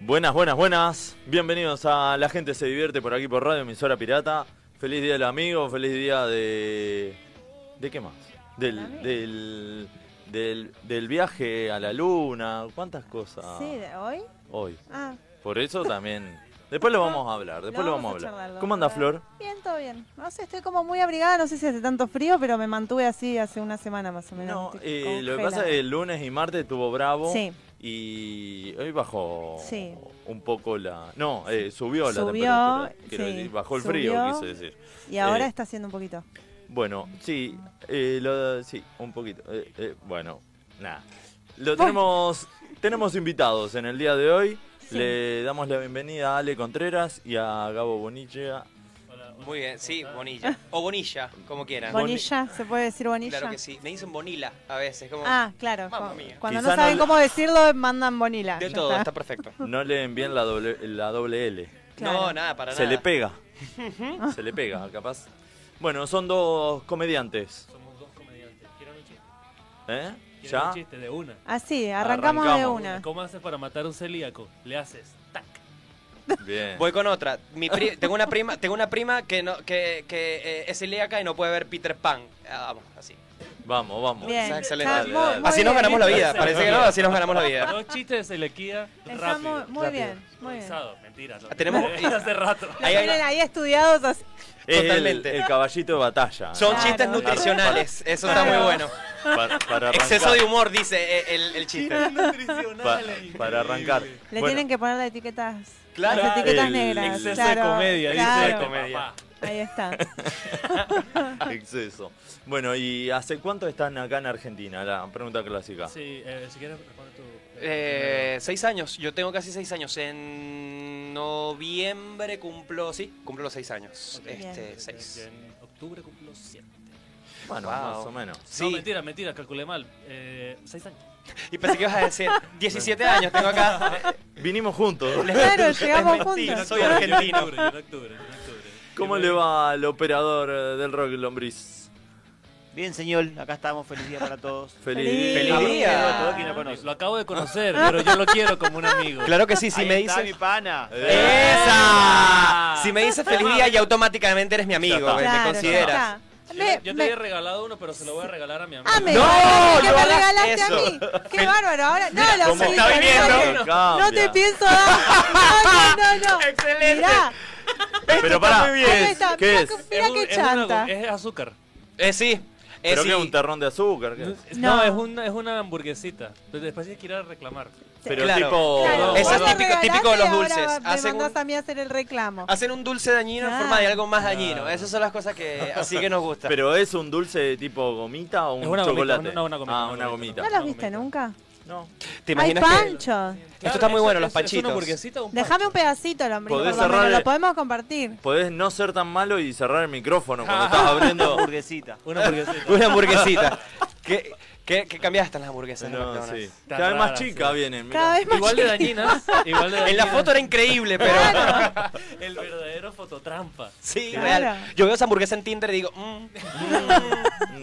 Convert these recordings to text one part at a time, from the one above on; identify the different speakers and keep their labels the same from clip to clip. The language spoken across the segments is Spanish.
Speaker 1: Buenas, buenas, buenas. Bienvenidos a La Gente Se Divierte por aquí por Radio Emisora Pirata. Feliz Día del Amigo, feliz día de... ¿De qué más? Del,
Speaker 2: Amigo.
Speaker 1: del, del, del viaje a la luna, cuántas cosas
Speaker 2: Sí, ¿de hoy?
Speaker 1: hoy.
Speaker 2: Ah,
Speaker 1: Por eso también... Después lo vamos a hablar, después lo vamos, a hablar.
Speaker 2: charlar, lo
Speaker 1: ¿Cómo anda
Speaker 2: vamos a
Speaker 1: Flor?
Speaker 2: hablar. Bien, todo bien. No sé, estoy como muy abrigada, no sé si hace tanto frío, pero me mantuve así hace una semana más o menos.
Speaker 1: No,
Speaker 2: Estoy
Speaker 1: eh, lo que
Speaker 2: congelada.
Speaker 1: pasa es que el lunes y martes estuvo bravo.
Speaker 2: Sí.
Speaker 1: Y hoy bajó
Speaker 2: Sí.
Speaker 1: un poco la... No, eh, subió la
Speaker 2: Subió,
Speaker 1: temperatura. Quiero
Speaker 2: sí,
Speaker 1: decir, bajó el
Speaker 2: subió.
Speaker 1: frío, quise decir.
Speaker 2: Y ahora
Speaker 1: eh,
Speaker 2: está haciendo un poquito.
Speaker 1: Bueno, sí, eh, lo- sí, un poquito. eh, eh, bueno, nada. Lo tenemos, tenemos invitados en el día de hoy.
Speaker 2: Sí.
Speaker 1: Le damos la bienvenida a Ale Contreras y a Gabo Bonichea.
Speaker 3: Muy bien, sí, Bonilla. O Bonilla, como quieran.
Speaker 2: Bonilla, ¿se puede decir bonilla?
Speaker 3: Claro que sí. Me dicen Bonilla a veces. Como...
Speaker 2: Ah, claro.
Speaker 3: Mamma
Speaker 2: cu-
Speaker 3: mía.
Speaker 2: Cuando
Speaker 1: Quizá
Speaker 2: no
Speaker 1: no
Speaker 2: saben
Speaker 1: le-
Speaker 2: cómo decirlo, mandan bonilla.
Speaker 3: Del
Speaker 2: ya
Speaker 3: todo,
Speaker 2: está.
Speaker 3: está perfecto.
Speaker 1: No leen bien la doble, la doble L.
Speaker 2: Claro.
Speaker 3: No, nada, para
Speaker 1: Se
Speaker 3: nada.
Speaker 1: le pega. Se le pega, capaz. Bueno, son dos comediantes.
Speaker 4: Somos dos comediantes. Quiero un chiste.
Speaker 1: ¿Eh?
Speaker 4: Quiero
Speaker 1: ¿Ya?
Speaker 4: un chiste de una.
Speaker 2: Así, Ah, arrancamos,
Speaker 1: Arrancamos.
Speaker 2: de una.
Speaker 4: ¿Cómo haces para matar a un celíaco? Le haces tac.
Speaker 1: Bien.
Speaker 3: Voy con otra. Mi pri- tengo una prima, tengo una prima que no, que, que eh, es celíaca y no puede ver Peter Pan. Ah, vamos, así.
Speaker 1: Vamos, vamos.
Speaker 2: Bien.
Speaker 3: Está excelente.
Speaker 2: Está
Speaker 1: Dale,
Speaker 2: muy-
Speaker 1: dale.
Speaker 2: muy
Speaker 3: así nos
Speaker 2: bien.
Speaker 3: ganamos la vida.
Speaker 4: Sí,
Speaker 3: Parece
Speaker 4: sí.
Speaker 3: que no, así nos ganamos la vida.
Speaker 4: Dos chistes de celequía
Speaker 2: Está
Speaker 4: rápido.
Speaker 2: muy, muy
Speaker 3: rápido.
Speaker 2: bien, muy bien.
Speaker 4: Improvisado, mentira. lo-
Speaker 3: Tenemos-
Speaker 4: hace rato.
Speaker 2: Los
Speaker 3: Ahí hay-
Speaker 2: tienen ahí estudiados así.
Speaker 1: Es el-
Speaker 3: Totalmente.
Speaker 1: el caballito de batalla.
Speaker 3: Son
Speaker 2: Claro.
Speaker 3: chistes nutricionales. Eso está muy
Speaker 2: Claro.
Speaker 3: bueno.
Speaker 1: Para- para
Speaker 3: Exceso
Speaker 1: arrancar.
Speaker 3: de humor, dice eh, el, el chiste.
Speaker 1: Pa- para arrancar.
Speaker 2: Le
Speaker 1: Bueno,
Speaker 2: tienen que poner las etiquetas.
Speaker 3: Claro,
Speaker 2: las etiquetas
Speaker 1: el
Speaker 2: negras.
Speaker 4: Exceso
Speaker 2: claro,
Speaker 4: de comedia, dice
Speaker 2: claro.
Speaker 4: de comedia.
Speaker 2: Ahí está.
Speaker 1: Exceso. Bueno, ¿y hace cuánto están acá en Argentina? La pregunta clásica.
Speaker 4: Sí, eh, si quieres responde tú.
Speaker 3: Eh, seis años, yo tengo casi seis años. En noviembre cumplo, sí, cumplo los seis años.
Speaker 4: Ok.
Speaker 3: Este,
Speaker 2: Bien.
Speaker 4: Yo
Speaker 3: seis.
Speaker 4: Eh, en octubre cumplo siete.
Speaker 1: Bueno,
Speaker 3: Wow.
Speaker 1: más o menos.
Speaker 4: No,
Speaker 3: Sí,
Speaker 4: mentira, mentira, calculé mal. Eh, seis años.
Speaker 3: y pensé que ibas a decir 17 años tengo acá.
Speaker 1: Vinimos juntos.
Speaker 2: Claro, llegamos
Speaker 3: Es mentira,
Speaker 2: juntos.
Speaker 3: soy
Speaker 4: Yo en
Speaker 3: argentino.
Speaker 4: octubre, yo en octubre, yo en octubre.
Speaker 1: ¿Cómo
Speaker 4: Y
Speaker 1: le
Speaker 4: luego-
Speaker 1: va al operador eh, del rock Lombriz?
Speaker 5: Bien, señor, acá estamos. Feliz día para todos.
Speaker 1: Feliz,
Speaker 3: Feliz día.
Speaker 5: A todo quien lo conoce.
Speaker 4: Lo acabo de conocer, pero yo lo quiero como un amigo.
Speaker 3: Claro que sí, si
Speaker 5: Ahí
Speaker 3: me
Speaker 5: está mi
Speaker 3: dices.
Speaker 5: pana.
Speaker 3: ¡Esa! Si me dices feliz día, ya automáticamente eres mi amigo,
Speaker 1: Ya está.
Speaker 3: Pues, me-
Speaker 2: Claro,
Speaker 3: me
Speaker 2: ya
Speaker 3: consideras.
Speaker 2: está.
Speaker 4: Yo,
Speaker 2: Me-
Speaker 4: yo te
Speaker 2: me-
Speaker 4: había regalado uno, pero se lo voy a regalar a mi amigo.
Speaker 2: Ah, me,
Speaker 3: ¡No!
Speaker 2: ¿Qué
Speaker 3: ¡No
Speaker 2: me
Speaker 3: hagas
Speaker 2: regalaste a
Speaker 3: eso!
Speaker 2: mí? ¡Qué bárbaro! Ahora, no, lo
Speaker 1: ¿Cómo
Speaker 2: siento,
Speaker 3: está
Speaker 2: no,
Speaker 3: viniendo?
Speaker 2: no,
Speaker 1: Cambia.
Speaker 2: No te pienso dar. No, no, no. no.
Speaker 3: ¡Excelente!
Speaker 2: Mirá,
Speaker 1: Pero pará,
Speaker 3: muy
Speaker 1: ¿qué
Speaker 2: ahí
Speaker 1: es?
Speaker 2: está.
Speaker 1: ¿Qué
Speaker 2: Mirá,
Speaker 1: es?
Speaker 2: que- mirá
Speaker 4: un-
Speaker 2: qué
Speaker 4: es una-
Speaker 2: chanta.
Speaker 4: Es, azúcar.
Speaker 3: Eh, sí. Eh,
Speaker 1: ¿Pero
Speaker 3: sí.
Speaker 1: qué? ¿Un terrón de azúcar? ¿Qué?
Speaker 4: No,
Speaker 2: No.
Speaker 4: es, una, es una hamburguesita. Pero después hay que ir a reclamar.
Speaker 1: Pero
Speaker 3: Claro.
Speaker 1: tipo...
Speaker 2: Claro,
Speaker 3: Oh. Eso
Speaker 2: vos
Speaker 3: es
Speaker 2: me
Speaker 3: típico- típico de
Speaker 2: regalaste,
Speaker 3: los
Speaker 2: ahora
Speaker 3: dulces.
Speaker 2: Me
Speaker 3: Hacen
Speaker 2: mandás
Speaker 3: un-
Speaker 2: a mí a hacer el reclamo.
Speaker 3: Hacen un dulce dañino en
Speaker 2: Ah.
Speaker 3: forma de algo más
Speaker 4: Ah.
Speaker 3: dañino. Esas son las cosas que así que nos gusta.
Speaker 1: ¿Pero es un dulce tipo gomita o un
Speaker 4: Es una gomita,
Speaker 1: chocolate?
Speaker 4: una- no, una gomita,
Speaker 1: Ah,
Speaker 4: una
Speaker 1: una
Speaker 4: gomita,
Speaker 1: gomita.
Speaker 2: ¿No los viste
Speaker 4: No,
Speaker 2: nunca?
Speaker 1: No.
Speaker 3: ¿Te
Speaker 2: Hay
Speaker 3: imaginas que
Speaker 2: panchos.
Speaker 3: Esto está muy
Speaker 4: es-
Speaker 3: bueno, los
Speaker 4: es- es
Speaker 3: panchitos.
Speaker 4: una hamburguesita o un pancho.
Speaker 2: Déjame un pedacito, el hombre.
Speaker 1: Podés
Speaker 2: por lo menos,
Speaker 1: cerrar-
Speaker 2: Lo podemos compartir.
Speaker 1: Podés no ser tan malo y cerrar el micrófono
Speaker 4: Ah.
Speaker 1: cuando estás abriendo...
Speaker 5: Burguesita.
Speaker 4: Una hamburguesita.
Speaker 3: una hamburguesita? ¿Qué, qué, qué cambiaste en las hamburguesas? de
Speaker 1: No,
Speaker 3: McDonald's?
Speaker 1: sí. Cada vez más
Speaker 4: rara,
Speaker 1: chica
Speaker 4: sí.
Speaker 1: vienen. mirá.
Speaker 2: Cada vez más
Speaker 4: Igual de dañinas. Igual de
Speaker 3: En la
Speaker 4: dañinas.
Speaker 3: foto era increíble, pero.
Speaker 4: El verdadero fototrampa.
Speaker 3: Sí,
Speaker 2: Claro.
Speaker 3: real. Yo veo esa hamburguesa en Tinder y digo, mm,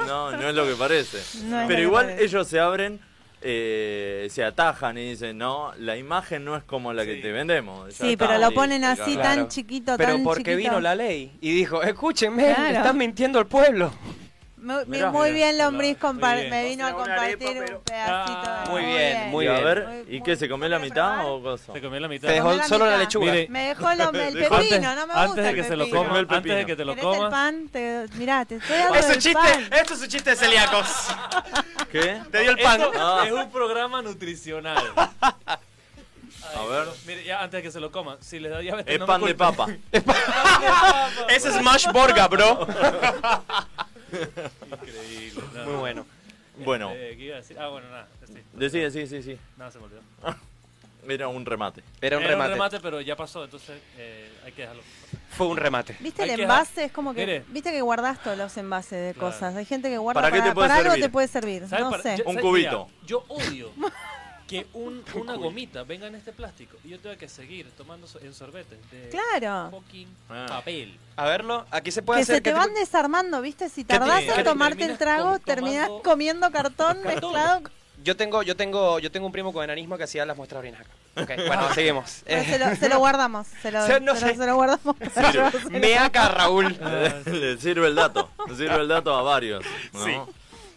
Speaker 1: No, no es lo que parece.
Speaker 2: No es lo
Speaker 1: Pero
Speaker 2: que
Speaker 1: igual
Speaker 2: parece.
Speaker 1: ellos se abren, eh, se atajan y dicen, no, la imagen no es como la que te vendemos. Ya
Speaker 2: Sí,
Speaker 1: está,
Speaker 2: pero lo
Speaker 1: y-
Speaker 2: ponen
Speaker 1: y
Speaker 2: así
Speaker 1: cagaron.
Speaker 3: Claro.
Speaker 2: tan chiquito,
Speaker 3: pero
Speaker 2: tan
Speaker 3: porque
Speaker 2: chiquito.
Speaker 3: vino la ley y dijo, escúchenme,
Speaker 2: Claro.
Speaker 3: están mintiendo al pueblo.
Speaker 2: Mu- mi-
Speaker 1: Mirá,
Speaker 2: muy
Speaker 4: mirá,
Speaker 2: bien, Lombriz
Speaker 4: mirá,
Speaker 2: compar-
Speaker 4: muy bien.
Speaker 2: me vino a
Speaker 5: Hacer una arepa,
Speaker 2: compartir un
Speaker 5: pero-
Speaker 2: pedacito.
Speaker 4: Ah.
Speaker 2: de-
Speaker 3: Muy bien, muy
Speaker 1: Y a
Speaker 3: bien.
Speaker 1: ver,
Speaker 2: Muy-
Speaker 1: ¿y qué? ¿Se comió la
Speaker 2: ¿Puedo
Speaker 1: mitad
Speaker 2: probar?
Speaker 1: o cosa?
Speaker 4: Se comió la mitad.
Speaker 3: Te dejó
Speaker 2: la
Speaker 3: solo la
Speaker 2: mitad.
Speaker 3: lechuga.
Speaker 4: Mire,
Speaker 2: Me dejó el, hombre- el
Speaker 1: Dejó-
Speaker 2: pepino, no me gusta.
Speaker 4: antes de
Speaker 2: el
Speaker 4: que se lo
Speaker 2: pepino.
Speaker 1: Se comió
Speaker 4: coma,
Speaker 1: el
Speaker 4: antes de
Speaker 1: pepino.
Speaker 4: que te lo
Speaker 2: ¿Querés el
Speaker 4: comas.
Speaker 2: pan? Te, mirá, te estoy dando
Speaker 3: Eso
Speaker 2: el
Speaker 3: es chiste,
Speaker 2: pan.
Speaker 3: esto es un chiste de celíacos.
Speaker 1: ¿Qué?
Speaker 3: Te dio el pan.
Speaker 1: Ah.
Speaker 4: Es un programa nutricional.
Speaker 1: A ver.
Speaker 4: Mire, ya antes de que se lo coma, si les da diabetes.
Speaker 1: Es
Speaker 4: no me
Speaker 1: pan de
Speaker 4: culpen.
Speaker 1: papa.
Speaker 3: Ese es Smash Borga, bro.
Speaker 4: Increíble. no.
Speaker 3: Muy bueno.
Speaker 1: Bueno,
Speaker 4: Eh, ¿qué iba a decir? Ah, bueno, nada. sí.
Speaker 1: decía, sí, sí, sí.
Speaker 4: Nada, se me olvidó.
Speaker 1: Era un remate.
Speaker 3: Era un remate.
Speaker 4: pero ya pasó, entonces eh, hay que dejarlo.
Speaker 3: Fue un remate.
Speaker 2: ¿Viste
Speaker 4: Hay
Speaker 2: el
Speaker 4: que-
Speaker 2: envase? Es como que.
Speaker 4: Mire.
Speaker 2: Viste que guardás todos los envases de
Speaker 4: Claro.
Speaker 2: cosas. Hay gente que guarda.
Speaker 1: ¿Para qué te puede
Speaker 2: algo
Speaker 1: servir?
Speaker 2: te puede servir.
Speaker 4: ¿Sabes
Speaker 2: No
Speaker 4: para-
Speaker 2: sé.
Speaker 4: yo-
Speaker 1: Un
Speaker 4: ¿sabes?
Speaker 1: cubito.
Speaker 4: Mira, yo odio que un- una gomita venga en este plástico y yo tenga que seguir tomando so- en sorbetes de
Speaker 2: Claro.
Speaker 4: fucking
Speaker 1: Ah.
Speaker 4: papel.
Speaker 3: A verlo, aquí se puede
Speaker 2: Que
Speaker 3: hacer.
Speaker 2: se te
Speaker 3: qué
Speaker 2: van
Speaker 3: tipo-
Speaker 2: desarmando, ¿viste? Si
Speaker 3: ¿Qué
Speaker 2: tardás
Speaker 3: tiene?
Speaker 2: en
Speaker 3: Que
Speaker 2: tomarte
Speaker 4: terminas
Speaker 2: el trago,
Speaker 4: com-
Speaker 2: terminás
Speaker 4: tomando
Speaker 2: comiendo cartón
Speaker 4: cartón.
Speaker 2: mezclado
Speaker 3: Yo tengo, yo tengo, yo tengo un primo con enanismo que hacía las muestras de orina. Ok,
Speaker 2: Ah.
Speaker 3: bueno, seguimos.
Speaker 2: Pero
Speaker 3: Eh,
Speaker 2: se, lo, se lo guardamos, se lo,
Speaker 3: Se- no
Speaker 2: se lo-
Speaker 3: sé.
Speaker 2: se lo guardamos. para llevárselo.
Speaker 3: Meaca Raúl.
Speaker 4: Ah,
Speaker 1: Le sirve el dato, le sirve el dato a varios. ¿no?
Speaker 3: Sí.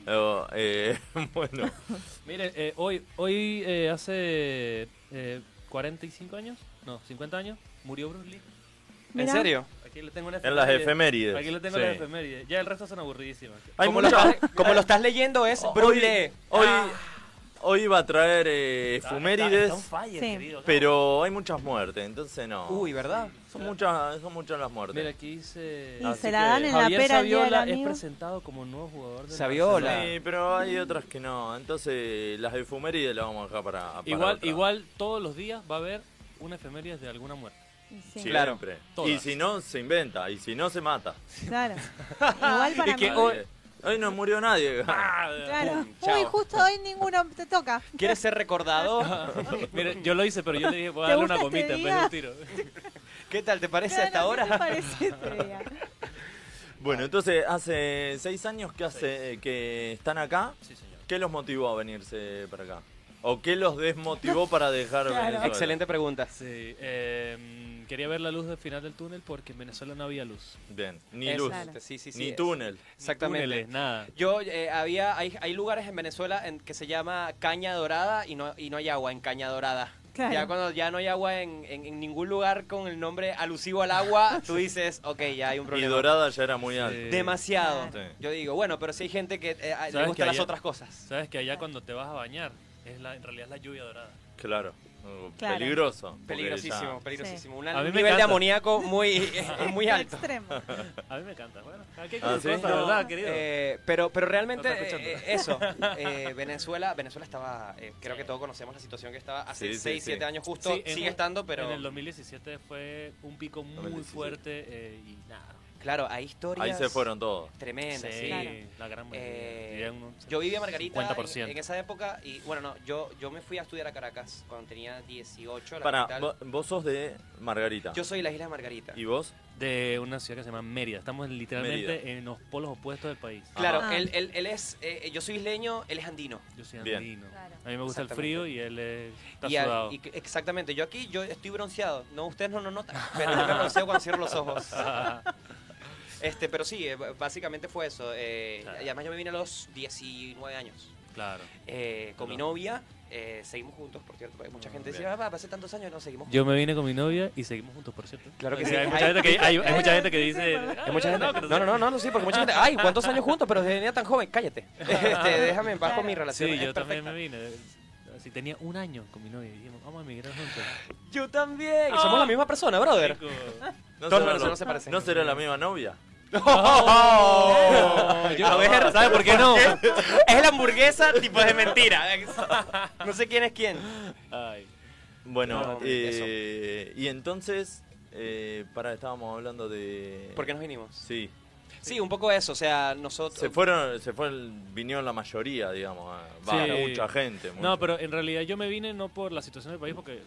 Speaker 1: Eh, eh, bueno,
Speaker 4: Mire, eh, hoy, hoy eh, hace eh, 45 años, no, 50 años, murió Bruce Lee.
Speaker 3: ¿En
Speaker 2: Mirá.
Speaker 3: serio?
Speaker 4: Aquí le tengo una
Speaker 1: en las
Speaker 4: efeméride.
Speaker 1: efemérides.
Speaker 4: Aquí le tengo
Speaker 1: sí.
Speaker 4: las efemérides. Ya el resto son aburridísimas.
Speaker 1: Hay
Speaker 3: como,
Speaker 1: mucha-
Speaker 3: lo estás, como lo estás leyendo es
Speaker 1: Hoy-
Speaker 3: Brule. Ah.
Speaker 1: Hoy, hoy iba a traer eh,
Speaker 4: Está-
Speaker 1: efemérides,
Speaker 4: está- está on fire,
Speaker 2: Sí.
Speaker 4: querido.
Speaker 1: pero hay muchas muertes, entonces no.
Speaker 3: Uy, ¿verdad?
Speaker 1: son muchas, son muchas las muertes.
Speaker 4: Mira, aquí dice...
Speaker 2: Y
Speaker 1: Así
Speaker 2: se la
Speaker 1: que-
Speaker 2: dan en la
Speaker 4: Javier
Speaker 2: pera el día del
Speaker 4: Saviola es
Speaker 2: amigo.
Speaker 4: presentado como nuevo jugador de
Speaker 3: Saviola.
Speaker 1: Sí, pero hay otras que no. Entonces, las efemérides las vamos a dejar para. para
Speaker 4: Igual,
Speaker 1: otra.
Speaker 4: igual todos los días va a haber una efemérides de alguna muerte.
Speaker 2: Sí,
Speaker 1: Siempre.
Speaker 3: Claro.
Speaker 1: Y
Speaker 4: Todas.
Speaker 1: si no, se inventa. Y si no, se mata.
Speaker 2: claro. Igual para
Speaker 3: Y que
Speaker 2: mí.
Speaker 3: hoy-
Speaker 1: Nadie- hoy no murió nadie.
Speaker 4: Ah.
Speaker 2: Claro.
Speaker 3: Pum,
Speaker 2: Uy,
Speaker 3: chao.
Speaker 2: justo hoy ninguno te toca.
Speaker 3: ¿Quieres ser recordado?
Speaker 4: Mire, yo lo hice, pero yo le dije, voy a
Speaker 2: ¿Te
Speaker 4: darle una
Speaker 2: gusta
Speaker 4: gomita
Speaker 2: este
Speaker 4: en vez de un
Speaker 2: día?
Speaker 4: tiro.
Speaker 3: ¿Qué tal? ¿Te parece
Speaker 2: Claro,
Speaker 3: hasta
Speaker 2: ¿qué
Speaker 3: ahora?
Speaker 2: te parece este día?
Speaker 1: Bueno, entonces hace seis años que hace eh, que están acá.
Speaker 4: Sí, señor.
Speaker 1: ¿Qué los motivó a venirse para acá? ¿O qué los desmotivó para dejar
Speaker 2: Claro.
Speaker 1: Venezuela?
Speaker 3: Excelente pregunta.
Speaker 4: Sí, eh, quería ver la luz del final del túnel porque en Venezuela no había luz.
Speaker 1: Bien, ni
Speaker 3: Es- este,
Speaker 1: luz,
Speaker 2: Claro.
Speaker 3: Sí, sí, sí,
Speaker 1: ni
Speaker 3: es-
Speaker 1: túnel.
Speaker 3: Exactamente.
Speaker 4: Túneles, nada.
Speaker 3: Yo eh, había, hay, hay lugares en Venezuela en que se llama caña dorada y no, y no hay agua en caña dorada.
Speaker 2: Claro.
Speaker 3: Ya cuando ya no hay agua en, en- en ningún lugar con el nombre alusivo al agua, tú dices, ok, ya hay un
Speaker 1: Y
Speaker 3: problema.
Speaker 1: dorada ya era muy alto.
Speaker 3: Demasiado.
Speaker 1: Claro. Sí.
Speaker 3: Yo digo, bueno, pero si hay gente que eh, a-
Speaker 4: ¿Sabes
Speaker 3: le
Speaker 4: que
Speaker 3: gustan las
Speaker 4: ayer-
Speaker 3: otras cosas.
Speaker 4: Sabes que allá cuando te vas a bañar, es la, en realidad es la lluvia dorada.
Speaker 1: Claro. Uh,
Speaker 2: Claro.
Speaker 1: Peligroso. porque
Speaker 3: Peligrosísimo, peligrosísimo. Una-
Speaker 4: A mí
Speaker 3: un
Speaker 4: me
Speaker 3: nivel de
Speaker 4: encanta.
Speaker 3: amoníaco muy, eh, muy alto.
Speaker 2: Extremo.
Speaker 4: A mí me encanta. Bueno, aquí hay
Speaker 1: ¿Ah,
Speaker 4: cosas,
Speaker 1: sí? No,
Speaker 4: ¿verdad, querido?
Speaker 3: Eh, pero, pero realmente
Speaker 4: No está escuchando.
Speaker 3: eh, eso, eh, Venezuela, Venezuela estaba, eh, creo que todos conocemos la situación que estaba hace
Speaker 1: Sí,
Speaker 3: 6,
Speaker 1: sí,
Speaker 3: 7
Speaker 1: sí.
Speaker 3: años
Speaker 4: Sí,
Speaker 3: justo,
Speaker 4: en
Speaker 3: sigue
Speaker 4: un-
Speaker 3: estando, pero
Speaker 4: En el 2017 fue un pico muy
Speaker 1: 2017.
Speaker 4: fuerte eh, y nada.
Speaker 3: claro, hay
Speaker 1: ya-
Speaker 3: historias
Speaker 1: Ahí se fueron todos.
Speaker 3: tremendas.
Speaker 4: Sí,
Speaker 3: sí.
Speaker 2: Claro.
Speaker 4: la gran mayoría.
Speaker 3: Eh,
Speaker 4: diría un-
Speaker 3: Yo viví a Margarita en,
Speaker 4: 50%.
Speaker 3: en esa época y bueno, no, yo, yo me fui a estudiar a Caracas cuando tenía 18, la
Speaker 1: Para,
Speaker 3: capital.
Speaker 1: vo- vos sos de Margarita.
Speaker 3: Yo soy de la isla de Margarita.
Speaker 1: ¿Y vos?
Speaker 4: De una ciudad que se llama Mérida. Estamos literalmente
Speaker 1: Mérida.
Speaker 4: en los polos opuestos del país.
Speaker 3: Claro,
Speaker 2: Ah.
Speaker 3: él, él- él es, eh, yo soy isleño, él es andino.
Speaker 4: Yo soy
Speaker 1: Bien.
Speaker 4: andino.
Speaker 2: Claro.
Speaker 4: A mí me gusta el frío y él eh, está
Speaker 3: Y a-
Speaker 4: sudado.
Speaker 3: y que- exactamente, yo aquí yo estoy bronceado. No, ustedes no lo notan, pero yo me bronceo cuando cierro los ojos. Este, pero sí, eh, b- básicamente fue eso. eh,
Speaker 4: Claro.
Speaker 3: Y además yo me vine a los 19 años.
Speaker 4: Claro.
Speaker 3: eh, con mi
Speaker 4: Claro.
Speaker 3: novia, eh, seguimos juntos, por cierto. porque Mucha gente
Speaker 1: bien.
Speaker 3: decía, ah, papá, hace tantos años no seguimos juntos.
Speaker 4: Yo me vine con mi novia y seguimos juntos, por cierto.
Speaker 3: Claro que
Speaker 4: O sea,
Speaker 3: sí.
Speaker 4: Hay mucha gente que, hay, hay mucha gente que dice.
Speaker 2: Hay
Speaker 3: Hay mucha gente-
Speaker 4: "No, que
Speaker 3: No, no, no, no, no, sí, porque mucha gente. Ay, ¿cuántos años juntos? Pero desde niña tan joven, cállate. Este, déjame en paz con mi relación.
Speaker 4: Sí,
Speaker 3: es
Speaker 4: yo también
Speaker 3: perfecta.
Speaker 4: me vine. Así tenía un año con mi novia y dijimos, vamos a emigrar juntos.
Speaker 3: Eh, Yo también.
Speaker 4: Ah.
Speaker 3: Somos la misma persona, brother.
Speaker 4: Chico.
Speaker 1: ¿No
Speaker 3: Todos
Speaker 1: será,
Speaker 3: los venezolanos
Speaker 1: lo-
Speaker 3: se parecen.
Speaker 1: ¿No será la misma novia?
Speaker 3: Oh,
Speaker 4: No, yo-
Speaker 3: A ver, ¿sabes por qué no? Es la hamburguesa tipo de mentira. No sé quién es quién.
Speaker 4: Ay.
Speaker 1: Bueno,
Speaker 3: No, eso.
Speaker 1: eh, y entonces, eh, para, estábamos hablando de...
Speaker 3: ¿Por qué nos vinimos?
Speaker 1: Sí.
Speaker 3: Sí, un poco eso. O sea, nosotros.
Speaker 1: Se fueron, se fue el- vinieron la mayoría, digamos. ah, Va,
Speaker 4: Sí.
Speaker 1: mucha gente. mucha-
Speaker 4: No, pero en realidad yo me vine no por la situación del país porque eh,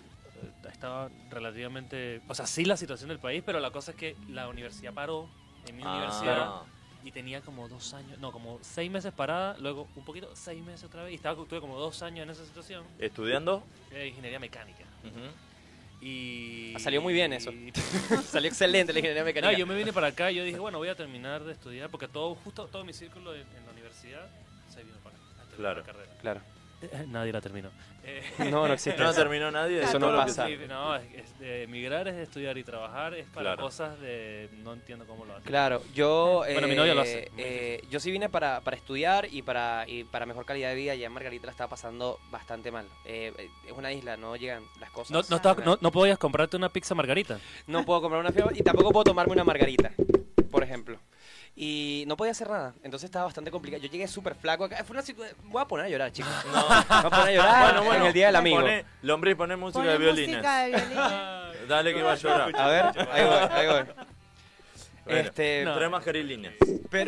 Speaker 4: estaba relativamente, o sea, sí la situación del país, pero la cosa es que la universidad paró en mi
Speaker 1: Ah,
Speaker 4: universidad y tenía como dos años, no, como seis meses parada, luego un poquito, seis meses otra vez y estaba estuve como dos años en esa situación
Speaker 1: ¿Estudiando?
Speaker 4: de ingeniería mecánica
Speaker 1: Ujú.
Speaker 4: y
Speaker 3: Ah, salió muy bien eso.
Speaker 4: y-
Speaker 3: Salió excelente la ingeniería mecánica.
Speaker 4: No, yo me vine para acá y yo dije, bueno, voy a terminar de estudiar porque todo justo todo mi círculo en, en la universidad se vino para acá. a terminar
Speaker 1: Claro.
Speaker 4: la carrera.
Speaker 3: Claro.
Speaker 4: Eh, nadie la terminó. Eh,
Speaker 3: No, no existe.
Speaker 1: No terminó nadie.
Speaker 3: Eso
Speaker 1: de
Speaker 3: no
Speaker 1: todo lo que
Speaker 3: pasa.
Speaker 1: sí.
Speaker 4: Sí, no, es- es de emigrar es estudiar y trabajar, es para
Speaker 1: Claro.
Speaker 4: cosas de... No entiendo cómo lo hacen.
Speaker 3: Claro, yo.
Speaker 4: Bueno,
Speaker 3: eh,
Speaker 4: mi novia lo hace, muy
Speaker 3: eh, yo sí vine para, para estudiar y para, y para mejor calidad de vida. Ya en Margarita la estaba pasando bastante mal. Eh, eh, es una isla, no llegan las cosas.
Speaker 4: No, no, estaba- no- no podías comprarte una pizza margarita.
Speaker 3: No puedo comprar una fiebre y tampoco puedo tomarme una margarita, por ejemplo. Y no podía hacer nada, entonces estaba bastante complicado. Yo llegué súper flaco acá. Fue una situ- Voy a poner a llorar, chicos. No. Voy a poner a llorar
Speaker 1: Bueno, bueno.
Speaker 3: Ah, en el Día del Amigo.
Speaker 1: Poné, Lombriz, poné música
Speaker 2: Poné
Speaker 1: de violines.
Speaker 2: música de violines.
Speaker 1: Dale que va a llorar.
Speaker 3: A ver, ahí voy, ahí voy.
Speaker 1: Bueno,
Speaker 3: Este,
Speaker 4: no.
Speaker 1: Trae mascarilina.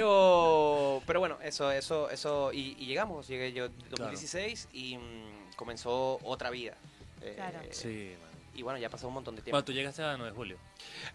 Speaker 3: pero, pero bueno, eso, eso, eso. Y, y llegamos, llegué yo en 2016 y mm, comenzó otra vida. Eh,
Speaker 2: Claro.
Speaker 4: Sí, man.
Speaker 3: y bueno, ya pasó un montón de tiempo.
Speaker 4: Cuando tú llegaste a 9 de julio.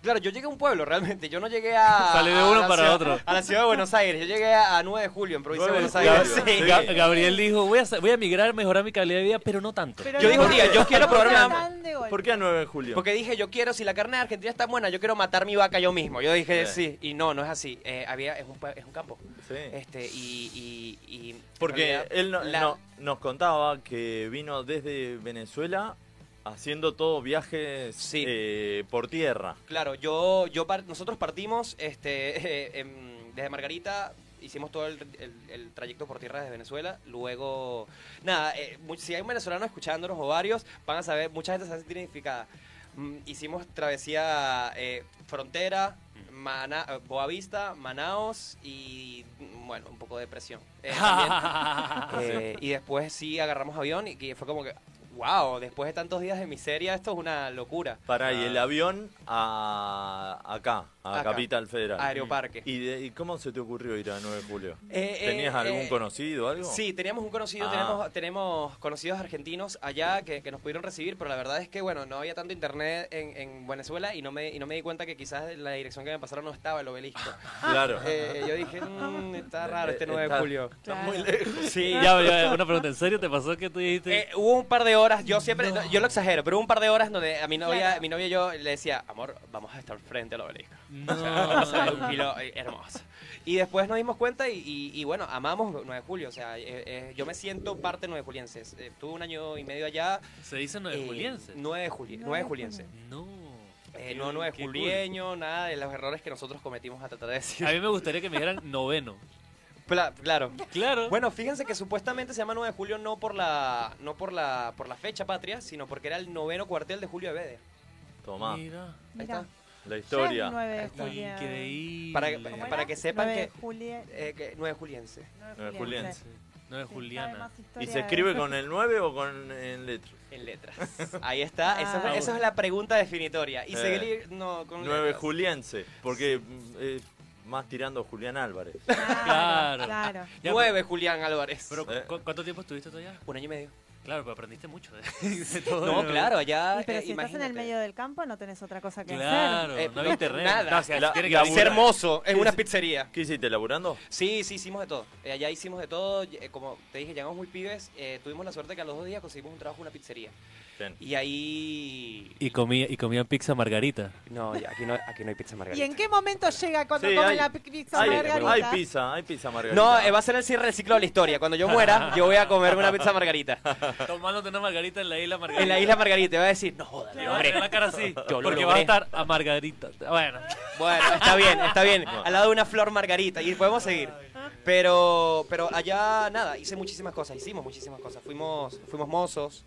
Speaker 3: Claro, yo llegué a un pueblo realmente, yo no llegué a...
Speaker 4: Salí de
Speaker 3: a
Speaker 4: uno
Speaker 3: la
Speaker 4: para
Speaker 3: ciudad-
Speaker 4: otro.
Speaker 3: A la ciudad de Buenos Aires, yo llegué a a 9 de julio en provincia de
Speaker 1: 9 de
Speaker 3: Buenos Aires.
Speaker 1: julio.
Speaker 3: Sí.
Speaker 1: Sí.
Speaker 4: Ga- Gabriel dijo, voy a, sa- voy a emigrar, mejorar mi calidad de vida, pero no tanto.
Speaker 2: Pero
Speaker 3: Yo
Speaker 2: no,
Speaker 3: dije un día, yo quiero
Speaker 2: no
Speaker 3: probar
Speaker 2: sea
Speaker 3: una-
Speaker 2: tan de golpe.
Speaker 1: ¿Por qué a 9 de julio?
Speaker 3: Porque dije, yo quiero, si la carne de Argentina es tan buena, yo quiero matar mi vaca yo mismo. Yo dije,
Speaker 1: Sí.
Speaker 3: sí, y no, no es así. Eh, había, es, un, pue- es un campo.
Speaker 1: Sí.
Speaker 3: Este, y, y, y- en
Speaker 1: Porque
Speaker 3: realidad,
Speaker 1: él no-
Speaker 3: la-
Speaker 1: no- nos contaba que vino desde Venezuela haciendo todo viajes
Speaker 3: Sí.
Speaker 1: eh, por tierra.
Speaker 3: Claro, yo, yo par- nosotros partimos este, eh, em, desde Margarita, hicimos todo el, el- el trayecto por tierra desde Venezuela, luego, nada, eh, mu- si hay un venezolano escuchándonos o varios, van a saber, mucha gente se siente identificada. Mm, hicimos travesía eh, frontera, Mana, eh, Boavista, Manaos y, mm, bueno, un poco de depresión. eh, también. Eh, y después sí agarramos avión y que fue como que, wow, después de tantos días de miseria, esto es una locura.
Speaker 1: Para y el avión a acá, a
Speaker 3: Ah. Acá.
Speaker 1: Capital Federal.
Speaker 3: Aeroparque.
Speaker 1: ¿Y, de- y cómo se te ocurrió ir a 9 de julio?
Speaker 3: Eh, eh,
Speaker 1: ¿Tenías algún
Speaker 3: eh,
Speaker 1: conocido, algo?
Speaker 3: Sí, teníamos un conocido,
Speaker 1: Ah.
Speaker 3: tenemos, tenemos conocidos argentinos allá que, que nos pudieron recibir, pero la verdad es que, bueno, no había tanto internet en, en Venezuela y no, me, y no me di cuenta que quizás la dirección que me pasaron no estaba el obelisco.
Speaker 1: Claro.
Speaker 3: Eh, yo dije, "Mm, está raro este 9 de
Speaker 1: Está-
Speaker 3: julio.
Speaker 1: está
Speaker 2: Claro.
Speaker 1: muy lejos.
Speaker 3: Sí,
Speaker 4: ya, ya, una pregunta, ¿en serio te pasó que tú dijiste?
Speaker 3: Eh, hubo un par de horas, yo siempre, no, yo lo exagero, pero hubo un par de horas donde a mi novia,
Speaker 2: Claro.
Speaker 3: mi novia y yo le decía, amor, vamos a estar frente al obelisco.
Speaker 4: no.
Speaker 1: Ah.
Speaker 3: O sea, un kilo, eh, hermoso. Y después nos dimos cuenta y, y- y bueno, amamos 9 de julio. O sea, eh, eh, yo me siento parte 9 julienses. Eh, tuve un año y medio allá.
Speaker 4: Se dice 9
Speaker 3: eh,
Speaker 4: juliense.
Speaker 3: 9 de juli-
Speaker 2: Nueve
Speaker 3: 9 juliense.
Speaker 4: No.
Speaker 3: Eh, no 9
Speaker 4: Qué cool.
Speaker 3: julieño, nada de los errores que nosotros cometimos a tratar de decir.
Speaker 4: A mí me gustaría que me dieran noveno.
Speaker 3: Pla- claro.
Speaker 4: Claro.
Speaker 3: Bueno, fíjense que supuestamente se llama 9 de julio no por la no por la por la fecha patria, sino porque era el noveno cuartel de Julio de Bede.
Speaker 1: Tomá,
Speaker 4: Mira.
Speaker 3: Ahí
Speaker 2: Mirá,
Speaker 3: está.
Speaker 1: la
Speaker 2: ya es
Speaker 1: historia.
Speaker 2: 9 de Julia.
Speaker 4: Increíble.
Speaker 3: Para,
Speaker 2: ¿Cómo
Speaker 3: para
Speaker 2: era?
Speaker 3: que sepan
Speaker 2: 9
Speaker 3: que,
Speaker 2: de Julia.
Speaker 3: eh, que 9 juliense.
Speaker 1: 9
Speaker 2: 9
Speaker 1: de
Speaker 2: Julián.
Speaker 1: juliense.
Speaker 4: 9 Juliana.
Speaker 1: ¿Y se escribe con el 9 o con en letras?
Speaker 3: En letras. Ahí está. Esa, es,
Speaker 2: Ah.
Speaker 3: esa es la pregunta definitoria. Y
Speaker 1: Eh,
Speaker 3: seguir no, con
Speaker 1: 9
Speaker 3: letras.
Speaker 1: juliense, porque mm, es más tirando Julián Álvarez.
Speaker 4: Claro.
Speaker 2: Claro. Claro.
Speaker 4: Ya,
Speaker 3: Nueve, Julián Álvarez.
Speaker 4: Pero,
Speaker 1: Eh.
Speaker 4: ¿cu- ¿cuánto tiempo estuviste tú allá?
Speaker 3: un año y medio.
Speaker 4: Claro, pero aprendiste mucho de, de todo.
Speaker 3: No, claro, allá.
Speaker 2: Y pero
Speaker 3: eh,
Speaker 2: si estás en
Speaker 3: imagínate.
Speaker 2: el medio del campo no tenés otra cosa que hacer.
Speaker 4: Claro,
Speaker 3: Eh,
Speaker 4: no había
Speaker 3: no,
Speaker 4: internet.
Speaker 3: nada.
Speaker 4: No, o sea,
Speaker 1: La-
Speaker 4: tiene que
Speaker 1: la-
Speaker 4: laburar.
Speaker 3: Es hermoso, en una pizzería.
Speaker 1: ¿Qué hiciste, laburando?
Speaker 3: Sí, sí, hicimos de todo. Eh, allá hicimos de todo. y, eh, como te dije, llegamos muy pibes. eh, tuvimos la suerte que a los dos días conseguimos un trabajo en una pizzería.
Speaker 1: Ten.
Speaker 3: Y ahí.
Speaker 4: Y comía, y comían pizza margarita.
Speaker 3: No, ya, aquí no, aquí no hay pizza
Speaker 2: ¿Y
Speaker 3: margarita.
Speaker 2: en qué momento llega cuando
Speaker 1: Sí,
Speaker 2: comen
Speaker 1: hay-
Speaker 2: la pi- pizza
Speaker 1: Hay,
Speaker 2: margarita?
Speaker 1: hay pizza, hay pizza margarita.
Speaker 3: No, eh, va a ser el cierre del ciclo de la historia. Cuando yo muera, yo voy a comerme una pizza margarita.
Speaker 4: Tomándote una margarita en la isla margarita.
Speaker 3: En la isla Margarita, y va a decir, no jodas,
Speaker 4: Le
Speaker 3: lo
Speaker 4: vas a
Speaker 3: logré.
Speaker 4: poner la cara así.
Speaker 3: Yo lo
Speaker 4: porque va a
Speaker 3: logré.
Speaker 4: estar a margarita. Bueno.
Speaker 3: Bueno, está bien, está bien. Al lado de una flor margarita y podemos seguir. Pero, pero allá nada, hice muchísimas cosas, hicimos muchísimas cosas. Fuimos, fuimos mozos,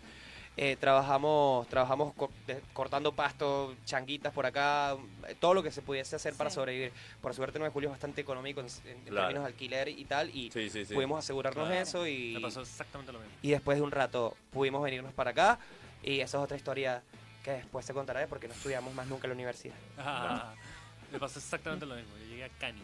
Speaker 3: eh, trabajamos, trabajamos co- de- cortando pasto, changuitas por acá, eh, todo lo que se pudiese hacer para
Speaker 2: Sí.
Speaker 3: sobrevivir. Por suerte 9 de julio es bastante económico en, en
Speaker 1: Claro.
Speaker 3: términos de alquiler y tal, y
Speaker 1: Sí, sí, sí.
Speaker 3: pudimos asegurarnos
Speaker 4: Claro.
Speaker 3: eso y,
Speaker 4: Me pasó exactamente lo mismo.
Speaker 3: y después de un rato pudimos venirnos para acá y esa es otra historia que después te contaré porque no estudiamos más nunca en la universidad.
Speaker 4: Ah, me pasó exactamente lo mismo. Yo llegué a Cani.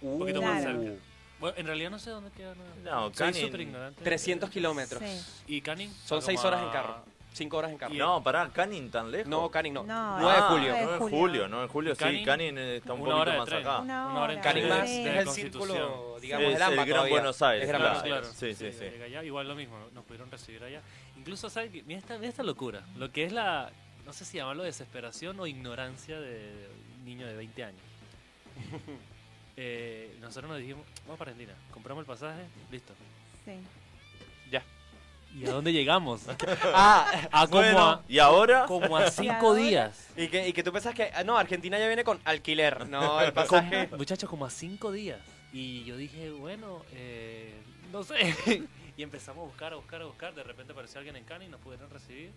Speaker 3: Un
Speaker 4: poquito
Speaker 2: más
Speaker 4: cerca. Bueno, en realidad no sé dónde queda. No,
Speaker 1: No,
Speaker 4: Soy
Speaker 1: Canning-
Speaker 4: súper ignorante.
Speaker 3: 300 kilómetros.
Speaker 2: Sí.
Speaker 4: ¿Y Canning?
Speaker 3: Son 6 horas en carro. 5 horas en carro.
Speaker 1: No, pará, Canning tan lejos.
Speaker 3: no Canning no.
Speaker 2: No,
Speaker 3: 9 de
Speaker 1: Ah,
Speaker 3: julio.
Speaker 1: 9 de julio, 9 de julio, sí.
Speaker 4: Canning-
Speaker 1: Canning eh, está un
Speaker 4: Una
Speaker 1: poquito
Speaker 4: hora de
Speaker 1: más
Speaker 4: tren. Ah,
Speaker 1: acá.
Speaker 2: Una
Speaker 4: Una hora en
Speaker 2: hora.
Speaker 3: Canning
Speaker 4: Sí.
Speaker 3: más
Speaker 4: Sí.
Speaker 3: es el
Speaker 4: Constitución.
Speaker 3: círculo, digamos,
Speaker 1: Es
Speaker 3: del AMBA
Speaker 1: el Gran
Speaker 3: todavía.
Speaker 1: Buenos Aires,
Speaker 3: Es Gran
Speaker 4: Claro,
Speaker 1: Claro,
Speaker 3: Buenos Aires.
Speaker 4: claro.
Speaker 1: sí, sí, sí.
Speaker 4: yo llegué allá, igual lo mismo, nos pudieron recibir allá. Incluso, ¿sabes qué? Mira esta, mira esta locura. Lo que es la, no sé si llamarlo desesperación o ignorancia de un niño de 20 años. Eh, nosotros nos dijimos, vamos para Argentina, compramos el pasaje, listo.
Speaker 2: sí.
Speaker 4: ¿Y a dónde llegamos?
Speaker 3: Ah,
Speaker 4: A como
Speaker 1: Bueno,
Speaker 4: a,
Speaker 1: y ahora,
Speaker 4: como a cinco
Speaker 2: ahora?
Speaker 4: días.
Speaker 3: y que, y que tú pensás que. ah, no, Argentina ya viene con alquiler. No, el pasaje.
Speaker 4: Muchachos, como a cinco días. Y yo dije, bueno, eh, no sé. y empezamos a buscar, a buscar, a buscar. De repente apareció alguien en Canning, nos pudieron recibir.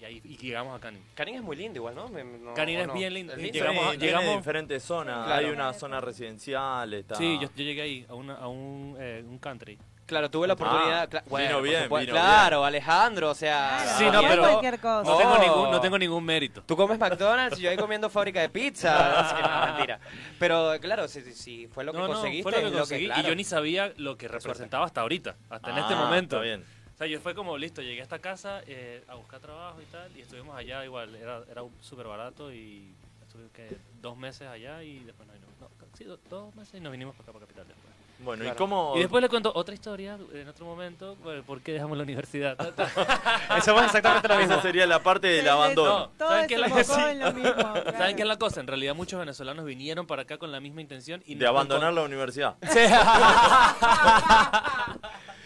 Speaker 4: Y ahí y llegamos a Canning.
Speaker 3: Canning es muy lindo igual, ¿no? Me- no-
Speaker 4: Canning es
Speaker 3: no.
Speaker 4: bien lindo.
Speaker 3: Es lindo.
Speaker 1: llegamos,
Speaker 4: llegamos- llegamos-
Speaker 1: diferentes zonas.
Speaker 3: Claro.
Speaker 1: Hay una zona residencial, está...
Speaker 4: Sí, yo, yo llegué ahí, a, una- a un, eh, un country.
Speaker 3: Claro, tuve la oportunidad. cla-
Speaker 1: vino
Speaker 3: bueno, por
Speaker 1: bien,
Speaker 3: supuesto.
Speaker 1: vino
Speaker 3: claro, Alejandro, o sea.
Speaker 2: Claro,
Speaker 4: Sí, no, pero-
Speaker 2: cualquier cosa.
Speaker 4: No, tengo
Speaker 3: Oh.
Speaker 4: ningún, no tengo ningún mérito.
Speaker 3: Tú comes McDonald's y yo ahí comiendo fábrica de pizza. Sí, no, mentira. Pero claro, si, si- si fue lo que
Speaker 4: no, no,
Speaker 3: conseguiste,
Speaker 4: fue lo
Speaker 3: es
Speaker 4: que conseguí.
Speaker 3: claro.
Speaker 4: Y yo ni sabía lo que representaba hasta ahorita, hasta en este
Speaker 1: Ah,
Speaker 4: momento.
Speaker 1: Está bien.
Speaker 4: O sea, yo fue como, listo, llegué a esta casa eh, a buscar trabajo y tal, y estuvimos allá igual, era, era un- súper barato y estuve ¿qué? dos meses allá y después nos vinimos. No, sí, do- dos meses y nos vinimos para acá, para Capital después.
Speaker 1: Bueno, ¿y
Speaker 3: Claro.
Speaker 1: cómo?
Speaker 4: Y después le cuento otra historia en otro momento, bueno, por qué dejamos la universidad.
Speaker 3: Eso es exactamente lo mismo.
Speaker 1: Esa sería la parte del
Speaker 2: Sí,
Speaker 1: abandono.
Speaker 2: Todo
Speaker 4: ¿Saben qué es
Speaker 2: es
Speaker 4: la-
Speaker 2: un poco
Speaker 4: sí.
Speaker 2: en lo mismo.
Speaker 4: ¿Saben
Speaker 2: claro.
Speaker 4: qué es la cosa? En realidad muchos venezolanos vinieron para acá con la misma intención y
Speaker 1: De abandonar la universidad.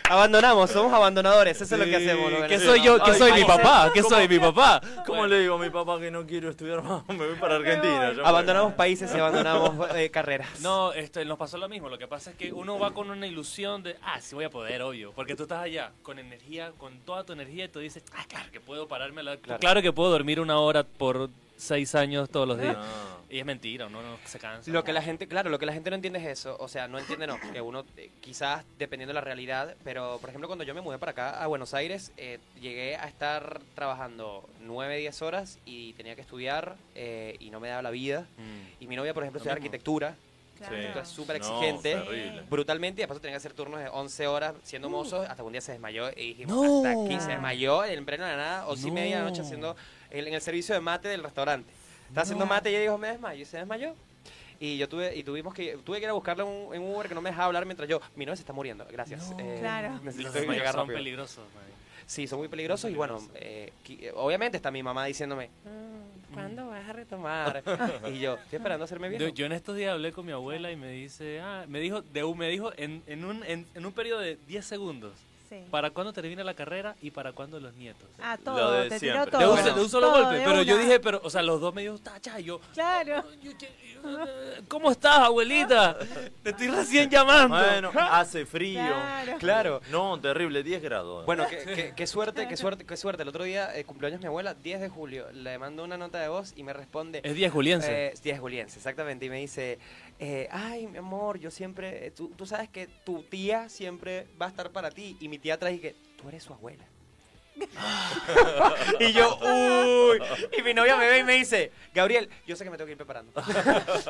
Speaker 3: Abandonamos, somos abandonadores, eso es lo que hacemos. los
Speaker 4: ¿Qué
Speaker 3: venezolanos.
Speaker 4: soy yo? ¿Qué
Speaker 1: Ay,
Speaker 4: soy mi
Speaker 1: ¿cómo?
Speaker 4: papá? ¿Qué soy mi papá?
Speaker 1: ¿Cómo
Speaker 4: Ah, Bueno.
Speaker 1: le digo a mi papá que no quiero estudiar más? Me voy para
Speaker 2: Me
Speaker 1: Argentina.
Speaker 2: voy.
Speaker 1: yo
Speaker 3: Abandonamos países y abandonamos eh, carreras.
Speaker 4: No, este, nos pasó lo mismo. Lo que pasa es que uno va con una ilusión de, ah, sí voy a poder, obvio. Porque tú estás allá con energía, con toda tu energía y tú dices, ah, claro que puedo pararme a la... Claro,
Speaker 3: Claro.
Speaker 4: que puedo dormir una hora por seis años todos los
Speaker 1: me-
Speaker 4: días.
Speaker 1: No.
Speaker 4: Y es mentira, uno no se cansa.
Speaker 3: Lo que la gente, claro, lo que la gente no entiende es eso. O sea, no entiende, no. Que uno, eh, quizás dependiendo de la realidad, pero por ejemplo, cuando yo me mudé para acá, a Buenos Aires, eh, llegué a estar trabajando 9, 10 horas y tenía que estudiar eh, y no me daba la vida.
Speaker 4: Mm.
Speaker 3: Y mi novia, por ejemplo,
Speaker 4: Lo
Speaker 3: estudia
Speaker 4: mismo.
Speaker 3: arquitectura,
Speaker 2: Claro.
Speaker 1: Sí.
Speaker 3: esto es súper
Speaker 1: No,
Speaker 3: exigente.
Speaker 1: terrible.
Speaker 3: brutalmente y después tenía que hacer turnos de 11 horas siendo mozos hasta que un día se desmayó y dijimos
Speaker 4: No.
Speaker 3: hasta aquí se desmayó en pleno de la nada 11 y
Speaker 4: No.
Speaker 3: media de la noche haciendo el- en el servicio de mate del restaurante estaba haciendo mate y ella dijo me desmayo y se desmayó y yo tuve y tuvimos que tuve que ir a buscarla en un en un Uber que no me dejaba hablar mientras yo mi novia se está muriendo gracias
Speaker 4: No.
Speaker 3: Eh,
Speaker 2: Claro.
Speaker 4: Los
Speaker 3: necesito
Speaker 4: desmayos
Speaker 3: llegar
Speaker 4: son
Speaker 3: rápido.
Speaker 4: peligrosos. marico.
Speaker 3: sí son muy peligrosos y bueno eh, qui- eh, obviamente está mi mamá diciéndome "Mm, ¿cuándo vas a retomar? y yo estoy esperando hacerme
Speaker 4: Yo,
Speaker 3: viejo
Speaker 4: yo en estos días hablé con mi abuela y me dice, ah, me dijo, de, un- me dijo en, en un, en, en un periodo de 10 segundos,
Speaker 2: Sí.
Speaker 4: ¿para cuándo termina la carrera y para cuándo los nietos?
Speaker 2: Ah, todo,
Speaker 1: Lo de
Speaker 2: te tiró
Speaker 1: siempre.
Speaker 4: de,
Speaker 2: todo.
Speaker 4: un, de un solo
Speaker 2: todo,
Speaker 4: golpe,
Speaker 2: de
Speaker 4: pero yo
Speaker 2: una.
Speaker 4: dije, pero, o sea, los dos me dijo, tacha, y yo,
Speaker 2: Claro.
Speaker 4: Yo que- eh, ¿Cómo estás, abuelita? Te estoy recién llamando.
Speaker 1: Bueno, hace frío.
Speaker 2: Claro.
Speaker 3: Claro.
Speaker 1: No, terrible, 10 grados.
Speaker 3: Bueno, qué, qué- qué suerte, qué suerte, qué suerte. El otro día, eh, cumpleaños de mi abuela, 10 de julio, le mando una nota de voz y me responde...
Speaker 4: es día juliense.
Speaker 3: eh, 10 juliense, exactamente. Y me dice, eh, ay, mi amor, yo siempre... eh, Tú, tú sabes que tu tía siempre va a estar para ti. Y mi tía atrás y que, tú eres su abuela. y yo, uy. Y mi novia me ve y me dice, Gabriel, yo sé que me tengo que ir preparando.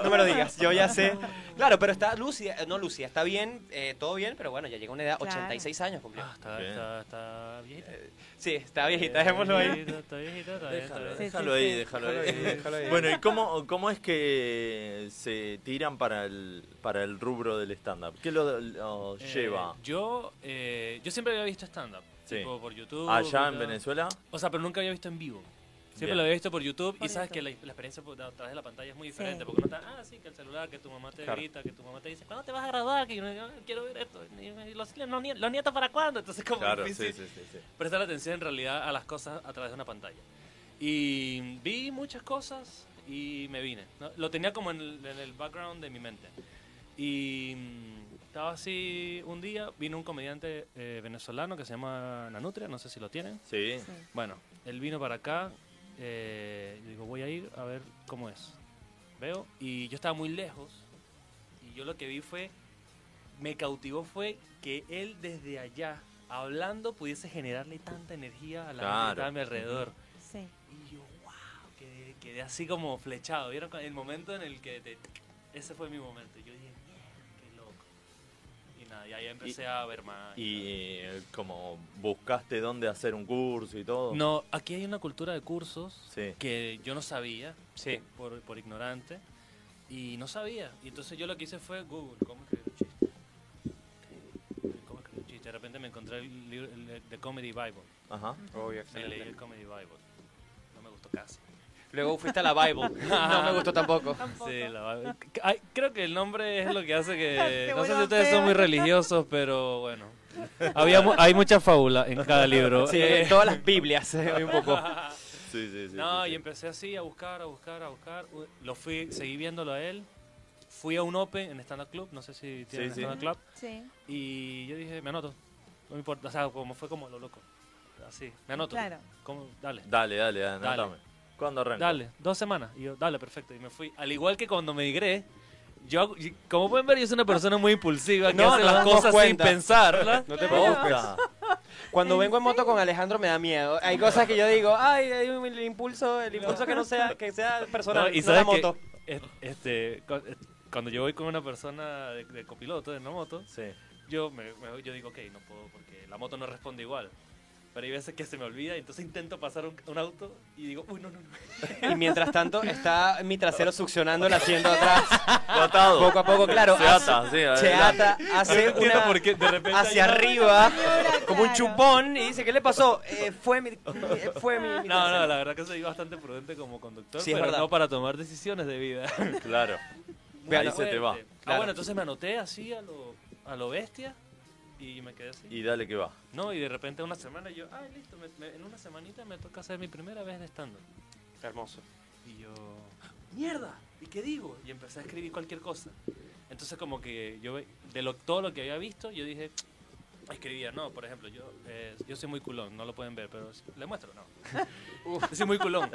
Speaker 3: no me lo digas, yo ya sé. Claro, pero está Lucia, eh, no Lucia, está bien, eh, todo bien, pero bueno, ya llega una edad,
Speaker 2: Claro.
Speaker 3: 86 años cumplió.
Speaker 4: Ah, está,
Speaker 1: Bien.
Speaker 4: está, está viejita.
Speaker 3: Sí, está viejita, dejémoslo ahí.
Speaker 4: Está viejita, está viejita, está bien, está
Speaker 1: Déjalo,
Speaker 4: bien.
Speaker 2: Sí,
Speaker 1: déjalo
Speaker 2: sí,
Speaker 1: ahí,
Speaker 2: sí.
Speaker 3: Déjalo
Speaker 1: déjalo ahí.
Speaker 3: ahí, déjalo ahí.
Speaker 1: Bueno, ¿y cómo, cómo es que se tiran para el, para el rubro del stand-up? ¿Qué lo, lo
Speaker 4: Eh,
Speaker 1: lleva?
Speaker 4: yo, eh, yo siempre había visto stand-up.
Speaker 1: Sí.
Speaker 4: Tipo por YouTube.
Speaker 1: Allá
Speaker 4: tal.
Speaker 1: en Venezuela.
Speaker 4: O sea, pero nunca había visto en vivo. Siempre
Speaker 1: Bien.
Speaker 4: lo había visto por YouTube
Speaker 2: Por
Speaker 4: y sabes
Speaker 2: YouTube.
Speaker 4: que la, la experiencia por- a través de la pantalla es muy
Speaker 2: Sí.
Speaker 4: diferente. Porque uno está, ah, sí, que el celular, que tu mamá te
Speaker 3: Claro.
Speaker 4: grita, que tu mamá te dice, ¿cuándo te vas a graduar? Que yo no "Ah, quiero ver esto. Y Los, los nie- los nietos para cuándo. Entonces, como
Speaker 1: Claro,
Speaker 4: difícil.
Speaker 1: sí, sí, sí, sí.
Speaker 4: prestar atención en realidad a las cosas a través de una pantalla. Y vi muchas cosas y me vine. ¿no? Lo tenía como en el, en el background de mi mente. Y mm, estaba así un día, vino un comediante eh, venezolano que se llama Nanutria, no sé si lo tienen.
Speaker 1: Sí.
Speaker 2: Sí.
Speaker 4: Bueno, él vino para acá, eh, yo digo, voy a ir a ver cómo es. Veo, y yo estaba muy lejos, y yo lo que vi fue, me cautivó fue que él desde allá, hablando, pudiese generarle tanta energía a la gente que
Speaker 1: Claro.
Speaker 4: estaba a mi alrededor.
Speaker 2: Sí.
Speaker 4: Y yo, wow, quedé, quedé así como flechado. ¿Vieron? Cu- El momento en el que te- Ese fue mi momento. Yo dije, "Mierda, qué loco. Y nada, y ahí empecé a ver más.
Speaker 1: Y eh, como buscaste dónde hacer un curso y todo.
Speaker 4: No, aquí hay una cultura de cursos
Speaker 1: Sí.
Speaker 4: que yo no sabía,
Speaker 3: Sí.
Speaker 4: por, por ignorante, y no sabía. Y entonces yo lo que hice fue Google, ¿cómo escribir un chiste? ¿Cómo escribir un chiste? De repente me encontré el libro el- el- The Comedy Bible.
Speaker 1: Ajá.
Speaker 3: Obvio,
Speaker 4: Me leí
Speaker 3: excelente.
Speaker 4: el Comedy Bible. No me gustó casi.
Speaker 3: Luego fuiste a la Bible. No me gustó tampoco.
Speaker 2: Tampoco.
Speaker 4: Sí, la Bible. Ay, creo que el nombre es lo que hace que...
Speaker 2: Se
Speaker 4: No sé si
Speaker 2: vuelvan
Speaker 4: ustedes son muy
Speaker 2: feos.
Speaker 4: religiosos, pero bueno. Había mu- hay mucha fábula en cada libro.
Speaker 3: Sí,
Speaker 4: Eh,
Speaker 3: todas las Biblias, eh, un poco.
Speaker 1: Sí, sí, sí.
Speaker 4: No,
Speaker 1: sí,
Speaker 4: y
Speaker 1: sí.
Speaker 4: empecé así a buscar, a buscar, a buscar. U- Lo fui, seguí viéndolo a él. Fui a un Open en Stand Up Club, no sé si tienen
Speaker 1: sí.
Speaker 4: Stand Up Club.
Speaker 2: Sí,
Speaker 4: Y yo dije, me anoto. No me importa, o sea, como fue como lo loco. Así, me anoto.
Speaker 2: Claro.
Speaker 4: Como, dale.
Speaker 3: em-
Speaker 1: Dale, dale, anotame. ¿Cuándo arranca?
Speaker 4: Dale, dos semanas. Y yo, dale, perfecto. Y me fui. Al igual que cuando me migré, yo, hago- y- como pueden ver, yo soy una persona muy impulsiva que
Speaker 3: No,
Speaker 4: hace
Speaker 3: no
Speaker 4: las
Speaker 3: damos
Speaker 4: cosas sin
Speaker 3: cuenta.
Speaker 4: pensarlas.
Speaker 3: No te
Speaker 2: Claro.
Speaker 3: preocupes. Oh, Cuando vengo en moto con Alejandro me da miedo. Hay cosas que yo digo, ay, hay un- el impulso, el impulso que no sea, que sea
Speaker 4: No,
Speaker 3: personal,
Speaker 4: y
Speaker 3: no la
Speaker 4: sabes que-
Speaker 3: moto.
Speaker 4: Es- Este, cu- es- cuando yo voy con una persona de, de copiloto en una moto,
Speaker 1: Sí.
Speaker 4: yo, me, me- yo digo, ok, no puedo porque la moto no responde igual. Pero hay veces que se me olvida y entonces intento pasar un, un auto y digo, uy, no, no, no.
Speaker 3: Y mientras tanto está mi trasero succionando el asiento de atrás,
Speaker 1: Atado.
Speaker 3: poco a poco, claro.
Speaker 1: Se
Speaker 3: hace-
Speaker 1: ata, sí.
Speaker 3: se
Speaker 1: adelante.
Speaker 3: ata, hace
Speaker 4: no entiendo
Speaker 3: una-
Speaker 4: por qué de repente
Speaker 3: hacia
Speaker 4: hay una-
Speaker 3: arriba,
Speaker 2: Señora,
Speaker 3: como un
Speaker 2: claro.
Speaker 3: chupón, y dice, ¿qué le pasó? Eh, fue mi, eh, fue mi, mi
Speaker 4: No, no,
Speaker 3: trasero".
Speaker 4: la verdad que soy bastante prudente como conductor,
Speaker 3: Sí, es
Speaker 4: pero
Speaker 3: verdad.
Speaker 4: no para tomar decisiones de vida.
Speaker 1: Claro.
Speaker 3: Bueno,
Speaker 1: Ahí se te va.
Speaker 4: Fuerte. Ah,
Speaker 3: Claro.
Speaker 4: bueno, entonces me anoté así a lo, a lo bestia y me quedé así.
Speaker 1: Y dale que va.
Speaker 4: No, y de repente una semana yo, ay, listo, me- me- en una semanita me toca hacer mi primera vez de stand
Speaker 3: Está hermoso.
Speaker 4: Y yo, mierda, ¿y qué digo? Y empecé a escribir cualquier cosa. Entonces como que yo, ve- de lo, todo lo que había visto, yo dije, escribía, no, por ejemplo, yo, eh, yo soy muy culón, no lo pueden ver, pero le muestro, no. soy muy culón.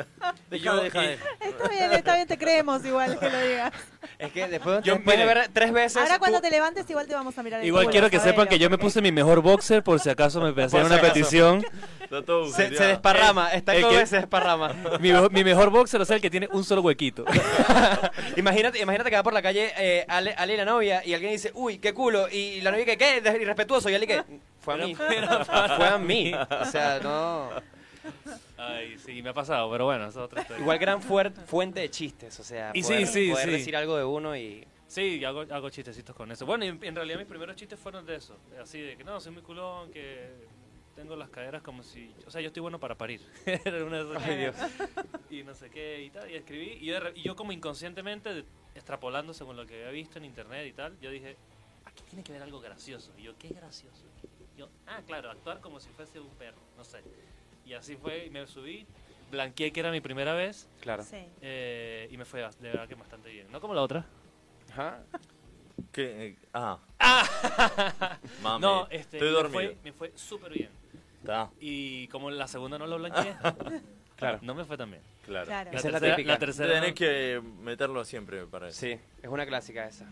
Speaker 4: Y
Speaker 1: Deja, deja,
Speaker 4: y-
Speaker 1: deja.
Speaker 2: Está bien, está bien, te creemos igual que lo digas.
Speaker 3: Es que después,
Speaker 4: Yo,
Speaker 3: después de
Speaker 4: miren,
Speaker 3: ver tres veces.
Speaker 2: Ahora cuando
Speaker 3: tú-
Speaker 2: te levantes igual te vamos a mirar el
Speaker 4: Igual
Speaker 2: culo,
Speaker 4: quiero que
Speaker 2: sabelo.
Speaker 4: sepan que yo me puse mi mejor boxer por si acaso me pensé
Speaker 1: Por
Speaker 4: en
Speaker 1: si
Speaker 4: una
Speaker 1: acaso.
Speaker 4: petición.
Speaker 1: Está todo
Speaker 3: se, se
Speaker 1: agujereado.
Speaker 3: desparrama, está
Speaker 4: el
Speaker 3: todo
Speaker 4: que-
Speaker 3: se desparrama.
Speaker 4: Mi, mejo- mi mejor boxer, o sea, el que tiene un solo huequito.
Speaker 3: Imagínate, imagínate que va por la calle eh, Ale, Ale y la novia y alguien dice, uy, qué culo. Y la novia que, ¿qué? Des- Irrespetuoso. Y Ale que, fue a mí. Fue a mí. O sea, no.
Speaker 4: Ay, sí, me ha pasado, pero bueno, eso es otra historia.
Speaker 3: Igual gran fuer- fuente de chistes. O sea,
Speaker 4: Y sí,
Speaker 3: poder,
Speaker 4: sí,
Speaker 3: poder
Speaker 4: sí.
Speaker 3: decir algo de uno y.
Speaker 4: Sí, y hago, hago chistecitos con eso. Bueno, y en, en realidad mis primeros chistes fueron de eso. Así de que no, soy muy culón, que tengo las caderas como si... O sea, yo estoy bueno para parir. Era una de esas
Speaker 3: Ay, Dios.
Speaker 4: Y no sé qué, y tal, y escribí. Y, de re- y yo como inconscientemente, de- extrapolando según lo que había visto en internet y tal, yo dije, aquí tiene que haber algo gracioso. Y yo, ¿qué es gracioso? Yo, ah, claro, actuar como si fuese un perro, no sé. Y así fue, y me subí, blanqueé que era mi primera vez,
Speaker 3: Claro.
Speaker 2: Sí.
Speaker 4: eh, y me fue bas- de verdad que bastante bien. No como la otra.
Speaker 3: Ajá.
Speaker 1: ¿Qué? Eh, Ah.
Speaker 3: Ah.
Speaker 1: Mami,
Speaker 4: no, este,
Speaker 1: estoy
Speaker 4: me
Speaker 1: dormido.
Speaker 4: fue- me fue súper bien.
Speaker 1: Está,
Speaker 4: Y como la segunda no lo blanqueé,
Speaker 3: Claro.
Speaker 4: no me fue tan bien.
Speaker 1: claro.
Speaker 2: Claro.
Speaker 3: Esa es la
Speaker 4: tercera-
Speaker 3: típica.
Speaker 4: la tercera
Speaker 1: Tenés
Speaker 4: no-
Speaker 1: que meterlo siempre, me parece.
Speaker 3: Sí, es una clásica esa.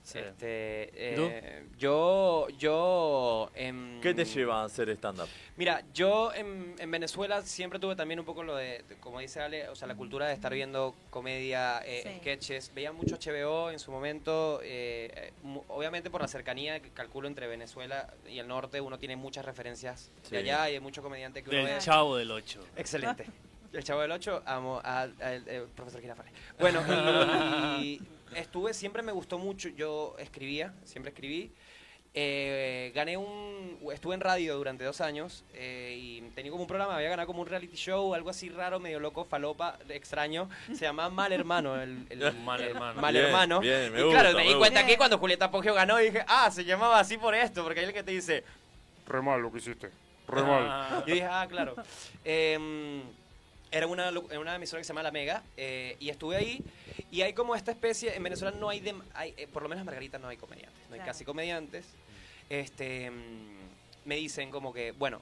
Speaker 4: Sí.
Speaker 3: Este, eh, Yo, yo... em,
Speaker 1: ¿Qué te lleva a hacer stand-up?
Speaker 3: Mira, yo en, en Venezuela siempre tuve también un poco lo de, de- como dice Ale, o sea, la cultura de estar viendo comedia, eh,
Speaker 2: Sí.
Speaker 3: sketches. Veía mucho HBO en su momento. eh, eh, mu- obviamente por la cercanía que calculo entre Venezuela y el norte, uno tiene muchas referencias
Speaker 1: Sí.
Speaker 3: de allá y hay mucho comediante que uno
Speaker 4: Del
Speaker 3: ve.
Speaker 4: chavo del 8.
Speaker 3: Excelente. El Chavo del 8, amo al eh, profesor Girafales. Bueno, y estuve, siempre me gustó mucho, yo escribía, siempre escribí. Eh, gané un, estuve en radio durante dos años eh, y tenía como un programa, había ganado como un reality show, algo así raro, medio loco, falopa, extraño. Se llamaba Mal Hermano. El, el-
Speaker 4: Mal
Speaker 3: el-
Speaker 4: Hermano.
Speaker 3: Mal
Speaker 1: Bien,
Speaker 3: Hermano.
Speaker 1: bien, me
Speaker 3: y claro,
Speaker 1: gusta,
Speaker 3: me
Speaker 1: me
Speaker 3: di
Speaker 1: gusta.
Speaker 3: cuenta que cuando Julieta Poggio ganó dije, ah, se llamaba así por esto, porque hay el que te dice,
Speaker 6: Re mal lo que hiciste. Re mal.
Speaker 3: yo dije, ah, claro. Em, era una, lo- era una emisora que se llama La Mega eh, y estuve ahí y hay como esta especie, en Venezuela no hay, dem- hay, eh, por lo menos en Margarita no hay comediantes, no hay
Speaker 2: Claro.
Speaker 3: casi comediantes. Este, mm, me dicen como que, bueno,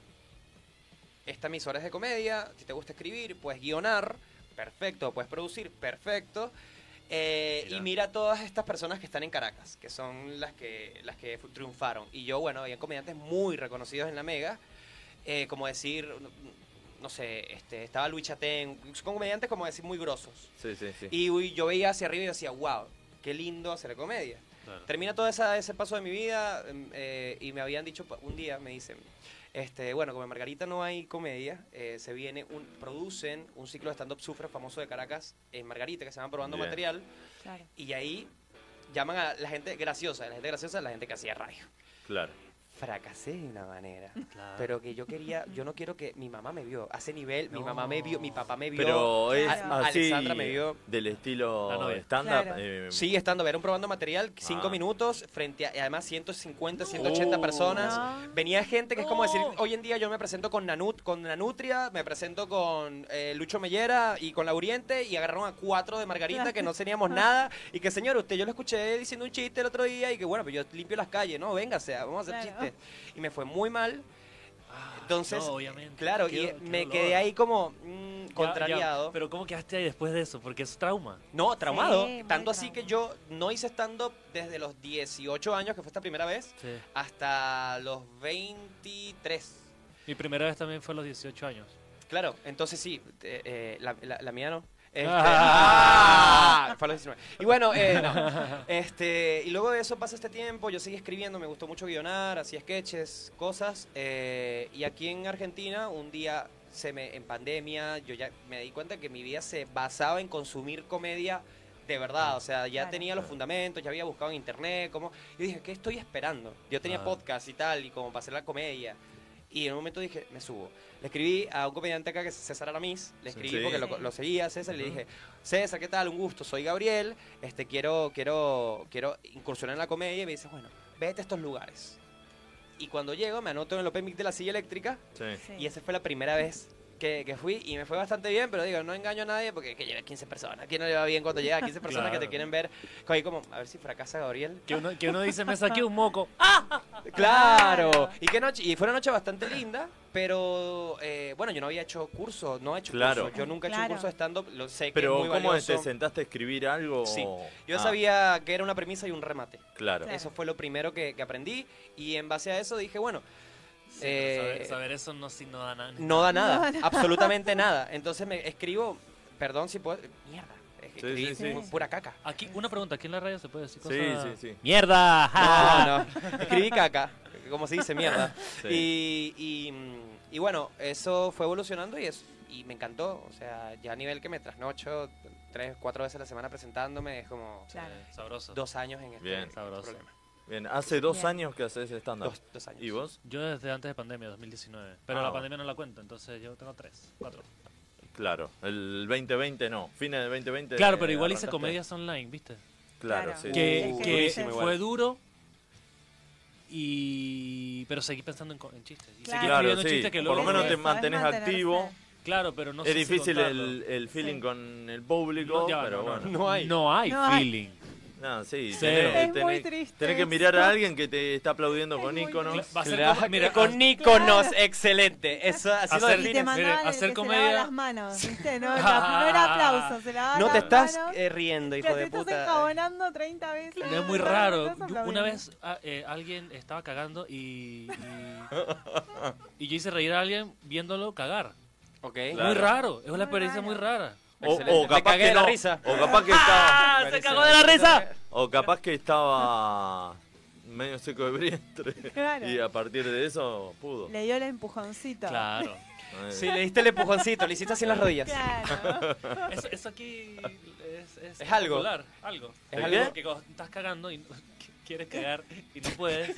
Speaker 3: esta emisora es de comedia, si te gusta escribir, puedes guionar, perfecto, puedes producir, perfecto. Eh,
Speaker 1: Mira.
Speaker 3: Y mira todas estas personas que están en Caracas, que son las que, las que fu- triunfaron. Y yo, bueno, había comediantes muy reconocidos en la Mega, eh, como decir, no, no sé, este, estaba Luis Chatén, son comediantes como decir muy grosos.
Speaker 1: Sí, sí, sí.
Speaker 3: Y uy, yo veía hacia arriba y decía, wow, qué lindo hacer comedia. Termina todo esa- ese paso de mi vida em, eh, y me habían dicho, pa- un día me dicen, este, bueno, como en Margarita no hay comedia, eh, se viene un, producen un ciclo de stand-up sufre famoso de Caracas en Margarita que se van probando
Speaker 1: Bien.
Speaker 3: material
Speaker 2: Claro.
Speaker 3: y ahí llaman a la gente graciosa, la gente graciosa es la gente que hacía radio.
Speaker 1: Claro.
Speaker 3: Fracasé de una manera, pero que yo quería, yo no quiero que mi mamá me vio, a ese nivel, mi mamá me vio, mi papá me vio.
Speaker 1: Pero es
Speaker 3: A-
Speaker 1: así
Speaker 3: Alexandra me vio.
Speaker 1: del
Speaker 4: La
Speaker 1: estilo
Speaker 4: novia.
Speaker 1: stand-up.
Speaker 2: Claro.
Speaker 1: eh,
Speaker 3: Sí, estando, era un probando material, 5
Speaker 1: Ah. Oh.
Speaker 3: minutos, frente a, y además 150, 180
Speaker 1: No.
Speaker 3: personas.
Speaker 2: No.
Speaker 3: Venía gente que es como decir,
Speaker 4: No.
Speaker 3: hoy en día yo me presento con Nanut, con Nanutria, me presento con eh, Lucho Mellera y con La Oriente y agarraron a cuatro de Margarita que no teníamos nada y que señor, usted yo lo escuché diciendo un chiste el otro día y que bueno, pues yo limpio las calles, no, véngase, vamos a hacer
Speaker 2: Claro.
Speaker 3: chistes. Y me fue muy mal. Entonces,
Speaker 4: no, obviamente.
Speaker 3: claro,
Speaker 4: Qué-
Speaker 3: y
Speaker 4: qué
Speaker 3: me
Speaker 4: dolor.
Speaker 3: quedé ahí como mm,
Speaker 4: Ya,
Speaker 3: contrariado.
Speaker 4: ya, pero ¿cómo quedaste ahí después de eso? Porque es trauma.
Speaker 3: No, traumado.
Speaker 2: muy
Speaker 3: Tanto así
Speaker 2: traumado.
Speaker 3: que yo no hice stand-up desde los 18 años, que fue esta primera vez, hasta los 23.
Speaker 4: Mi primera vez también fue a los 18 años.
Speaker 3: Claro, entonces sí, eh, eh, la, la- la mía no. Este,
Speaker 4: Ah.
Speaker 3: Fue a los 19. Y bueno, eh, no. Este, y luego de eso pasa este tiempo, yo seguí escribiendo, me gustó mucho guionar, hacía sketches, cosas. eh, y aquí en Argentina, un día se me, en pandemia, yo ya me di cuenta que mi vida se basaba en consumir comedia de verdad. O sea, ya
Speaker 2: Claro.
Speaker 3: tenía los fundamentos, ya había buscado en internet, como. Yo dije, ¿qué estoy esperando? Yo tenía
Speaker 4: Ah.
Speaker 3: podcast y tal, y como para hacer la comedia. Y en un momento dije, me subo. Le escribí a un comediante acá que es César Aramis, le escribí
Speaker 1: Sí.
Speaker 3: porque lo, lo seguía a César y le dije, César, ¿qué tal? Un gusto, soy Gabriel, este quiero, quiero, quiero incursionar en la comedia y me dice, bueno, vete a estos lugares. Y cuando llego me anoto en el Open Mic de la silla eléctrica
Speaker 1: Sí.
Speaker 2: Sí.
Speaker 3: y esa fue la primera vez que, que fui y me fue bastante bien, pero digo, no engaño a nadie porque que lleve 15 personas. ¿A quién no le va bien cuando llega a 15 personas que te
Speaker 4: Claro.
Speaker 3: quieren ver? Ahí como, a ver si fracasa Gabriel.
Speaker 4: Que uno, que uno dice, me saqué un moco.
Speaker 3: Claro.
Speaker 2: Claro.
Speaker 3: Y qué noche, y fue una noche bastante linda, pero eh, bueno, yo no había hecho curso, no he hecho
Speaker 1: Claro.
Speaker 3: curso. Yo nunca he hecho
Speaker 2: Claro.
Speaker 3: curso de stand up, lo sé que
Speaker 1: Pero
Speaker 3: es muy
Speaker 1: ¿cómo
Speaker 3: valioso.
Speaker 1: te sentaste a escribir algo?
Speaker 3: Sí.
Speaker 1: o-
Speaker 3: Yo
Speaker 1: Ah,
Speaker 3: sabía que era una premisa y un remate.
Speaker 1: Claro.
Speaker 2: Claro.
Speaker 3: Eso fue lo primero que, que aprendí y en base a eso dije, bueno,
Speaker 4: Sí,
Speaker 3: Eh,
Speaker 4: pero saber, saber eso no, sí, no da nada.
Speaker 3: no da nada,
Speaker 2: No da nada.
Speaker 3: absolutamente nada. Entonces me escribo, perdón si puedo, mierda, es que
Speaker 1: Sí,
Speaker 3: escribí
Speaker 1: sí, sí.
Speaker 3: pu- pura caca.
Speaker 4: Aquí, una pregunta, ¿aquí en la radio se puede decir
Speaker 1: Sí,
Speaker 4: cosas?
Speaker 1: sí, sí.
Speaker 5: ¡Mierda!
Speaker 4: Ah.
Speaker 3: No, no, escribí caca, como se dice, mierda.
Speaker 1: Sí.
Speaker 3: Y, y, mm, y bueno, eso fue evolucionando y, es, y me encantó. O sea, ya a nivel que me trasnocho tres, cuatro veces a la semana presentándome, es como
Speaker 2: Claro.
Speaker 4: Eh, Sabroso.
Speaker 3: dos años en este
Speaker 1: Bien.
Speaker 4: Sabroso.
Speaker 3: problema.
Speaker 1: Bien, hace dos
Speaker 2: Bien.
Speaker 1: años que haces stand-up.
Speaker 3: Dos, dos años.
Speaker 1: ¿Y vos?
Speaker 4: Yo desde antes de pandemia, 2019. Pero
Speaker 1: Ah,
Speaker 4: la
Speaker 1: bueno.
Speaker 4: pandemia no la cuento, entonces yo tengo tres, cuatro.
Speaker 1: Claro, el 2020 no, fines del 2020.
Speaker 4: Claro,
Speaker 1: eh,
Speaker 4: pero igual hice
Speaker 1: arrancaste.
Speaker 4: comedias online, ¿viste?
Speaker 1: Claro,
Speaker 2: Claro.
Speaker 1: sí.
Speaker 4: que,
Speaker 2: Uh,
Speaker 4: que
Speaker 3: durísimo igual.
Speaker 4: fue duro y pero seguí pensando en, co- en chistes y
Speaker 2: Claro.
Speaker 4: seguí
Speaker 1: Claro,
Speaker 4: escribiendo
Speaker 1: sí,
Speaker 4: chistes que
Speaker 1: por
Speaker 4: luego
Speaker 1: lo menos
Speaker 4: fue-
Speaker 1: te
Speaker 2: Sabes
Speaker 1: mantenés
Speaker 2: mantenerse.
Speaker 1: activo.
Speaker 4: claro pero no
Speaker 1: es
Speaker 4: sé si
Speaker 1: difícil
Speaker 4: contarlo.
Speaker 1: el, el feeling
Speaker 2: Sí.
Speaker 1: con el público,
Speaker 4: No, ya,
Speaker 1: pero
Speaker 4: no, no,
Speaker 1: bueno. No,
Speaker 3: No hay.
Speaker 4: no hay
Speaker 2: No hay.
Speaker 4: feeling
Speaker 1: sí,
Speaker 4: Cero.
Speaker 1: tenés,
Speaker 2: Es
Speaker 1: tenés-
Speaker 2: muy triste
Speaker 1: tenés que
Speaker 2: eso.
Speaker 1: mirar a alguien que te está aplaudiendo
Speaker 2: Es
Speaker 1: con
Speaker 2: muy
Speaker 1: iconos.
Speaker 4: Va a ser
Speaker 3: Claro,
Speaker 4: como- mira,
Speaker 3: con
Speaker 4: haz-
Speaker 3: Niconos, excelente. Eso así lo
Speaker 4: Hacer-
Speaker 3: defines.
Speaker 2: Y te
Speaker 4: Mire,
Speaker 2: mandaban el
Speaker 4: hacer
Speaker 2: que se
Speaker 4: comedia-
Speaker 2: lavaba las manos, ¿viste? No, era- no era aplauso, se lavaba
Speaker 3: No te
Speaker 2: las
Speaker 3: estás
Speaker 2: manos.
Speaker 3: eh, riendo, hijo
Speaker 2: Pero te
Speaker 3: de
Speaker 2: estás
Speaker 3: puta.
Speaker 2: enjabonando 30 veces.
Speaker 4: es muy
Speaker 2: Estás-
Speaker 4: raro
Speaker 2: estás
Speaker 4: Yo- una
Speaker 2: aplaudiendo.
Speaker 4: vez ah, eh, alguien estaba cagando y, y y yo hice reír a alguien viéndolo cagar
Speaker 3: Ok.
Speaker 1: Claro.
Speaker 4: muy raro es una
Speaker 2: Muy
Speaker 4: experiencia
Speaker 2: raro.
Speaker 4: muy rara
Speaker 1: O,
Speaker 3: Excelente.
Speaker 1: o
Speaker 3: Me
Speaker 1: capaz
Speaker 3: cagué
Speaker 1: que
Speaker 3: de la
Speaker 1: no,
Speaker 3: risa.
Speaker 1: O capaz que
Speaker 3: Ah,
Speaker 1: estaba,
Speaker 4: se cagó de la risa
Speaker 1: o capaz que estaba medio seco de vientre.
Speaker 2: Claro.
Speaker 1: Y a partir de eso pudo.
Speaker 2: Le dio el empujoncito.
Speaker 4: claro
Speaker 1: Eh,
Speaker 3: Sí, le diste el empujoncito, le hiciste así en las rodillas.
Speaker 2: Claro.
Speaker 4: Eso, eso aquí es, es,
Speaker 3: Es algo.
Speaker 4: popular, algo.
Speaker 3: ¿Es
Speaker 4: Es
Speaker 3: algo?
Speaker 4: algo porque cuando estás cagando y no- qu- quieres cagar y no puedes,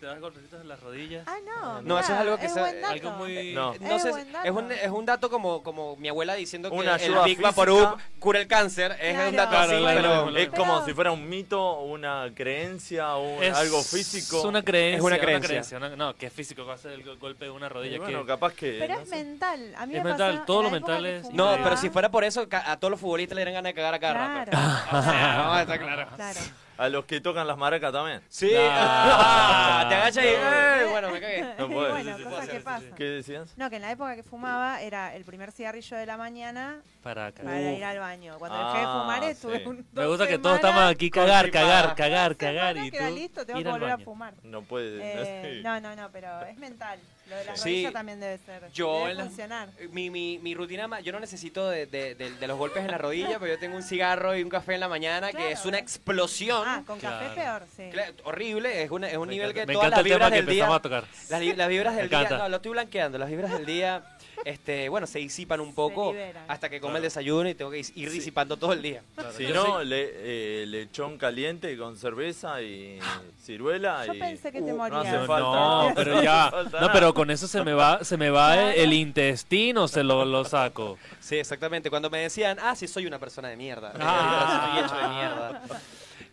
Speaker 4: te das golpecitos en las rodillas.
Speaker 2: Ah, no.
Speaker 3: No, eso es algo que
Speaker 2: es
Speaker 3: se-
Speaker 2: buen dato.
Speaker 4: algo muy...
Speaker 1: No.
Speaker 3: Eh, No
Speaker 2: Es
Speaker 3: sé,
Speaker 2: buen
Speaker 3: es un,
Speaker 2: dato.
Speaker 3: es un dato como, como mi abuela diciendo que
Speaker 1: Una
Speaker 3: el
Speaker 1: ayuda
Speaker 3: Big Vaporub
Speaker 1: física.
Speaker 3: cura el cáncer. Es
Speaker 2: Claro.
Speaker 3: un dato
Speaker 4: Claro,
Speaker 3: así,
Speaker 4: claro,
Speaker 3: pero
Speaker 4: claro, claro.
Speaker 1: Es como
Speaker 2: Pero-
Speaker 1: si fuera un mito, una creencia, un-
Speaker 4: Es
Speaker 1: algo físico.
Speaker 4: Es una creencia.
Speaker 3: Es una creencia.
Speaker 4: una- no, que es físico, que va a ser el go- golpe de una
Speaker 1: Y
Speaker 4: rodilla.
Speaker 1: bueno,
Speaker 4: que,
Speaker 1: capaz que.
Speaker 2: Pero
Speaker 1: no
Speaker 2: es
Speaker 1: sé.
Speaker 2: mental. A mí
Speaker 4: eh, Es
Speaker 2: me
Speaker 4: mental,
Speaker 2: pasaba
Speaker 4: todo
Speaker 2: en
Speaker 4: lo
Speaker 2: la época
Speaker 4: mental
Speaker 2: que
Speaker 4: es-
Speaker 3: No,
Speaker 2: fumaba.
Speaker 3: pero si fuera por eso, ca- a todos los futbolistas le dieran ganas de cagar a cada rato.
Speaker 2: Claro,
Speaker 3: O sea, no, está claro.
Speaker 2: claro.
Speaker 1: A los que tocan las maracas también.
Speaker 3: Sí,
Speaker 4: No.
Speaker 3: Ah, te agachas y.
Speaker 1: No.
Speaker 3: "Ey, bueno, me cagué.
Speaker 1: No
Speaker 2: Y
Speaker 1: podés,
Speaker 2: bueno,
Speaker 1: sí, sí,
Speaker 3: puede
Speaker 2: cosas que
Speaker 3: ser, sí, sí.
Speaker 2: pasan.
Speaker 1: ¿Qué decías?
Speaker 2: No, que en la época que fumaba era el primer cigarrillo de la mañana
Speaker 4: para
Speaker 2: para
Speaker 4: cagar.
Speaker 2: ir al baño. Cuando dejé de
Speaker 1: Ah,
Speaker 2: fumar estuve
Speaker 1: sí.
Speaker 2: un
Speaker 4: Me
Speaker 2: dos
Speaker 4: gusta que todos estamos
Speaker 2: semanas-
Speaker 4: aquí cagar,
Speaker 3: constipadas.
Speaker 4: cagar, cagar,
Speaker 2: dos semanas
Speaker 4: cagar y
Speaker 2: que
Speaker 4: tú
Speaker 2: era listo, tengo
Speaker 4: ir
Speaker 2: que
Speaker 4: al
Speaker 2: volver a
Speaker 4: baño.
Speaker 2: fumar.
Speaker 1: No puede.
Speaker 2: Eh, no, no, no, pero es mental. Lo de las
Speaker 3: Sí.
Speaker 2: rodillas también debe ser.
Speaker 3: Yo
Speaker 2: debe
Speaker 3: en la-
Speaker 2: funcionar.
Speaker 3: Mi, mi, mi rutina, ma- yo no necesito de, de- de- de los golpes en la rodilla, pero yo tengo un cigarro y un café en la mañana que
Speaker 2: Claro.
Speaker 3: es una explosión.
Speaker 2: Ah, con café
Speaker 4: Claro.
Speaker 2: peor, sí.
Speaker 3: Cla- horrible, es, una- es un
Speaker 1: Me
Speaker 3: nivel que
Speaker 4: Me
Speaker 3: todas
Speaker 4: encanta
Speaker 3: las
Speaker 4: el tema
Speaker 3: vibras
Speaker 4: que
Speaker 3: del día.
Speaker 4: empezamos a tocar.
Speaker 3: Las, li- las vibras
Speaker 4: Me
Speaker 3: del día,
Speaker 4: encanta.
Speaker 3: no, lo estoy blanqueando, las vibras del día, este, bueno, se disipan un poco
Speaker 2: liberan.
Speaker 3: hasta que come el desayuno y tengo que is- ir disipando todo el día.
Speaker 1: Si
Speaker 4: Yo
Speaker 1: no, le- eh, lechón caliente con cerveza y ciruela.
Speaker 2: Ah. Yo
Speaker 1: y...
Speaker 2: pensé que te
Speaker 1: uh, no
Speaker 2: morías.
Speaker 1: hace falta.
Speaker 4: No, pero ya.
Speaker 1: hace falta
Speaker 4: No,
Speaker 1: nada.
Speaker 4: pero con eso se me va, se me va el intestino, se lo, lo saco.
Speaker 3: Sí, exactamente. Cuando me decían, ah, sí, soy una persona de mierda.
Speaker 4: Ah.
Speaker 3: Soy hecho de mierda.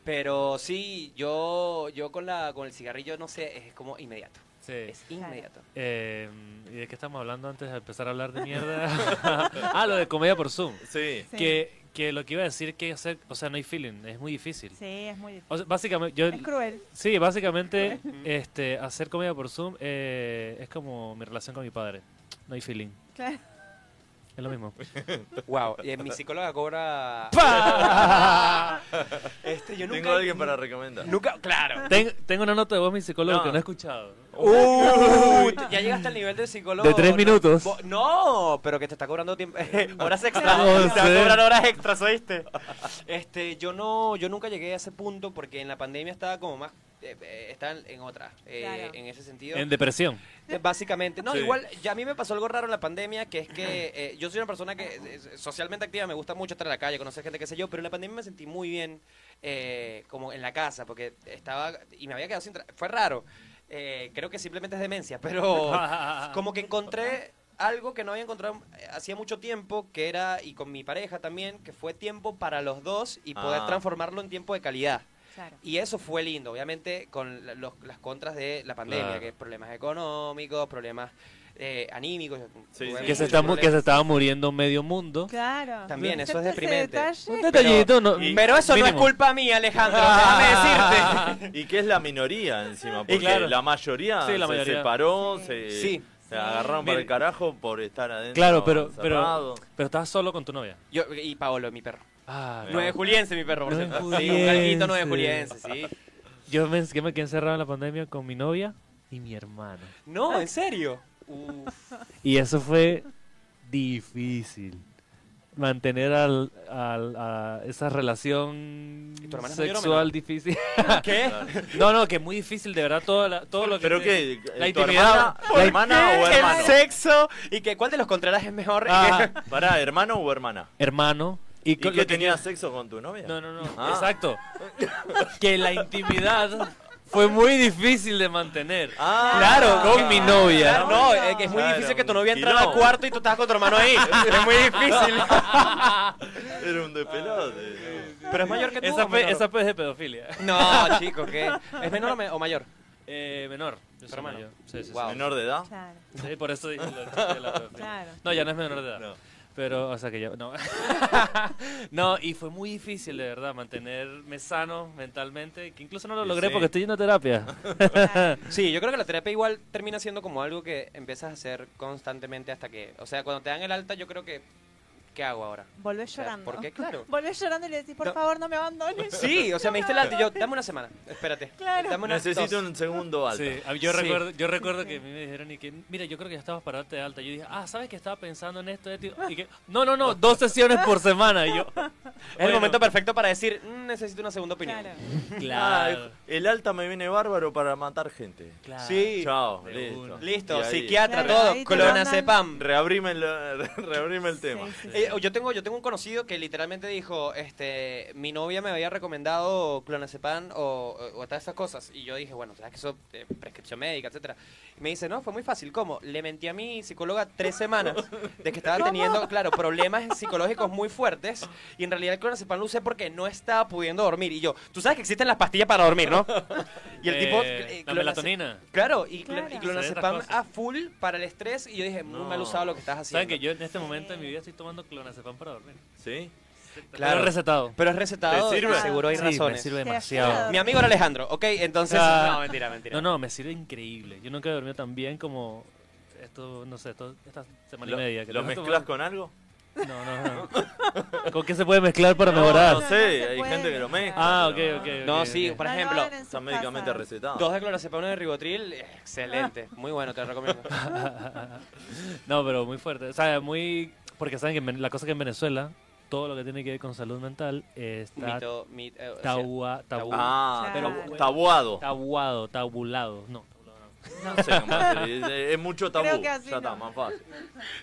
Speaker 3: Pero sí, yo, yo con, la, con el cigarrillo, no sé, es como inmediato.
Speaker 4: Sí.
Speaker 3: Es inmediato.
Speaker 4: Eh, ¿Y de qué estamos hablando antes de empezar a hablar de mierda? ah, lo de comedia por Zoom.
Speaker 1: Sí.
Speaker 2: Sí.
Speaker 4: Que, que lo que iba a decir que hacer, o sea, no hay feeling, es muy difícil.
Speaker 2: Sí, es muy difícil.
Speaker 4: O sea, básicamente, yo,
Speaker 2: Es cruel.
Speaker 4: sí, básicamente, este, hacer comedia por Zoom eh, es como mi relación con mi padre. No hay feeling,
Speaker 2: Claro.
Speaker 4: es lo mismo.
Speaker 3: Wow, y mi psicóloga cobra. este, yo nunca.
Speaker 1: Tengo alguien para recomendar.
Speaker 3: Nunca, claro.
Speaker 4: Ten- tengo una nota de voz de mi psicólogo
Speaker 1: No.
Speaker 4: que no he escuchado.
Speaker 3: Uh, ya llegaste al nivel del psicólogo.
Speaker 7: De tres
Speaker 3: No,
Speaker 7: minutos.
Speaker 3: bo- No, pero que te está cobrando tiempo. horas extras.
Speaker 7: No
Speaker 3: te va a
Speaker 7: sé.
Speaker 3: cobrar horas extras, ¿oíste? Este, yo no, yo nunca llegué a ese punto porque en la pandemia estaba como más. eh, eh, estaba en otra. eh,
Speaker 2: Claro.
Speaker 3: En ese sentido.
Speaker 4: En depresión.
Speaker 3: Eh, Básicamente. No,
Speaker 1: Sí.
Speaker 3: igual, ya a mí me pasó algo raro en la pandemia, que es que eh, yo soy una persona que es es socialmente activa, me gusta mucho estar en la calle, conocer gente, qué sé yo, pero en la pandemia me sentí muy bien eh, como en la casa, porque estaba, y me había quedado sin... tra- Fue raro. Eh, creo que simplemente es demencia, pero como que encontré algo que no había encontrado eh, hacía mucho tiempo, que era, y con mi pareja también, que fue tiempo para los dos y poder
Speaker 1: Ah.
Speaker 3: transformarlo en tiempo de calidad.
Speaker 2: Claro.
Speaker 3: Y eso fue lindo, obviamente, con la- los- las contras de la pandemia,
Speaker 4: Claro.
Speaker 3: que es problemas económicos, problemas eh, anímicos.
Speaker 1: Sí,
Speaker 3: tuve
Speaker 1: sí.
Speaker 4: Que se,
Speaker 3: muchos
Speaker 4: está mu- que se
Speaker 3: problemas.
Speaker 4: estaba muriendo medio mundo.
Speaker 2: Claro.
Speaker 3: También, eso es
Speaker 2: Ese
Speaker 3: deprimente.
Speaker 2: detalle,
Speaker 7: Un detallito, no.
Speaker 3: Pero eso no
Speaker 4: Mínimo.
Speaker 3: es culpa mía, Alejandro, déjame decirte.
Speaker 1: Y que es la minoría encima, porque
Speaker 4: claro.
Speaker 1: la mayoría
Speaker 4: Sí, la
Speaker 1: se
Speaker 4: mayoría.
Speaker 1: separó,
Speaker 2: Sí.
Speaker 1: se,
Speaker 3: Sí.
Speaker 1: se agarraron para el
Speaker 4: Mire.
Speaker 1: carajo por estar adentro.
Speaker 4: Claro, pero, pero,
Speaker 1: encerrado.
Speaker 4: pero estabas solo con tu novia.
Speaker 3: Yo, y Paolo, mi perro.
Speaker 4: Ah,
Speaker 3: Nueve juliense, mi perro, por
Speaker 4: Nueve
Speaker 3: cierto. Sí, un carguito nueve
Speaker 4: juliense.
Speaker 3: juliense, sí.
Speaker 4: Yo me, yo me quedé encerrado en la pandemia con mi novia y mi hermano.
Speaker 3: No, en serio. Uf.
Speaker 4: Y eso fue difícil. Mantener al, al- a esa relación
Speaker 3: tu hermana es mayor o menor?
Speaker 4: sexual difícil.
Speaker 3: ¿Qué?
Speaker 4: No, no, que es muy difícil, de verdad, todo, la- todo lo que...
Speaker 1: ¿Pero
Speaker 4: te-
Speaker 1: qué?
Speaker 4: La
Speaker 1: ¿Tu
Speaker 4: intimidad.
Speaker 1: hermana, tu hermana o hermano?
Speaker 3: El sexo. ¿Y que cuál de los contrarios es mejor?
Speaker 4: Ah,
Speaker 1: Pará, ¿hermano o hermana?
Speaker 4: hermano. ¿Y,
Speaker 1: ¿Y
Speaker 4: con-
Speaker 1: que
Speaker 4: lo que-
Speaker 1: tenías sexo con tu novia?
Speaker 4: No, no, no,
Speaker 1: Ah.
Speaker 4: exacto. que la intimidad fue muy difícil de mantener.
Speaker 1: Ah,
Speaker 4: Claro, con mi novia.
Speaker 3: Claro, no, es que es muy
Speaker 1: Claro,
Speaker 3: difícil que tu
Speaker 1: un
Speaker 3: novia entrara al
Speaker 1: quilombo.
Speaker 3: cuarto y tú estás con tu hermano ahí. es muy difícil.
Speaker 1: Era un despelote.
Speaker 3: Pero es mayor que tú.
Speaker 4: Esa
Speaker 3: o
Speaker 4: fue,
Speaker 3: menor?
Speaker 4: esa fue de pedofilia.
Speaker 3: No, chico, ¿qué? ¿Es menor o, me- o mayor?
Speaker 4: Eh, menor. Yo soy
Speaker 3: Hermano.
Speaker 4: mayor. Sí, sí, sí.
Speaker 3: Wow.
Speaker 1: ¿Menor de edad?
Speaker 2: Claro,
Speaker 4: Sí, por eso dije lo de la pedofilia.
Speaker 2: claro.
Speaker 4: No, ya no es menor de edad.
Speaker 1: No.
Speaker 4: Pero, o sea que ya, no. no, y fue muy difícil, de verdad, mantenerme sano mentalmente, que incluso no lo
Speaker 1: Y
Speaker 4: logré
Speaker 1: sí.
Speaker 4: porque estoy yendo a terapia.
Speaker 2: claro.
Speaker 3: Sí, yo creo que la terapia igual termina siendo como algo que empiezas a hacer constantemente hasta que. O sea, cuando te dan el alta, yo creo que. ¿Qué hago ahora? O
Speaker 2: Volvés
Speaker 3: sea,
Speaker 2: llorando.
Speaker 3: ¿Por qué? Claro.
Speaker 2: Volvés llorando y le decís, por
Speaker 3: No.
Speaker 2: favor, no me abandones.
Speaker 3: Sí, o sea, me diste el alta y yo, dame una semana. Espérate.
Speaker 2: Claro.
Speaker 3: Dame una
Speaker 1: Necesito un segundo alto.
Speaker 4: Sí, a- yo
Speaker 3: Sí.
Speaker 4: recuerdo, yo recuerdo que a mí me dijeron y que, mira, yo creo que ya estabas para darte de alta. Yo dije, ah, ¿sabes que estaba pensando en esto? esto?" Y que, no, no, no, dos sesiones por semana. Y yo,
Speaker 3: Es el
Speaker 4: bueno,
Speaker 3: momento perfecto para decir, "Mm, necesito una segunda opinión.
Speaker 2: Claro.
Speaker 1: Ah,
Speaker 4: Claro,
Speaker 1: el alta me viene bárbaro para matar gente.
Speaker 4: claro.
Speaker 3: Sí.
Speaker 1: Chao,
Speaker 4: De
Speaker 1: listo.
Speaker 4: una.
Speaker 1: Y
Speaker 3: Listo,
Speaker 1: ahí-
Speaker 3: psiquiatra,
Speaker 2: Claro, ahí
Speaker 3: todo,
Speaker 2: te
Speaker 3: clonazepam.
Speaker 1: Reabrime el, reabrime el tema.
Speaker 2: Sí, sí, sí.
Speaker 3: Eh, yo tengo yo tengo un conocido que literalmente dijo, este, mi novia me había recomendado clonazepam o, o, o todas esas cosas y yo dije, bueno, sabes que eso eh, prescripción médica, etcétera. Y me dice, "No, fue muy fácil, ¿cómo? Le mentí a mi psicóloga tres semanas de que estaba teniendo, claro, problemas psicológicos muy fuertes y en realidad el clonazepam lo usé porque no estaba pudiendo dormir y yo, tú sabes que existen las pastillas para dormir, ¿no? Y el
Speaker 4: Eh,
Speaker 3: tipo eh,
Speaker 4: la
Speaker 3: clonazep-
Speaker 4: melatonina.
Speaker 3: Claro, y, cl-
Speaker 2: Claro.
Speaker 3: y
Speaker 4: Esas
Speaker 3: clonazepam
Speaker 4: cosas.
Speaker 3: a full para el estrés y yo dije, muy
Speaker 1: No.
Speaker 3: mal usado lo que estás haciendo.
Speaker 4: ¿Saben que yo en este momento de mi vida estoy tomando clonazepam para dormir?
Speaker 1: ¿Sí?
Speaker 3: Claro.
Speaker 4: Pero recetado.
Speaker 3: Pero es recetado,
Speaker 1: ¿Te sirve?
Speaker 3: y seguro hay
Speaker 4: Sí,
Speaker 3: razones.
Speaker 4: me sirve
Speaker 2: Te
Speaker 4: demasiado.
Speaker 2: ayuda.
Speaker 3: Mi amigo era Alejandro, ¿ok? Entonces.
Speaker 4: Ah.
Speaker 3: no, mentira, mentira.
Speaker 4: No, no, me sirve increíble. Yo nunca he dormido tan bien como esto, no sé, esto- esta semana
Speaker 1: ¿Lo,
Speaker 4: y media. que
Speaker 1: lo
Speaker 4: no he
Speaker 1: mezclas
Speaker 4: tomado.
Speaker 1: con algo?
Speaker 4: No, no, no. ¿Con qué se puede mezclar para
Speaker 1: No, no
Speaker 4: mejorar?
Speaker 1: sé,
Speaker 2: No se
Speaker 1: hay
Speaker 2: puede.
Speaker 1: gente que lo mezcla.
Speaker 4: Ah, ok,
Speaker 1: pero
Speaker 4: ok.
Speaker 3: No,
Speaker 4: ok,
Speaker 3: sí,
Speaker 4: ok.
Speaker 3: por
Speaker 2: No lo
Speaker 3: ejemplo,
Speaker 2: hagan en sus
Speaker 1: Están médicamente
Speaker 2: casas.
Speaker 1: recetados.
Speaker 3: Dos de clonazepam, uno de ribotril, excelente. Muy bueno, te lo recomiendo.
Speaker 4: No, pero muy fuerte. O sea, muy. Porque saben que en Ven- la cosa que en Venezuela, todo lo que tiene que ver con salud mental está
Speaker 3: Mito, mit- eh, o sea,
Speaker 4: tabua, tabu,
Speaker 1: Ah,
Speaker 2: Claro.
Speaker 1: tabu- tabuado.
Speaker 4: tabuado, tabulado. No, tabulado no.
Speaker 1: No sé cómo se dice, Es mucho tabú.
Speaker 2: Creo que así
Speaker 1: ya está,
Speaker 2: no.
Speaker 1: más fácil.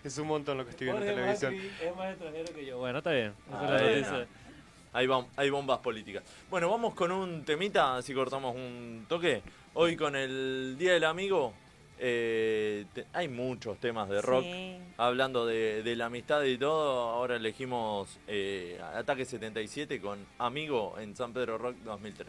Speaker 3: es un montón lo que estoy viendo en
Speaker 4: Jorge
Speaker 3: televisión.
Speaker 4: Macri es más extranjero que yo. Bueno, está bien. Eso
Speaker 1: Ah,
Speaker 4: lo
Speaker 1: bueno.
Speaker 4: dice.
Speaker 1: Hay, bom- hay bombas políticas. Bueno, vamos con un temita, así cortamos un toque. Hoy con el Día del Amigo eh, te- hay muchos temas de rock.
Speaker 2: Sí.
Speaker 1: Hablando de, de la amistad y todo, ahora elegimos eh, Ataque 77 con Amigo en San Pedro Rock 2003.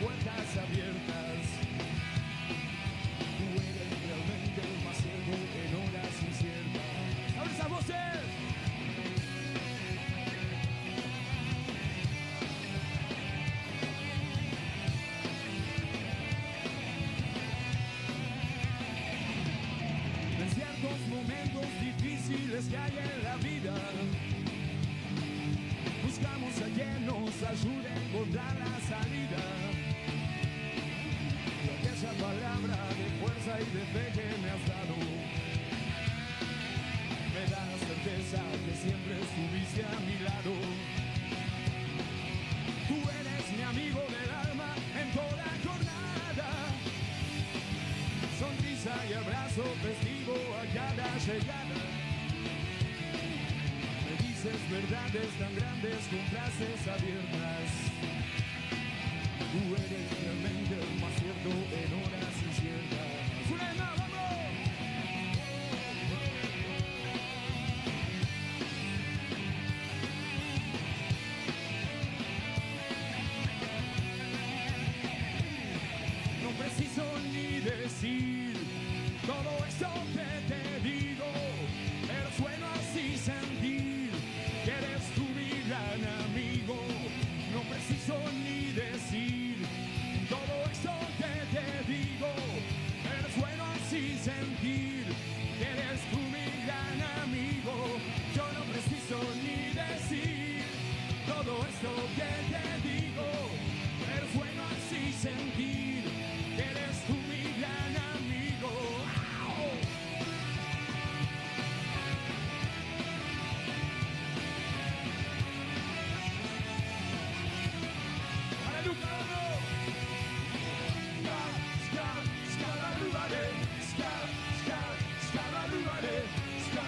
Speaker 7: puertas abiertas. Huele realmente un acervo en horas inciertas. ¡Abre esas voces! En ciertos momentos difíciles que hay en la vida, buscamos a quien nos ayude a encontrar la salida. Y aquella palabra de fuerza y de fe que me has dado, me da la certeza que siempre estuviste a mi lado. Tú eres mi amigo del alma en toda jornada sonrisa y abrazo festivo a cada llegada. Me dices verdades tan grandes con frases abiertas. Tú eres realmente un acierto en horas inciertas. ¡Zulema, vamos! No preciso ni decir todo esto que te digo. Eres bueno así sentir que eres tu mi gran amigo. No preciso ni decir todo esto que te digo. Eres bueno así sentir que eres tu mi gran amigo. Yo no preciso ni decir todo esto que te digo. Eres bueno así sentir que eres tú mi gran amigo. ¡Au! ¡Para Luca, vamos! Ska, ska, skabarubare. Ska, ska, skabarubare. Ska,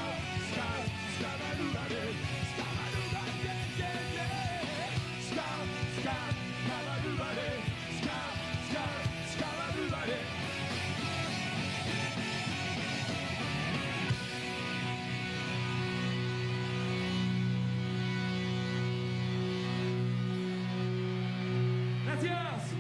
Speaker 7: ska, skabarubare. Skabarubare, yeah, yeah. Ska, ska, skabarubare. Ska, ska, skabarubare. Gracias.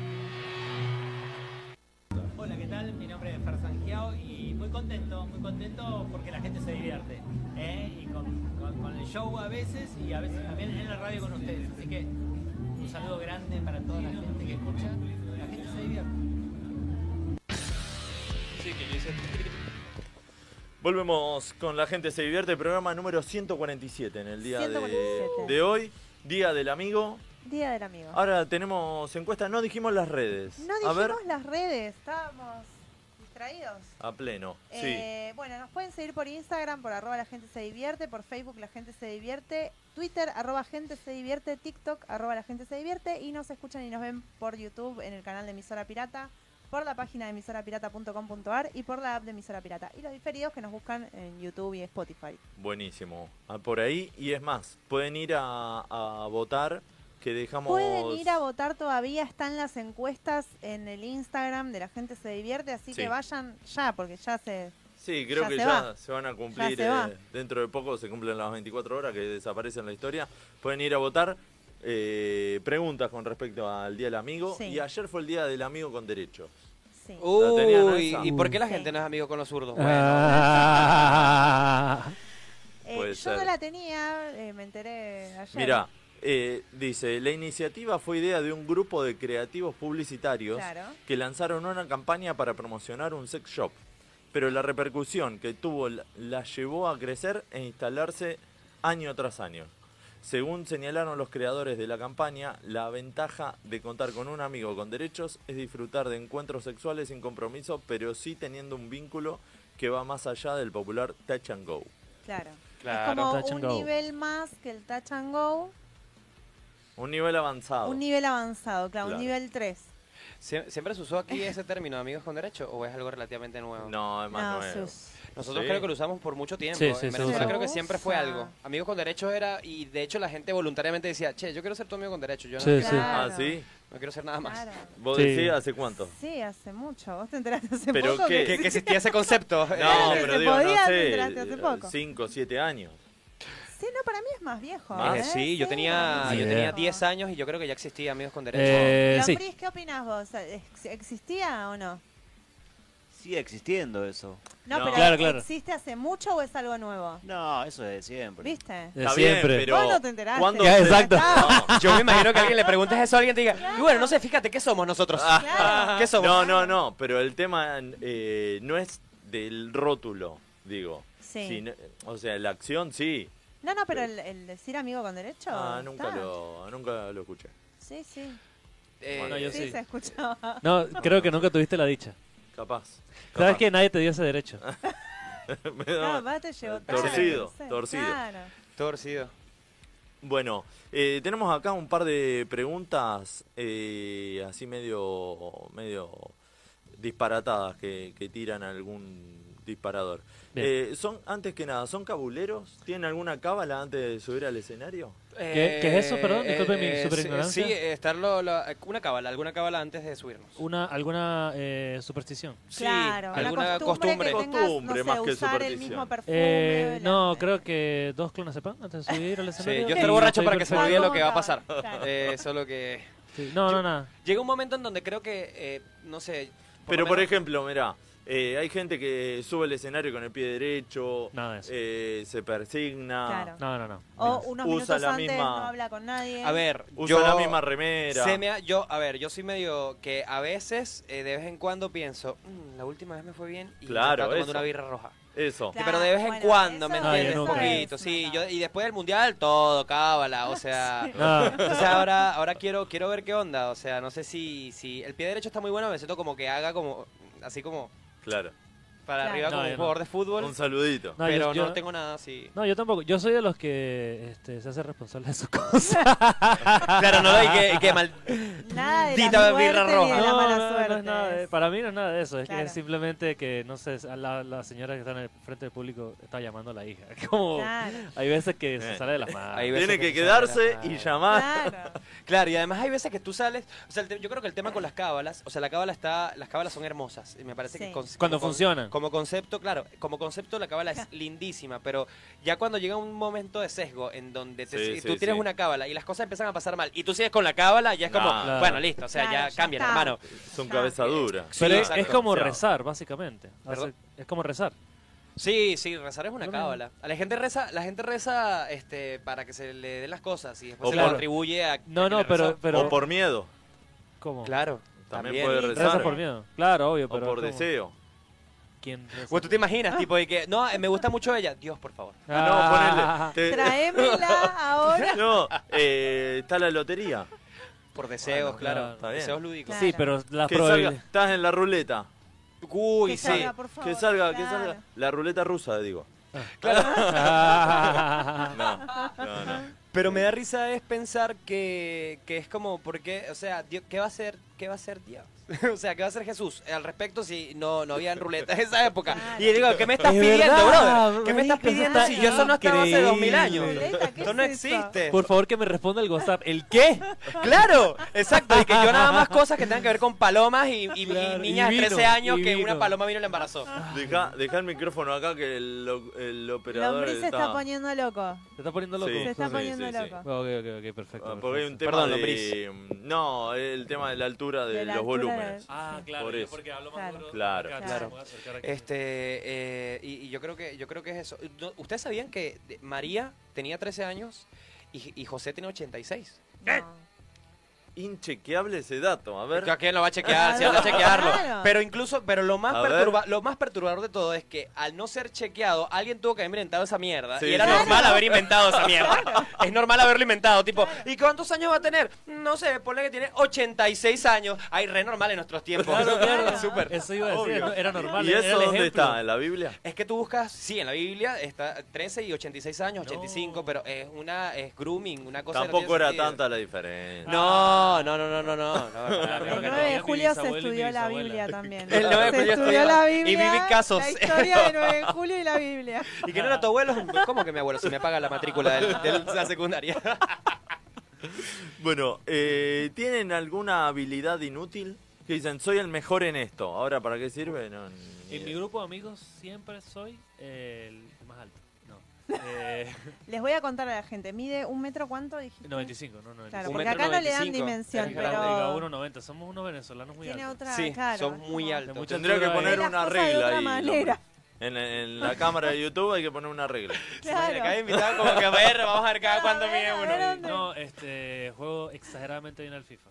Speaker 8: Hola, ¿qué tal? Mi nombre es Fersangiao y muy contento, muy contento porque la gente se divierte. ¿eh? Y con, con- con el show a veces y a veces también en la radio con ustedes. Así que un saludo grande para toda la gente que escucha. La gente se divierte.
Speaker 3: Sí, que yo hice.
Speaker 1: Volvemos con La Gente Se Divierte, programa número 147 en el día de-
Speaker 2: 147.
Speaker 1: De, hoy, Día del Amigo.
Speaker 2: Día del amigo.
Speaker 1: Ahora tenemos encuesta, no dijimos las redes.
Speaker 2: No
Speaker 1: A
Speaker 2: dijimos
Speaker 1: ver,
Speaker 2: las redes, estábamos distraídos.
Speaker 1: a pleno,
Speaker 2: Eh, bueno, nos pueden seguir por Instagram, por arroba la gente se divierte, por Facebook la gente se divierte, Twitter arroba gente se divierte, TikTok arroba la gente se divierte y nos escuchan y nos ven por YouTube en el canal de Emisora Pirata, por la página de emisorapirata.com.ar y por la app de Emisora Pirata. Y los diferidos que nos buscan en YouTube y Spotify.
Speaker 1: sí. Buenísimo. Ah, por ahí, y es más, pueden ir a, a votar, que dejamos...
Speaker 2: Pueden ir a votar todavía, están las encuestas en el Instagram de la gente se divierte, así
Speaker 1: Sí.
Speaker 2: que vayan ya, porque ya se...
Speaker 1: Sí, creo
Speaker 2: Ya
Speaker 1: que
Speaker 2: se
Speaker 1: ya
Speaker 2: va.
Speaker 1: se van a cumplir.
Speaker 2: se
Speaker 1: eh,
Speaker 2: va.
Speaker 1: dentro de poco se cumplen las 24 horas que desaparecen la historia. Pueden ir a votar. eh, preguntas con respecto al Día del Amigo.
Speaker 2: Sí.
Speaker 1: Y ayer fue el Día del Amigo con Derecho. Uh,
Speaker 2: sí.
Speaker 1: tenían
Speaker 3: Uy,
Speaker 1: esa.
Speaker 3: ¿y por qué la
Speaker 2: Sí.
Speaker 3: gente no es amigo con los zurdos?
Speaker 4: Ah.
Speaker 3: Ah,
Speaker 2: Eh, yo
Speaker 1: Puede ser.
Speaker 2: no la tenía, eh, me enteré ayer.
Speaker 1: Mirá, eh, dice, la iniciativa fue idea de un grupo de creativos publicitarios
Speaker 2: Claro.
Speaker 1: que lanzaron una campaña para promocionar un sex shop, pero la repercusión que tuvo la, la llevó a crecer e instalarse año tras año. Según señalaron los creadores de la campaña, la ventaja de contar con un amigo con derechos es disfrutar de encuentros sexuales sin compromiso, pero sí teniendo un vínculo que va más allá del popular touch and go.
Speaker 2: Claro.
Speaker 3: Claro.
Speaker 2: es como
Speaker 5: Touch
Speaker 2: un
Speaker 5: and go.
Speaker 2: nivel más que el touch and go,
Speaker 1: Un nivel avanzado.
Speaker 2: un nivel avanzado, claro,
Speaker 1: Ah, Claro.
Speaker 2: un nivel 3.
Speaker 3: Sie- ¿Siempre se usó aquí ese término, amigos con derecho, o es algo relativamente nuevo?
Speaker 1: no, es más nuevo.
Speaker 3: Nosotros
Speaker 1: Sí.
Speaker 3: creo que lo usamos por mucho tiempo.
Speaker 4: Sí, sí,
Speaker 3: en
Speaker 4: se
Speaker 3: Venezuela
Speaker 2: usa.
Speaker 3: creo que siempre fue
Speaker 2: Se
Speaker 3: algo.
Speaker 2: usa.
Speaker 3: Amigos con derecho era, y de hecho la gente voluntariamente decía, che, yo quiero ser tu amigo con derecho, yo no,
Speaker 4: Sí,
Speaker 3: quiero,
Speaker 4: sí.
Speaker 1: Ah,
Speaker 2: Claro,
Speaker 1: ¿sí?
Speaker 3: no quiero ser nada Ah, más.
Speaker 2: claro.
Speaker 1: ¿Vos
Speaker 4: Sí.
Speaker 1: decís hace cuánto?
Speaker 2: Sí, hace mucho. Vos te enteraste hace
Speaker 1: Pero
Speaker 2: poco.
Speaker 1: qué-
Speaker 3: Que,
Speaker 2: que-
Speaker 3: que existía ese concepto. eh,
Speaker 1: No,
Speaker 2: que
Speaker 1: pero
Speaker 2: se
Speaker 1: digo,
Speaker 2: podía,
Speaker 1: no
Speaker 2: te enteraste hace
Speaker 1: sé,
Speaker 2: poco.
Speaker 1: 5 o 7 años.
Speaker 2: Sí, no, para mí es más viejo.
Speaker 1: ¿Más?
Speaker 2: ¿eh?
Speaker 3: Sí, yo tenía,
Speaker 2: es
Speaker 3: yo
Speaker 2: más
Speaker 3: tenía
Speaker 2: viejo.
Speaker 3: 10 años y yo creo que ya existía Amigos con Derecho.
Speaker 4: Eh, sí.
Speaker 2: Lombriz, ¿qué opinas vos? ¿Ex- ¿Existía o no?
Speaker 5: Sigue existiendo eso.
Speaker 2: No,
Speaker 1: No.
Speaker 2: pero
Speaker 4: Claro, claro.
Speaker 2: ¿existe hace mucho o es algo nuevo?
Speaker 5: No, eso es de siempre.
Speaker 2: ¿Viste?
Speaker 4: De
Speaker 1: Está bien,
Speaker 4: siempre.
Speaker 1: pero-
Speaker 2: Vos no te enteraste.
Speaker 1: ¿cuándo
Speaker 4: Ya,
Speaker 1: se-
Speaker 4: exacto.
Speaker 1: No.
Speaker 3: Yo me imagino que alguien le preguntes eso a alguien y te diga, y bueno, no sé, fíjate, ¿qué somos nosotros?
Speaker 4: Ah.
Speaker 2: Ah, Claro.
Speaker 3: ¿Qué somos?
Speaker 1: No, no, no, pero el tema eh, no es del rótulo, digo.
Speaker 2: Sí.
Speaker 1: Sino- o sea, la acción sí.
Speaker 2: No, no, pero el, el decir amigo con derecho.
Speaker 1: Ah, nunca
Speaker 2: está.
Speaker 1: lo, nunca lo escuché.
Speaker 2: Sí, sí.
Speaker 3: Eh,
Speaker 1: Bueno,
Speaker 4: No, yo
Speaker 2: Sí,
Speaker 4: sí.
Speaker 2: se escuchó.
Speaker 4: No, creo que nunca tuviste la dicha.
Speaker 1: Capaz.
Speaker 4: Sabes
Speaker 1: capaz.
Speaker 4: que nadie te dio ese derecho.
Speaker 3: Ah.
Speaker 1: Me
Speaker 2: No,
Speaker 1: da-
Speaker 2: va, te llevó tarde,
Speaker 1: Torcido,
Speaker 2: no sé.
Speaker 1: torcido.
Speaker 2: Claro.
Speaker 3: Torcido.
Speaker 1: Bueno, eh, tenemos acá un par de preguntas eh, así medio, medio disparatadas que, que tiran algún disparador.
Speaker 4: Bien.
Speaker 1: Eh, son antes que nada, ¿son cabuleros? ¿Tienen alguna cábala antes de subir al escenario?
Speaker 4: ¿Qué- qué es eso, perdón? Disculpe mi superignorancia.
Speaker 3: Eh, Sí, eh, estar lo- lo- una cábala, alguna cábala antes de subirnos.
Speaker 4: Una, alguna eh, superstición.
Speaker 3: Sí,
Speaker 2: claro, una
Speaker 3: alguna
Speaker 2: costumbre,
Speaker 3: costumbre.
Speaker 2: que tengas, no
Speaker 1: Costumbre,
Speaker 2: sé,
Speaker 1: más que
Speaker 2: usar el
Speaker 1: superstición.
Speaker 2: mismo
Speaker 3: Uh,
Speaker 2: perfume.
Speaker 4: Eh,
Speaker 2: el-
Speaker 4: no, creo que dos clonazepam antes de subir al
Speaker 3: Sí,
Speaker 4: escenario.
Speaker 3: yo
Speaker 4: y
Speaker 3: estoy borracho
Speaker 4: estoy
Speaker 3: para que se me
Speaker 4: perfecto.
Speaker 3: olvide lo que va a pasar.
Speaker 2: Claro.
Speaker 3: Eh, Eso es lo que...
Speaker 4: Sí, No, no, nada.
Speaker 3: Llega un momento en donde creo que, eh, no sé...
Speaker 1: Pero
Speaker 3: lo
Speaker 1: por
Speaker 3: menos-
Speaker 1: ejemplo, mirá, eh, hay gente que sube al escenario con el pie derecho,
Speaker 4: Nada de eso.
Speaker 1: eh, se persigna,
Speaker 2: Claro.
Speaker 4: No, no, no.
Speaker 2: O unos
Speaker 1: Usa
Speaker 2: minutos
Speaker 1: la
Speaker 2: antes
Speaker 1: misma-
Speaker 2: no habla con nadie.
Speaker 3: A ver,
Speaker 1: usa
Speaker 3: yo-
Speaker 1: la misma remera.
Speaker 3: Se me ha- yo, a ver, yo soy medio que a veces, eh, de vez en cuando pienso, "Mm, la última vez me fue bien y
Speaker 1: Claro,
Speaker 3: me estaba tomando
Speaker 1: eso.
Speaker 3: una birra roja.
Speaker 1: Eso.
Speaker 2: Claro,
Speaker 3: Pero de vez en
Speaker 2: bueno,
Speaker 3: cuando, ¿me
Speaker 2: eso-
Speaker 4: Ay,
Speaker 3: entiendes?
Speaker 4: yo
Speaker 3: Un
Speaker 4: nunca.
Speaker 3: poquito,
Speaker 2: eso
Speaker 3: sí.
Speaker 2: no.
Speaker 3: yo- y después del mundial, todo, cábala, o sea.
Speaker 4: No,
Speaker 3: O sea, ahora, ahora quiero, quiero ver qué onda. O sea, no sé si, si el pie derecho está muy bueno, me siento como que haga como, así como
Speaker 1: Claro.
Speaker 3: para
Speaker 2: Claro.
Speaker 3: arriba
Speaker 4: No,
Speaker 3: como
Speaker 4: yo
Speaker 3: un
Speaker 4: no.
Speaker 3: jugador de fútbol,
Speaker 1: Un saludito.
Speaker 4: no,
Speaker 3: pero
Speaker 4: yo,
Speaker 3: no
Speaker 4: yo-
Speaker 3: tengo nada así.
Speaker 4: no, yo tampoco. Yo soy de los que este, se hace responsable de sus cosas.
Speaker 3: Claro, no, y que, y que mal.
Speaker 2: Nada de
Speaker 3: Dita
Speaker 2: la
Speaker 3: birra
Speaker 2: muerte ni
Speaker 3: roja.
Speaker 2: de la
Speaker 4: No, no,
Speaker 2: mala
Speaker 4: no, no es
Speaker 2: suerte.
Speaker 4: nada de- para mí no es nada de eso. Es que
Speaker 2: Claro.
Speaker 4: es simplemente que, no sé, a la, la señora que está en el frente del público está llamando a la hija. Como,
Speaker 2: Claro,
Speaker 4: Hay veces que se
Speaker 1: Eh.
Speaker 4: sale de las manos.
Speaker 3: Ahí ve-
Speaker 1: Tiene
Speaker 3: veces
Speaker 1: que
Speaker 3: que se habla
Speaker 1: quedarse
Speaker 3: mal.
Speaker 1: y llamar.
Speaker 2: claro.
Speaker 3: Claro, y además hay veces que tú sales. O sea, el te- yo creo que el tema con las cábalas, o sea, la cábala está, las cábalas son hermosas. Y me parece
Speaker 2: Sí.
Speaker 3: que con-
Speaker 4: Cuando
Speaker 3: con-
Speaker 4: funcionan.
Speaker 3: Como concepto, claro, como concepto la cábala es lindísima, pero ya cuando llega un momento de sesgo en donde te-
Speaker 1: Sí,
Speaker 3: tú
Speaker 1: sí,
Speaker 3: tienes
Speaker 1: sí.
Speaker 3: una cábala y las cosas empiezan a pasar mal y tú sigues con la cábala, ya es como,
Speaker 1: Nah.
Speaker 4: Claro.
Speaker 3: bueno, listo, o sea,
Speaker 2: Claro,
Speaker 3: ya
Speaker 2: ya
Speaker 3: cambian,
Speaker 2: está.
Speaker 3: hermano.
Speaker 1: Son
Speaker 2: Ah.
Speaker 1: cabeza dura.
Speaker 3: Sí,
Speaker 4: Pero es,
Speaker 3: exacto.
Speaker 4: es como
Speaker 1: O sea,
Speaker 4: rezar, básicamente. Hace-
Speaker 3: ¿Perdón?
Speaker 4: es como rezar.
Speaker 3: Sí, sí, rezar es una
Speaker 4: Lo mismo.
Speaker 3: cábala. A la gente reza, la gente reza este para que se le den las cosas y después
Speaker 1: O
Speaker 3: se
Speaker 1: por-
Speaker 3: las atribuye a
Speaker 4: No,
Speaker 3: a quien
Speaker 4: no,
Speaker 3: le
Speaker 4: pero.
Speaker 3: rezó.
Speaker 4: pero
Speaker 1: O por miedo.
Speaker 4: ¿Cómo?
Speaker 3: claro,
Speaker 1: También puede
Speaker 2: Sí.
Speaker 1: rezar.
Speaker 4: Rezas por miedo. Claro, obvio,
Speaker 1: O
Speaker 4: pero.
Speaker 1: por
Speaker 4: ¿cómo?
Speaker 1: deseo.
Speaker 4: ¿Quién reza?
Speaker 3: O Pues tú te imaginas, tipo, de que, no, eh, me gusta mucho ella. Dios, por favor.
Speaker 4: Ah,
Speaker 1: Ah, No, ponele. te-
Speaker 2: Traémela ahora.
Speaker 1: No, eh, está la lotería.
Speaker 3: Por deseos,
Speaker 4: Bueno,
Speaker 3: claro.
Speaker 4: claro,
Speaker 1: está bien.
Speaker 3: deseos lúdicos.
Speaker 2: Claro.
Speaker 4: Sí, pero las
Speaker 1: Que salga,
Speaker 4: probabilidades.
Speaker 1: estás en la ruleta.
Speaker 3: Uy,
Speaker 2: que
Speaker 3: sí.
Speaker 2: salga, por favor.
Speaker 1: que salga, que
Speaker 2: claro.
Speaker 1: salga. La ruleta rusa, digo.
Speaker 4: Ah,
Speaker 1: No, no, no.
Speaker 3: Pero me da risa es pensar que, que es como, porque, o sea, Dios, ¿qué va a hacer, qué va a hacer Dios? o sea, ¿qué va a hacer Jesús al respecto si no, no había ruleta en esa época?
Speaker 2: Claro.
Speaker 3: Y digo, ¿qué me estás
Speaker 4: Es
Speaker 3: pidiendo,
Speaker 4: verdad,
Speaker 3: brother? ¿Qué me estás
Speaker 4: marica, eso
Speaker 3: pidiendo
Speaker 2: está
Speaker 3: si yo eso no estaba hace dos mil
Speaker 4: increíble.
Speaker 3: años?
Speaker 2: Ruleta, ¿qué
Speaker 3: Esto no
Speaker 2: es eso?
Speaker 3: existe.
Speaker 4: Por favor, que me responda el WhatsApp. ¿El qué?
Speaker 3: Claro, exacto. Y que yo nada más cosas que tengan que ver con palomas y, y- y
Speaker 4: Claro, y
Speaker 3: niñas de
Speaker 4: vino,
Speaker 3: 13 años
Speaker 4: y
Speaker 3: que
Speaker 4: vino.
Speaker 3: una paloma vino y la embarazó.
Speaker 1: Deja, deja el micrófono acá que el, lo- el operador
Speaker 2: Lombriz se
Speaker 1: está...
Speaker 2: está poniendo loco.
Speaker 4: ¿Te está poniendo loco?
Speaker 1: Sí.
Speaker 2: Se está
Speaker 1: Sí,
Speaker 2: poniendo
Speaker 1: sí, sí.
Speaker 2: loco.
Speaker 4: Ok, ok, ok, perfecto.
Speaker 1: Ah, Porque hay un
Speaker 4: perfecto.
Speaker 1: tema
Speaker 3: Perdón,
Speaker 1: de... No, el tema de la altura de,
Speaker 2: De la
Speaker 1: los
Speaker 2: altura de-
Speaker 1: volúmenes.
Speaker 4: Ah, claro,
Speaker 1: Por
Speaker 4: yo
Speaker 1: eso.
Speaker 4: porque hablo más
Speaker 2: Claro.
Speaker 4: duro.
Speaker 1: Claro.
Speaker 4: Acá,
Speaker 2: Claro.
Speaker 4: me voy a acercar aquí.
Speaker 3: Este, eh, y, y yo creo que yo creo que es eso. No, ¿Ustedes sabían que de- María tenía 13 años y, y José tiene 86?
Speaker 2: No.
Speaker 1: Inchequeable ese dato, a ver.
Speaker 3: Yo, ¿A quién lo va a chequear? Si
Speaker 2: Claro.
Speaker 3: anda a chequearlo.
Speaker 2: Claro.
Speaker 3: Pero incluso, pero lo más,
Speaker 1: A ver.
Speaker 3: perturba- lo más perturbador de todo es que al no ser chequeado, alguien tuvo que haber inventado esa mierda.
Speaker 1: Sí,
Speaker 3: y era
Speaker 1: sí, sí.
Speaker 3: normal haber inventado esa mierda. Es normal haberlo inventado. Tipo, ¿y cuántos años va a tener? No sé, ponle que tiene 86 años. Ay, re normal en nuestros tiempos.
Speaker 4: Claro, claro.
Speaker 3: Súper.
Speaker 4: Eso iba a decir.
Speaker 1: Obvio.
Speaker 4: no, Era normal.
Speaker 1: ¿Y
Speaker 4: era
Speaker 1: eso
Speaker 4: el
Speaker 1: dónde
Speaker 4: ejemplo.
Speaker 1: está? ¿En la Biblia?
Speaker 3: Es que tú buscas, sí, en la Biblia está 13 y 86 años, 85, pero es una es grooming, una cosa. que no
Speaker 1: Tampoco
Speaker 3: tiene
Speaker 1: era
Speaker 3: sentido.
Speaker 1: tanta la diferencia.
Speaker 3: No, no, no, no, no, no. no, claro que
Speaker 2: El
Speaker 4: Creo que
Speaker 2: 9 de
Speaker 4: todavía mi
Speaker 2: julio se
Speaker 4: bisabuelo y mi
Speaker 2: estudió la
Speaker 4: bisabuela.
Speaker 2: Biblia también.
Speaker 3: El 9 de
Speaker 2: se
Speaker 3: julio
Speaker 2: estudió
Speaker 3: estudió-
Speaker 2: la
Speaker 3: y
Speaker 2: Biblia.
Speaker 3: viví casos.
Speaker 2: La historia de 9 de julio y la Biblia.
Speaker 3: no. ¿Y que no era tu abuelo? ¿Cómo que mi abuelo se me paga la matrícula del- del- de la secundaria?
Speaker 1: Bueno, eh, ¿tienen alguna habilidad inútil? Que dicen, soy el mejor en esto. Ahora, ¿para qué sirve? No, ni
Speaker 4: En mi
Speaker 1: idea.
Speaker 4: grupo de amigos siempre soy eh, el más alto. No. Eh,
Speaker 2: Les voy a contar a la gente. Mide un metro cuánto dijiste.
Speaker 4: 95, no 95.
Speaker 2: Claro,
Speaker 3: Un
Speaker 2: porque
Speaker 3: metro
Speaker 2: acá no le dan
Speaker 3: 95.
Speaker 2: dimensión,
Speaker 3: Claro,
Speaker 4: Diga
Speaker 2: pero
Speaker 4: 1,90. Somos unos venezolanos muy
Speaker 2: tiene
Speaker 4: altos.
Speaker 2: otra
Speaker 3: sí,
Speaker 2: cara.
Speaker 3: son
Speaker 2: es
Speaker 3: muy
Speaker 2: como-
Speaker 3: altos.
Speaker 4: mucha
Speaker 1: Tendría que
Speaker 4: altura
Speaker 1: poner
Speaker 4: ahí.
Speaker 2: Las
Speaker 1: una
Speaker 2: cosas de
Speaker 1: regla
Speaker 2: otra
Speaker 1: ahí.
Speaker 2: manera.
Speaker 1: En, en la cámara de YouTube hay que poner una regla.
Speaker 2: Claro.
Speaker 3: Acá invitado como que a ver, vamos a ver cada
Speaker 2: A
Speaker 3: cuánto
Speaker 2: ver,
Speaker 3: mide
Speaker 2: a
Speaker 3: uno.
Speaker 2: ver, a ver.
Speaker 4: No, este juego exageradamente bien al FIFA.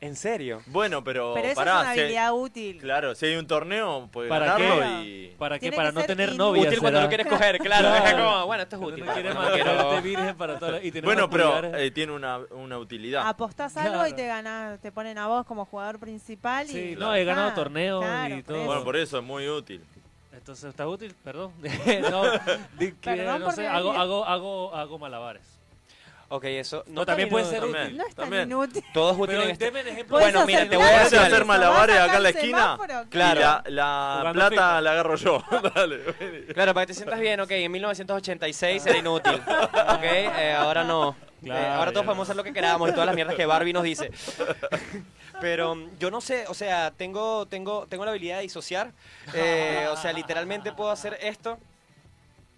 Speaker 3: ¿En serio?
Speaker 1: Bueno, pero,
Speaker 2: Pero esa
Speaker 1: pará,
Speaker 2: es una
Speaker 1: si hay-
Speaker 2: habilidad útil.
Speaker 1: claro, si hay un torneo, puedes
Speaker 4: ¿Para
Speaker 1: ganarlo
Speaker 2: qué?
Speaker 1: y.
Speaker 4: ¿Para qué?
Speaker 2: Tiene
Speaker 4: Para
Speaker 2: que
Speaker 4: no
Speaker 2: ser
Speaker 4: tener
Speaker 2: in-
Speaker 4: novia.
Speaker 3: Útil cuando
Speaker 4: será.
Speaker 3: lo quieres coger, claro.
Speaker 4: Claro.
Speaker 3: Es como, bueno, esto es
Speaker 4: Cuando
Speaker 3: útil.
Speaker 4: te quieres
Speaker 3: bueno, no quiero-
Speaker 4: mantenerte virgen para toda la- y tener
Speaker 1: Bueno,
Speaker 4: unos
Speaker 1: pero
Speaker 4: pulgares.
Speaker 1: eh, tiene una, una utilidad.
Speaker 2: Apostás algo y
Speaker 4: Claro.
Speaker 2: te ganás, te ponen a vos como jugador principal.
Speaker 4: Sí,
Speaker 2: y
Speaker 4: no, he
Speaker 2: ya
Speaker 4: ganado
Speaker 2: está.
Speaker 4: torneos
Speaker 2: Claro,
Speaker 4: y
Speaker 2: por
Speaker 4: todo.
Speaker 2: eso.
Speaker 1: Bueno, por eso es muy útil.
Speaker 4: Entonces, ¿está útil? Perdón. no, di que,
Speaker 2: Perdón
Speaker 4: no
Speaker 2: por
Speaker 4: sé,
Speaker 2: mi
Speaker 4: hago,
Speaker 2: habilidad.
Speaker 4: hago, hago, hago malabares.
Speaker 3: Ok, eso.
Speaker 4: No, también puede ser útil.
Speaker 1: También.
Speaker 2: no es tan
Speaker 1: También.
Speaker 2: inútil.
Speaker 3: Todos
Speaker 4: Pero este
Speaker 3: útiles.
Speaker 4: deme el ejemplo.
Speaker 2: Podés
Speaker 3: Bueno, mira,
Speaker 2: hacer
Speaker 3: te voy a
Speaker 2: planes,
Speaker 3: decir
Speaker 1: Puedes
Speaker 2: vas
Speaker 1: hacer malabares acá en la
Speaker 2: sacar
Speaker 1: esquina.
Speaker 2: semáforo,
Speaker 3: Claro.
Speaker 1: Y la, la
Speaker 4: Jugando
Speaker 1: plata
Speaker 4: FIFA.
Speaker 1: la agarro yo. Dale, vení.
Speaker 3: Claro, para que te sientas bien, ok, en 1986 era inútil, ok, eh, ahora no.
Speaker 4: Claro,
Speaker 3: Eh, ahora todos
Speaker 4: ya.
Speaker 3: podemos hacer lo que queramos y todas las mierdas que Barbie nos dice. Pero mm, yo no sé, o sea, tengo, tengo, tengo la habilidad de disociar, eh, o sea, literalmente puedo hacer esto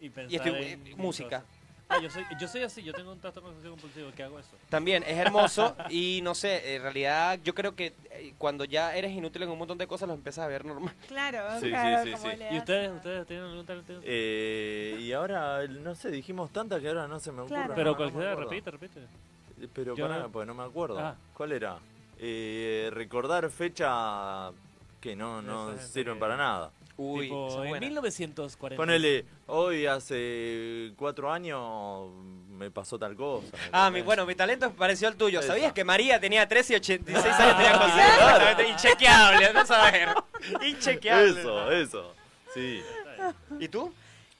Speaker 4: Y, pensar
Speaker 3: y estoy,
Speaker 4: en
Speaker 3: eh, música.
Speaker 4: cosas. Ah, yo, soy, yo soy así, yo tengo un trastorno obsesivo compulsivo que hago eso.
Speaker 3: También es hermoso y no sé, en realidad yo creo que eh, cuando ya eres inútil en un montón de cosas los empiezas a ver normal.
Speaker 2: Claro,
Speaker 1: Sí,
Speaker 2: claro,
Speaker 1: sí, sí,
Speaker 2: como
Speaker 1: sí.
Speaker 2: le
Speaker 4: ¿Y
Speaker 2: das
Speaker 4: ustedes,
Speaker 2: a-
Speaker 4: ustedes tienen algún talento?
Speaker 1: Eh, y ahora, no sé, dijimos tanta que ahora no se me ocurre.
Speaker 2: Claro.
Speaker 1: no,
Speaker 4: Pero
Speaker 1: no me
Speaker 4: cualquiera,
Speaker 1: acuerdo.
Speaker 4: repite, repite.
Speaker 1: Eh, Pero
Speaker 4: Yo
Speaker 1: pará,
Speaker 4: no-
Speaker 1: pues no me acuerdo.
Speaker 4: Ah.
Speaker 1: ¿Cuál era? Eh, recordar fecha que no,
Speaker 4: Esa
Speaker 1: no
Speaker 4: gente
Speaker 1: sirven
Speaker 4: que-
Speaker 1: para nada.
Speaker 3: Uy,
Speaker 4: tipo,
Speaker 3: esa es
Speaker 4: en
Speaker 3: buena.
Speaker 4: 1940.
Speaker 1: Ponele, hoy hace cuatro años me pasó tal cosa.
Speaker 3: Ah, mi, bueno, mi talento es parecido al tuyo.
Speaker 1: Esa.
Speaker 3: ¿Sabías que María tenía 13 y 86
Speaker 1: Ah.
Speaker 3: años tenía cosas exactamente inchequeable, no saber. Inchequeable.
Speaker 1: Eso, eso. Sí.
Speaker 3: ¿Y tú?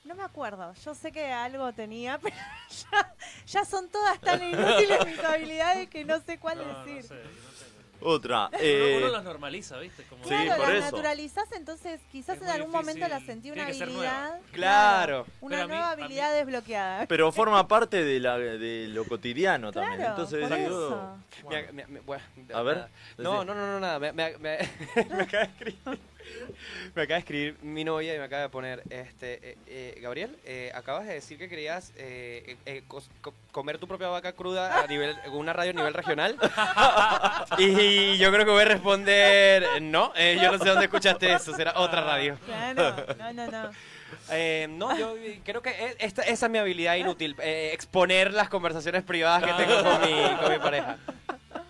Speaker 2: No me acuerdo. Yo sé que algo tenía, pero ya, ya son todas tan inútiles mis habilidades que no sé cuál
Speaker 4: No, no
Speaker 2: decir.
Speaker 4: sé, yo no tengo.
Speaker 1: Otra.
Speaker 4: Uno-
Speaker 1: eh,
Speaker 4: Uno los normaliza, ¿viste? Como
Speaker 1: Sí,
Speaker 2: Claro,
Speaker 1: por
Speaker 2: las
Speaker 1: eso.
Speaker 2: naturalizás, entonces quizás
Speaker 4: Es
Speaker 2: en
Speaker 4: muy
Speaker 2: algún momento
Speaker 4: difícil.
Speaker 2: la sentí una
Speaker 4: Tiene que ser
Speaker 2: habilidad.
Speaker 3: Claro.
Speaker 2: Una
Speaker 4: Pero a mí-
Speaker 2: nueva
Speaker 4: a mí-
Speaker 2: habilidad desbloqueada.
Speaker 1: Pero forma parte de, la, de lo cotidiano también.
Speaker 2: Claro,
Speaker 1: Entonces,
Speaker 2: por
Speaker 1: digo,
Speaker 2: eso.
Speaker 1: bueno,
Speaker 3: Me- me- bueno,
Speaker 1: A ver,
Speaker 3: nada. No,
Speaker 1: decí.
Speaker 3: no, no, no, nada. Me, me- me- me acaba de escribir. Me acaba de escribir mi novia y me acaba de poner, este, eh, eh, Gabriel, eh, acabas de decir que querías eh, eh, eh, cos- co- comer tu propia vaca cruda a nivel, en una radio a nivel regional. Y yo creo que voy a responder, no, eh, yo no sé dónde escuchaste eso, será otra radio.
Speaker 2: Claro, no, no, no.
Speaker 3: Eh, no, yo eh, creo que e- esta, esa es mi habilidad inútil, eh, exponer las conversaciones privadas que tengo con mi, con mi pareja.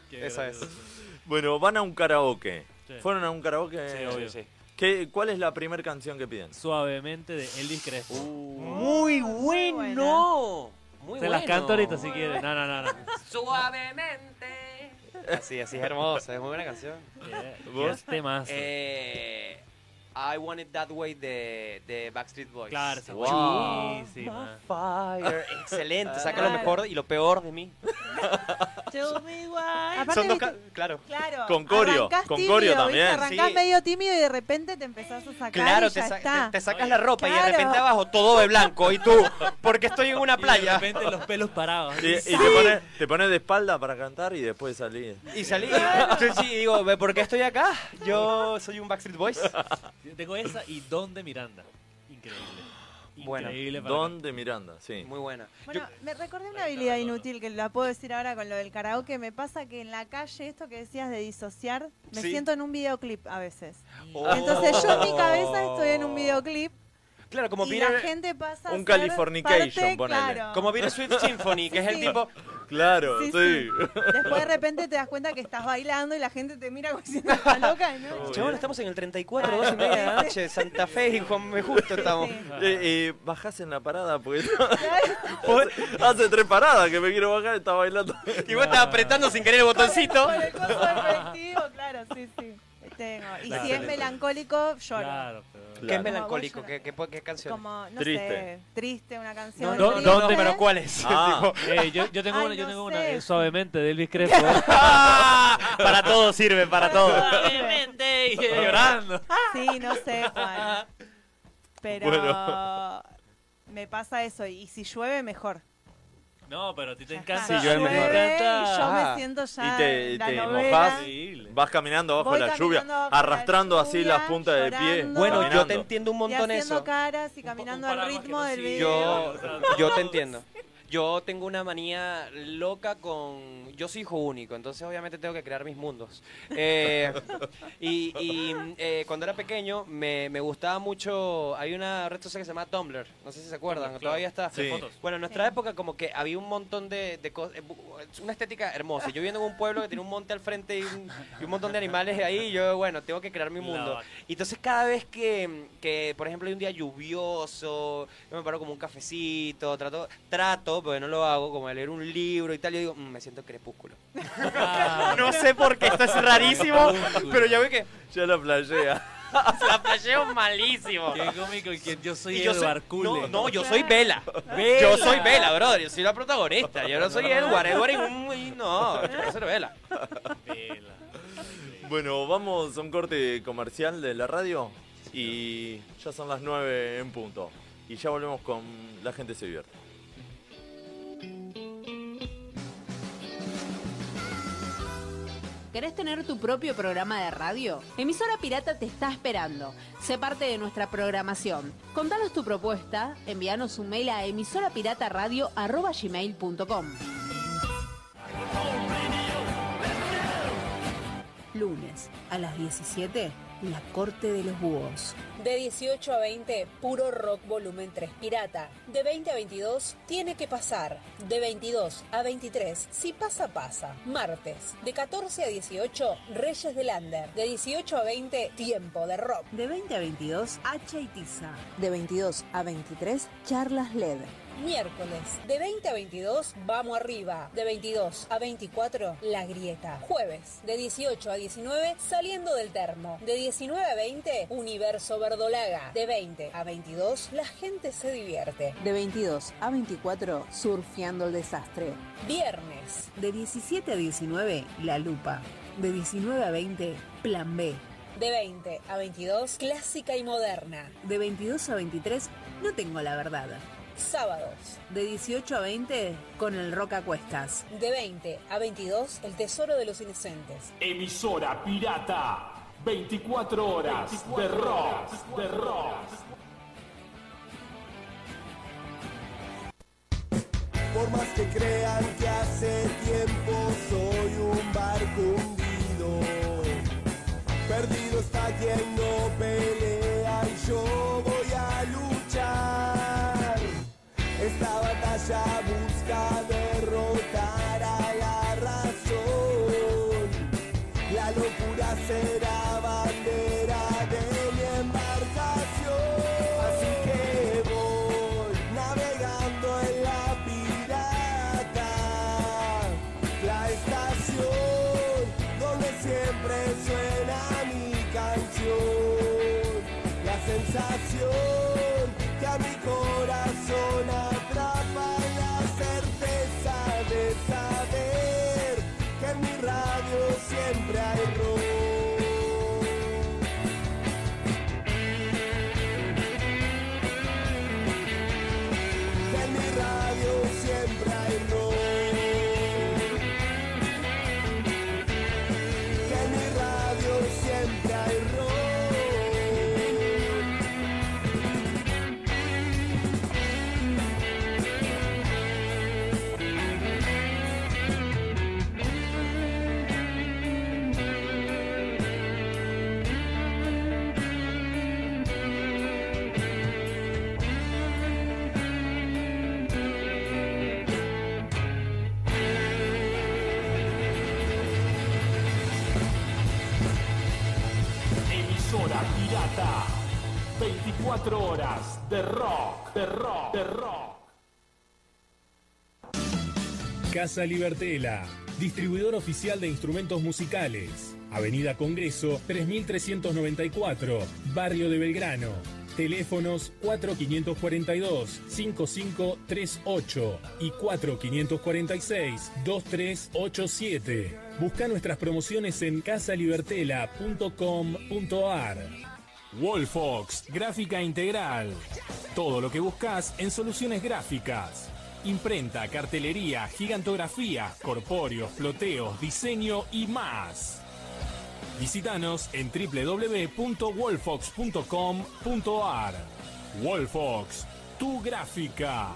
Speaker 4: Qué
Speaker 3: Esa es.
Speaker 4: gracioso.
Speaker 1: bueno, van a un karaoke.
Speaker 4: Sí.
Speaker 1: Fueron a un karaoke.
Speaker 4: Sí, obvio.
Speaker 1: ¿Qué- ¿Cuál es la primera canción que piden?
Speaker 4: Suavemente de Elvis Crespo.
Speaker 3: Muy
Speaker 2: Muy buena.
Speaker 3: bueno. Muy
Speaker 4: Se las canto ahorita si quieres. No, no, no. no.
Speaker 3: Suavemente. Así, así es hermosa, es muy buena canción.
Speaker 4: Eh,
Speaker 1: ¿Vos?
Speaker 4: qué temazo.
Speaker 3: Eh, I Want It That Way de, de Backstreet Boys.
Speaker 4: Claro, esa
Speaker 1: Wow.
Speaker 4: buenísima.
Speaker 3: Fire, excelente, saca lo
Speaker 2: Claro.
Speaker 3: mejor y lo peor de mí.
Speaker 2: Tell me why. Aparte,
Speaker 3: Son dos
Speaker 2: viste-
Speaker 3: ca- claro.
Speaker 2: Claro.
Speaker 1: Con corio,
Speaker 2: arrancás
Speaker 1: con
Speaker 2: tímido,
Speaker 1: corio
Speaker 2: ¿viste?
Speaker 1: también.
Speaker 2: Arrancás
Speaker 3: Sí.
Speaker 2: medio tímido y de repente te empezás a sacar
Speaker 3: Claro,
Speaker 2: y
Speaker 3: te,
Speaker 2: ya
Speaker 3: sa-
Speaker 2: está.
Speaker 3: te- te sacas la ropa y de
Speaker 2: Claro.
Speaker 3: repente abajo todo de blanco. Y tú, porque estoy en una
Speaker 4: Y de
Speaker 3: playa.
Speaker 4: repente los pelos parados.
Speaker 1: Y, y te, pones, te pones de espalda para cantar y después salís.
Speaker 3: Y salí. Entonces, sí, digo, ¿por qué estoy acá? Yo soy un Backstreet Boys.
Speaker 4: Tengo esa y Don de Miranda. Increíble.
Speaker 3: Bueno,
Speaker 4: Increíble para mí.
Speaker 1: Don de Miranda, sí.
Speaker 3: Muy buena.
Speaker 2: Bueno,
Speaker 3: Yo-
Speaker 2: me recordé una
Speaker 4: Ahí está,
Speaker 2: habilidad
Speaker 4: no, no.
Speaker 2: inútil que la puedo decir ahora con lo del karaoke. Me pasa que en la calle, esto que decías de disociar, me
Speaker 3: Sí.
Speaker 2: siento en un videoclip a veces.
Speaker 3: Oh.
Speaker 2: Entonces yo en mi cabeza estoy en un videoclip
Speaker 3: Claro, como
Speaker 2: y la
Speaker 3: Peter,
Speaker 2: gente pasa a
Speaker 1: un
Speaker 2: ser
Speaker 1: Californication,
Speaker 2: parte-
Speaker 1: ponele.
Speaker 2: claro.
Speaker 3: como Peter Swift Symphony, que es el
Speaker 2: Sí, sí.
Speaker 3: tipo.
Speaker 1: Claro,
Speaker 2: Sí,
Speaker 1: sí.
Speaker 2: sí. Después de repente te das cuenta que estás bailando y la gente te mira como diciendo, está loca, ¿no?
Speaker 1: Muy
Speaker 3: Chabón,
Speaker 1: bien.
Speaker 3: estamos en el 34, 2 y media de la noche, Santa Fe y Juan Me Justo estamos.
Speaker 2: Sí.
Speaker 1: Eh, eh, bajás en la parada porque
Speaker 2: Claro.
Speaker 1: hace, hace tres paradas que me quiero bajar y está bailando.
Speaker 3: Y vos estás apretando sin querer el botoncito.
Speaker 2: Con el coso del colectivo, claro, sí, sí. Tengo. Y si es
Speaker 1: Excelente.
Speaker 2: melancólico, lloro.
Speaker 4: Claro, pero...
Speaker 3: ¿Qué es
Speaker 1: Claro.
Speaker 3: melancólico? ¿Qué, qué, qué canción?
Speaker 2: Como, no
Speaker 1: Triste.
Speaker 2: sé, triste,
Speaker 3: No,
Speaker 2: una canción.
Speaker 3: no, no,
Speaker 2: triste.
Speaker 3: no, pero ¿cuál es?
Speaker 1: Ah,
Speaker 4: Eh, yo, yo tengo
Speaker 2: Ay,
Speaker 4: una, yo
Speaker 2: no
Speaker 4: tengo
Speaker 2: sé.
Speaker 4: una eh, suavemente de Elvis Crespo.
Speaker 3: Para todo sirve, para Ah. todo.
Speaker 4: suavemente y llorando.
Speaker 2: Sí, no sé, Juan. Pero
Speaker 1: Bueno.
Speaker 2: me pasa eso. Y si llueve, mejor.
Speaker 4: No, pero a ti te
Speaker 2: Ya
Speaker 4: encanta.
Speaker 2: está.
Speaker 9: Sí, yo
Speaker 4: a ti te
Speaker 9: me-
Speaker 2: Llueve y yo
Speaker 4: encanta.
Speaker 2: me
Speaker 1: Ah,
Speaker 2: siento ya
Speaker 1: y te-
Speaker 2: en la
Speaker 1: te
Speaker 2: novela.
Speaker 1: mojás y-
Speaker 4: Increíble.
Speaker 1: Vas caminando abajo
Speaker 2: Voy
Speaker 1: de la lluvia,
Speaker 2: caminando abajo de la
Speaker 1: arrastrando así
Speaker 2: lluvia,
Speaker 1: las puntas del pie.
Speaker 2: llorando.
Speaker 3: Bueno, yo
Speaker 1: caminando.
Speaker 3: te entiendo un
Speaker 2: Y
Speaker 3: montón
Speaker 2: haciendo
Speaker 3: eso.
Speaker 2: caras y
Speaker 4: Un pa- un
Speaker 2: caminando al
Speaker 4: paraguas que
Speaker 2: ritmo
Speaker 4: no
Speaker 2: del
Speaker 4: sirve.
Speaker 2: video.
Speaker 3: Yo,
Speaker 4: Sí, o sea,
Speaker 3: yo
Speaker 4: todos.
Speaker 3: te entiendo. Yo tengo una manía loca con... Yo soy hijo único, entonces obviamente tengo que crear mis mundos. Eh, y y, eh, cuando era pequeño me, me gustaba mucho... Hay una red social que se llama Tumblr, no sé si se acuerdan,
Speaker 4: Tumblr,
Speaker 3: todavía está.
Speaker 1: Sí.
Speaker 4: Fotos.
Speaker 3: Bueno, en nuestra
Speaker 2: Sí.
Speaker 3: época como que había un montón de, cosas, una estética hermosa. Yo viviendo en un pueblo que tenía un monte al frente y un, y un montón de animales ahí, y yo, bueno, tengo que crear mi
Speaker 4: La
Speaker 3: este mundo.
Speaker 4: vaca.
Speaker 3: Y entonces cada vez que, que, por ejemplo, hay un día lluvioso, yo me paro como un cafecito, trato, trato, pero no lo hago, como de leer un libro y tal, yo digo, "Mm, me siento crepúsculo.
Speaker 4: Ah,
Speaker 3: No sé por qué, esto es rarísimo, pero yo veo que
Speaker 1: Ya la flashea.
Speaker 3: la flasheo malísimo.
Speaker 4: Qué cómico y que yo soy
Speaker 3: Y
Speaker 4: el
Speaker 3: yo soy-
Speaker 4: Barcule.
Speaker 3: No, no, yo soy Vela. Yo soy Vela, brother. Yo soy la protagonista. Yo no soy Edward. Edward es un- y No, yo quiero ser Vela.
Speaker 4: Vela.
Speaker 1: Bueno, vamos a un corte comercial de la radio y ya son las 9 en punto. Y ya volvemos con La gente se divierte.
Speaker 10: ¿Querés tener tu propio programa de radio? Emisora Pirata te está esperando. Sé parte de nuestra programación. Contanos tu propuesta, envíanos un mail a emisorapirataradio.com.
Speaker 11: Lunes a las 17, La Corte de los Búhos.
Speaker 10: De 18 a 20, puro rock volumen 3 pirata. De 20 a 22, tiene que pasar. De 22 a 23, si pasa, pasa. Martes. De 14 a 18, Reyes del Under. De 18 a 20, tiempo de rock.
Speaker 11: De 20 a 22, Hacha y Tiza.
Speaker 10: De 22 a 23, charlas E LED. Miércoles, de 20 a 22, vamos arriba. De 22 a 24, la grieta. Jueves, de 18 a 19, saliendo del termo. De 19 a 20, universo verdolaga. De 20 a 22, la gente se divierte.
Speaker 11: De 22 a 24, Surfeando el Desastre.
Speaker 10: Viernes,
Speaker 11: De 17 a 19, La Lupa. De 19 a 20, Plan B.
Speaker 10: de 20 a 22, clásica y moderna.
Speaker 11: De 22 a 23, No Tengo la Verdad.
Speaker 10: Sábados,
Speaker 11: De 18 a 20, Con el Rock a Cuestas.
Speaker 10: de 20 a 22, el tesoro de los inocentes.
Speaker 12: Emisora pirata. 24 horas de rock, de rock.
Speaker 13: Por más que crean que hace tiempo soy un barco hundido. Perdido está quien no pelea y yo voy a luchar. Esta batalla busca derrotar a la razón. La locura será bandera de mi embarcación. Así que voy navegando en la pirata. La estación donde siempre suena mi canción. La sensación que a mi corazón atrapa la certeza de saber que en mi radio siempre hay rock. Que en mi radio siempre hay rock. Que en mi radio siempre hay rock.
Speaker 12: Emisora pirata. 24 horas de rock, de rock, de rock. Casa Libertela, distribuidor oficial de instrumentos musicales. Avenida Congreso 3394, Barrio de Belgrano. Teléfonos 4542-5538 y 4546-2387. Busca nuestras promociones en casalibertela.com.ar. Wallfox, gráfica integral. Todo lo que buscas en soluciones gráficas. Imprenta, cartelería, gigantografía, corpóreos, floteos, diseño y más. Visítanos en www.wolfox.com.ar. Wolfox, tu gráfica.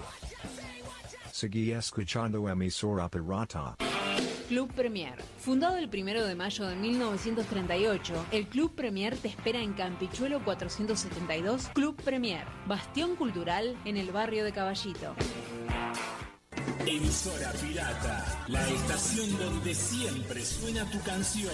Speaker 14: Seguí escuchando emisora pirata.
Speaker 15: Club Premier. Fundado el 1 de mayo de 1938, el Club Premier te espera en Campichuelo 472, Club Premier, bastión cultural en el barrio de Caballito.
Speaker 12: Emisora Pirata, la estación donde siempre suena tu canción.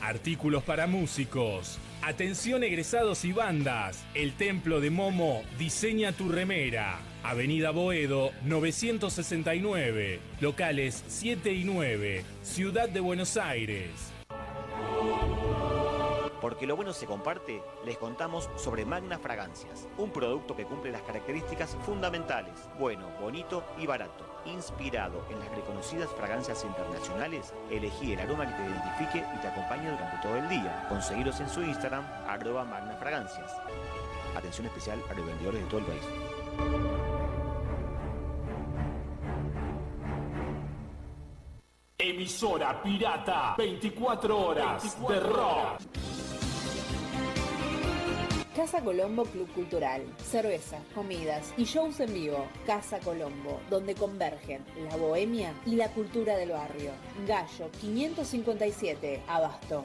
Speaker 12: artículos para músicos. Atención egresados y bandas, El Templo de Momo diseña tu remera. Avenida Boedo 969, locales 7 y 9, Ciudad de Buenos Aires.
Speaker 5: Porque lo bueno se comparte, les contamos sobre Magna Fragancias, un producto que cumple las características fundamentales, bueno, bonito y barato. Inspirado en las reconocidas fragancias internacionales, elegí el aroma que te identifique y te acompañe durante todo el día. Conseguiros en su Instagram, arroba Magna Fragancias. Atención especial a los vendedores de todo el país.
Speaker 12: Emisora Pirata, 24 horas de rock.
Speaker 10: Casa Colombo Club Cultural. Cerveza, comidas y shows en vivo. Casa Colombo, donde convergen la bohemia y la cultura del barrio. Gallo 557, Abasto.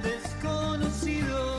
Speaker 7: desconocido.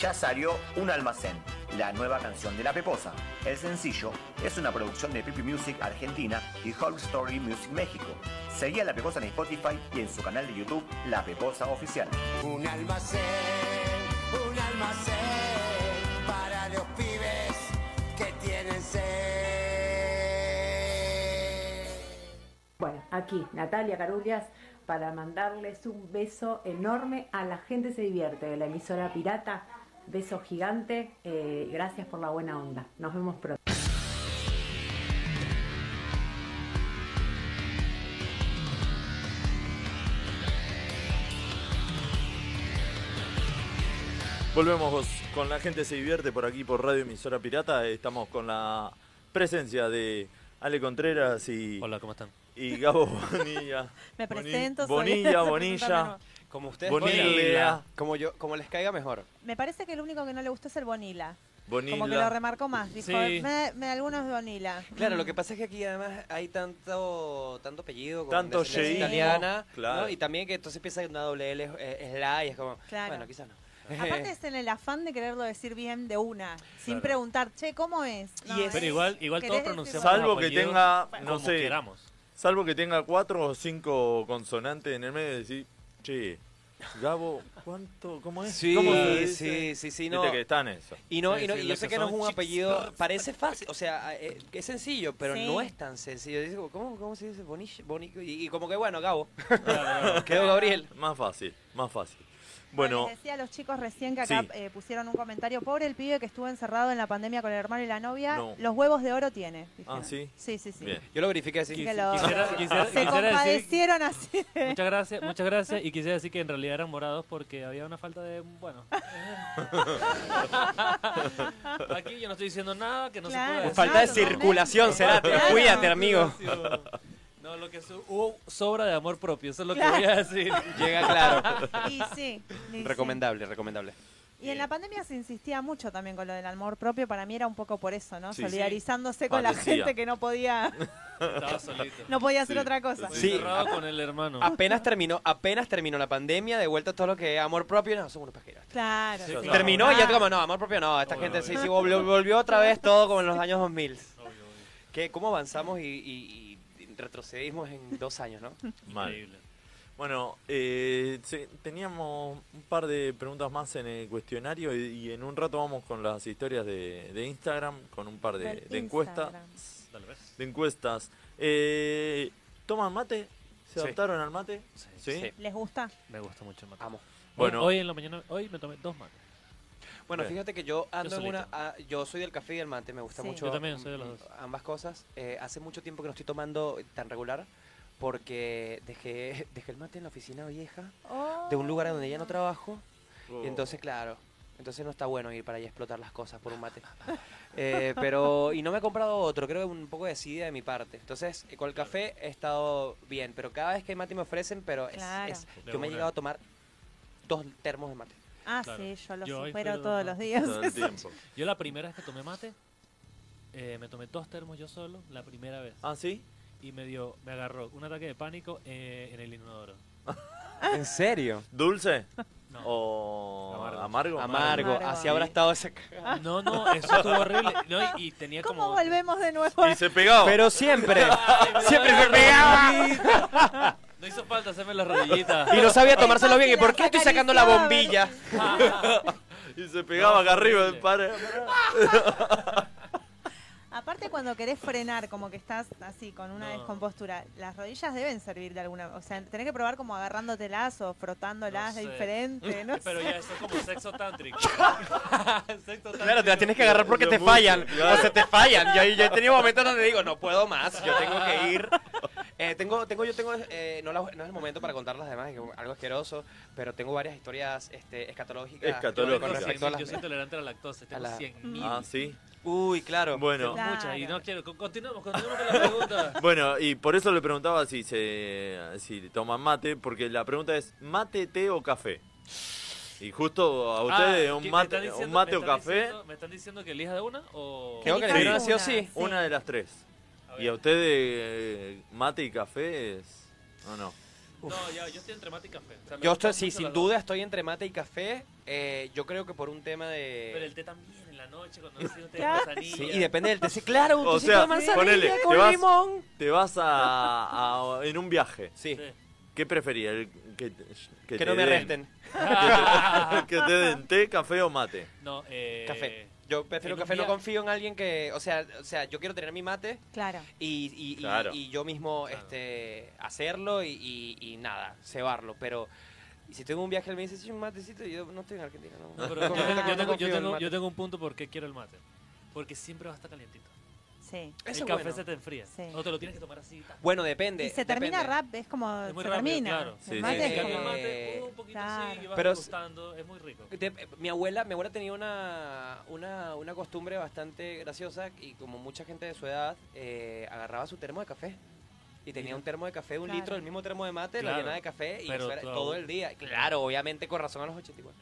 Speaker 5: Ya salió Un Almacén, la nueva canción de La Peposa. El sencillo es una producción de Pipi Music Argentina y Hulk Story Music México. Seguí a La Peposa en Spotify y en su canal de YouTube La Peposa Oficial.
Speaker 13: Un almacén, un almacén para los pibes que tienen sed.
Speaker 16: Bueno, aquí Natalia Carullas para mandarles un beso enorme a la gente se divierte de la emisora Pirata. Beso gigante, eh, gracias por la buena onda. Nos vemos pronto.
Speaker 1: Volvemos vos, con la gente se divierte por aquí por Radio Emisora Pirata. Estamos con la presencia de Ale Contreras y.
Speaker 4: Hola, ¿cómo están?
Speaker 1: Y Gabo Bonilla.
Speaker 2: Me presento, soy-
Speaker 1: Bonilla, Bonilla.
Speaker 3: Como ustedes
Speaker 1: Bonilla.
Speaker 3: Como yo, como les caiga mejor.
Speaker 2: Me parece que el único que no le gustó es el Bonilla. Como que
Speaker 3: Bonilla.
Speaker 2: lo remarcó más. Dijo,
Speaker 3: Sí.
Speaker 2: me, me- algunos Bonilla.
Speaker 3: Claro, lo que pasa es que aquí además hay tanto tanto apellido con
Speaker 1: Tanto
Speaker 3: descendencia
Speaker 1: yeísmo,
Speaker 3: italiana,
Speaker 1: claro.
Speaker 3: ¿no? Y también que entonces piensa que una doble L es, es- es la y es como,
Speaker 2: Claro.
Speaker 3: bueno, quizás no. Eh,
Speaker 2: Aparte es en el afán de quererlo decir bien de una, sin
Speaker 4: Claro.
Speaker 2: preguntar, che, ¿cómo es? No, es-
Speaker 4: Pero igual, igual todos
Speaker 2: ¿querés
Speaker 4: pronunciamos
Speaker 1: Salvo
Speaker 4: los
Speaker 1: que
Speaker 4: apellidos
Speaker 1: tenga, no
Speaker 4: como
Speaker 1: sé.
Speaker 4: queramos.
Speaker 1: Salvo que tenga cuatro o cinco consonantes en el medio y decir, che, Gabo, ¿cuánto? ¿Cómo es?
Speaker 3: Sí,
Speaker 1: ¿Cómo se dice?
Speaker 3: sí, sí, sí,
Speaker 1: Viste
Speaker 3: no.
Speaker 1: que está en eso.
Speaker 3: Y no,
Speaker 1: Sí,
Speaker 3: y, no,
Speaker 1: sí,
Speaker 3: y
Speaker 1: lo
Speaker 3: yo sé
Speaker 1: que
Speaker 3: que no es
Speaker 1: son
Speaker 3: un
Speaker 1: chicos.
Speaker 3: apellido, parece fácil, o sea, eh, eh, es sencillo, pero
Speaker 2: Sí.
Speaker 3: no es tan sencillo. Dice, ¿cómo, cómo se dice? Bonich, bonico, y, y como que bueno, Gabo. Quedó Gabriel.
Speaker 1: Más fácil, más fácil. Bueno,
Speaker 2: Les decía a los chicos recién que acá
Speaker 1: Sí.
Speaker 2: eh, pusieron un comentario, pobre el pibe que estuvo encerrado en la pandemia con el hermano y la novia,
Speaker 1: No.
Speaker 2: los huevos de oro tiene. dijeron.
Speaker 1: ah, sí.
Speaker 2: Sí, sí, sí.
Speaker 3: Yo lo verifiqué así.
Speaker 2: Así que lo-
Speaker 4: Quisiera- quisiera-
Speaker 2: se
Speaker 4: quisiera decir-
Speaker 2: compadecieron así. de-
Speaker 4: Muchas gracias, muchas gracias. Y quisiera decir que en realidad eran morados porque había una falta de. Bueno. Aquí yo no estoy diciendo nada que no se pueda
Speaker 2: Claro,
Speaker 4: decir.
Speaker 3: Falta de circulación, será. Cuídate, amigo.
Speaker 4: No, lo que su- hubo sobra de amor propio, eso es lo
Speaker 2: Claro.
Speaker 4: que voy a decir.
Speaker 3: Llega claro.
Speaker 2: Y sí, y sí.
Speaker 3: Recomendable, recomendable.
Speaker 2: Y en la pandemia se insistía mucho también con lo del amor propio. Para mí era un poco por eso, ¿no?
Speaker 3: Sí.
Speaker 2: Solidarizándose con la
Speaker 3: Parecía.
Speaker 2: gente que no podía,
Speaker 4: Estaba solito.
Speaker 2: no podía hacer otra cosa.
Speaker 4: Encerrado con el hermano.
Speaker 3: Apenas terminó, apenas terminó la pandemia, de vuelta todo lo que es amor propio, no, somos unos pajeros.
Speaker 2: Claro.
Speaker 4: Sí, claro.
Speaker 3: Terminó y ya como, no, amor propio no, esta gente sí, sí, volvió, volvió otra vez todo como en los años 2000. ¿Qué, ¿Cómo avanzamos y, y- y retrocedimos en dos años, no?
Speaker 1: Mal. Bueno, eh, se- teníamos un par de preguntas más en el cuestionario y, y en un rato vamos con las historias de, de Instagram, con un par de,
Speaker 2: Del
Speaker 1: de encuestas.
Speaker 2: Instagram.
Speaker 4: Dale, ves.
Speaker 1: De encuestas. Eh, ¿Toman mate? ¿Se
Speaker 4: Sí.
Speaker 1: adaptaron al mate? Sí.
Speaker 2: ¿Les gusta?
Speaker 4: Me gusta mucho el mate.
Speaker 3: Amo.
Speaker 1: Bueno.
Speaker 4: hoy en la mañana, hoy me tomé dos mates.
Speaker 3: Bueno,
Speaker 4: Bien.
Speaker 3: fíjate que yo ando
Speaker 4: Yo
Speaker 3: en una...
Speaker 4: solito.
Speaker 3: ah, yo soy del café y del mate, me gusta
Speaker 4: Sí.
Speaker 3: mucho
Speaker 4: Yo también soy de los
Speaker 3: mm,
Speaker 4: dos.
Speaker 3: ambas cosas. Eh, hace mucho tiempo que no estoy tomando tan regular porque dejé, dejé el mate en la oficina vieja de un lugar donde ya no trabajo.
Speaker 1: Oh.
Speaker 3: Y entonces, claro, entonces no está bueno ir para allá a explotar las cosas por un mate. Eh, pero, y no me he comprado otro, creo que un poco decidida de mi parte. Entonces, eh, con el café he estado bien, pero cada vez que hay mate me ofrecen, pero es-
Speaker 2: Claro.
Speaker 3: es-
Speaker 2: De
Speaker 3: yo me he
Speaker 2: una.
Speaker 3: llegado a tomar dos termos de mate.
Speaker 2: Ah,
Speaker 4: Claro.
Speaker 2: sí, yo los
Speaker 4: Yo hoy
Speaker 2: supero
Speaker 4: fui-
Speaker 2: todos los días.
Speaker 4: Yo la primera vez que tomé mate, eh, me tomé dos termos yo solo, la primera vez.
Speaker 1: ¿Ah, sí?
Speaker 4: Y me dio, me agarró un ataque de pánico eh, en el inodoro.
Speaker 3: ¿En serio?
Speaker 1: ¿Dulce?
Speaker 4: No.
Speaker 1: Oh. ¿O amargo?
Speaker 4: Amargo.
Speaker 3: Amargo,
Speaker 4: Amargo.
Speaker 3: así habrá estado esa cagada.
Speaker 4: No, no, eso estuvo horrible. No, y, y tenía
Speaker 2: ¿Cómo
Speaker 4: como...
Speaker 2: volvemos de nuevo?
Speaker 1: se pegaba.
Speaker 3: Pero siempre, siempre se
Speaker 4: pegaba. No hizo falta hacerme las rodillitas.
Speaker 3: Y no sabía tomárselo bien. ¿Y por qué estoy sacando la bombilla?
Speaker 1: y se pegaba acá arriba. Para,
Speaker 2: Aparte cuando querés frenar, como que estás así, con una
Speaker 4: No.
Speaker 2: descompostura, las rodillas deben servir de alguna... O sea, tenés que probar como agarrándotelas o frotándolas
Speaker 4: No
Speaker 2: de
Speaker 4: sé.
Speaker 2: diferente, ¿no?
Speaker 4: Pero ya, eso es como sexo tántrico. sexo
Speaker 3: Claro, te la tienes que agarrar porque
Speaker 1: Lo
Speaker 3: te
Speaker 1: mucho,
Speaker 3: fallan.
Speaker 1: claro.
Speaker 3: O sea, te fallan. Yo, yo he tenido momentos donde digo, no puedo más, yo tengo que ir. Eh, tengo, tengo, yo tengo, eh, no, la- no es el momento para contar las demás, que es algo asqueroso, pero tengo varias historias este, escatológicas.
Speaker 1: Escatológicas.
Speaker 3: Con respecto a
Speaker 4: Yo
Speaker 3: las...
Speaker 4: soy tolerante a la lactosa, tengo
Speaker 3: A la-
Speaker 4: 100.000.
Speaker 1: Ah, sí.
Speaker 3: Uy, claro.
Speaker 1: Bueno.
Speaker 4: Tengo muchas y no quiero. Con- Continuemos, continuemos con la pregunta.
Speaker 1: Bueno, y por eso le preguntaba si se si toman mate, porque la pregunta es mate, té o café. Y justo a ustedes
Speaker 4: Ah,
Speaker 1: un
Speaker 4: ¿qué- me
Speaker 1: mate,
Speaker 4: están diciendo-
Speaker 1: un mate
Speaker 4: me
Speaker 1: o
Speaker 4: están
Speaker 1: café,
Speaker 4: diciendo- ¿Me están diciendo que elija de una o.?
Speaker 3: Creo que le dieron así o sí.
Speaker 1: una de las tres. Y a ustedes eh, mate y café es o no.
Speaker 4: No, ya, yo estoy entre mate y café. O sea, me
Speaker 3: Yo
Speaker 4: gustan
Speaker 3: estoy, sí,
Speaker 4: mucho
Speaker 3: sin
Speaker 4: las dos.
Speaker 3: duda estoy entre mate y café. Eh, yo creo que por un tema de...
Speaker 4: Pero el té también en la noche cuando haces un té de
Speaker 3: Claro.
Speaker 4: manzanilla.
Speaker 3: Sí, y depende del té. Sí, claro, un
Speaker 1: O
Speaker 3: tecito
Speaker 1: sea,
Speaker 3: de manzanilla
Speaker 1: ponele,
Speaker 3: con
Speaker 1: te vas,
Speaker 3: limón.
Speaker 1: te vas a, a- en un viaje.
Speaker 3: Sí.
Speaker 1: ¿Qué preferías? El- Que,
Speaker 3: Que no
Speaker 1: te
Speaker 3: me
Speaker 1: den-
Speaker 3: arresten.
Speaker 1: que, te, que te den té, café o mate.
Speaker 4: No, eh.
Speaker 3: Café. Yo prefiero
Speaker 4: en un
Speaker 3: café, no
Speaker 4: día-
Speaker 3: confío en alguien que, o sea, o sea, yo quiero tener mi mate
Speaker 2: Claro.
Speaker 3: y, y- y-
Speaker 1: Claro.
Speaker 3: y yo mismo este hacerlo y, y- y nada, cebarlo, pero y si tengo un viaje, él me dice, sí, un matecito, y yo no estoy en Argentina, no.
Speaker 4: No, pero
Speaker 3: No,
Speaker 4: yo, tengo,
Speaker 3: no, no,
Speaker 4: yo,
Speaker 3: no
Speaker 4: tengo,
Speaker 3: confío
Speaker 4: yo,
Speaker 3: en el
Speaker 4: tengo,
Speaker 3: mate.
Speaker 4: yo tengo un punto por qué quiero el mate. Porque siempre va a estar calientito.
Speaker 2: Sí.
Speaker 3: Eso
Speaker 4: el
Speaker 3: es
Speaker 4: café
Speaker 3: bueno.
Speaker 4: se te enfría.
Speaker 2: Sí.
Speaker 4: O te lo tienes que tomar así. ta.
Speaker 3: Bueno, depende.
Speaker 2: Y se termina
Speaker 3: depende.
Speaker 2: rap, es como...
Speaker 4: Es muy
Speaker 2: se
Speaker 4: rápido,
Speaker 2: termina.
Speaker 4: claro.
Speaker 2: El
Speaker 1: Sí,
Speaker 2: mate
Speaker 3: sí,
Speaker 2: es
Speaker 3: sí.
Speaker 4: Cambia el
Speaker 2: como-
Speaker 4: mate uh, un poquito así
Speaker 2: Claro.
Speaker 4: y vas
Speaker 3: Pero-
Speaker 4: gustando. Es muy rico.
Speaker 3: De- mi abuela, mi abuela tenía una, una, una costumbre bastante graciosa y como mucha gente de su edad, eh, agarraba su termo de café. Y tenía un termo de café de un
Speaker 2: Claro.
Speaker 3: litro, el mismo termo de mate, la
Speaker 4: Claro,
Speaker 3: llena de café y
Speaker 4: pero
Speaker 3: eso era
Speaker 4: tú
Speaker 3: todo
Speaker 4: aún-
Speaker 3: el día. Claro, obviamente con razón a los 84.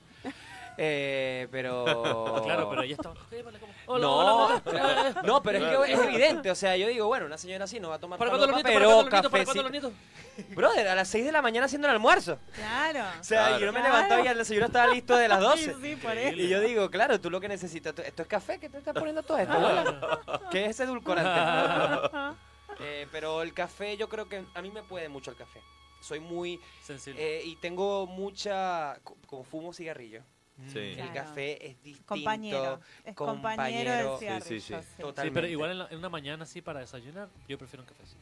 Speaker 3: Eh, pero...
Speaker 4: Ah, Claro, pero ella estaba. "Eh, vale, como- Hola,
Speaker 3: no,
Speaker 4: hola, hola".
Speaker 3: claro. no, pero es que es evidente. O sea, yo digo, bueno, una señora así no va a tomar
Speaker 4: ¿Para cuándo los
Speaker 3: palopa,
Speaker 4: nietos? ¿Para
Speaker 3: pero
Speaker 4: cuándo los nietos? ¿Para cuándo los
Speaker 3: cafecito.
Speaker 4: nietos?
Speaker 3: Brother, a las 6 de la mañana haciendo el almuerzo.
Speaker 2: Claro.
Speaker 3: O sea,
Speaker 1: Claro.
Speaker 3: yo no me
Speaker 2: Claro.
Speaker 3: levantaba y el desayuno estaba listo de las 12.
Speaker 2: Sí, sí, por eso.
Speaker 3: Y yo digo, claro, tú lo que necesitas, tú- esto es café, ¿qué te estás poniendo todo esto? abuela? ¿Qué es ese
Speaker 4: Ah.
Speaker 3: edulcorante? Eh, pero el café, yo creo que a mí me puede mucho el café. Soy muy...
Speaker 4: Sensible.
Speaker 3: eh, y tengo mucha... co- Como fumo cigarrillo.
Speaker 4: Mm.
Speaker 1: Sí.
Speaker 3: El
Speaker 2: Claro.
Speaker 3: café es distinto.
Speaker 2: Compañero. Es compañero del
Speaker 3: compañero,
Speaker 2: cigarrillo.
Speaker 1: Sí, sí, sí.
Speaker 2: sí.
Speaker 4: Sí,
Speaker 3: Totalmente.
Speaker 4: pero igual en, la- en una mañana así para desayunar, yo prefiero un cafecito.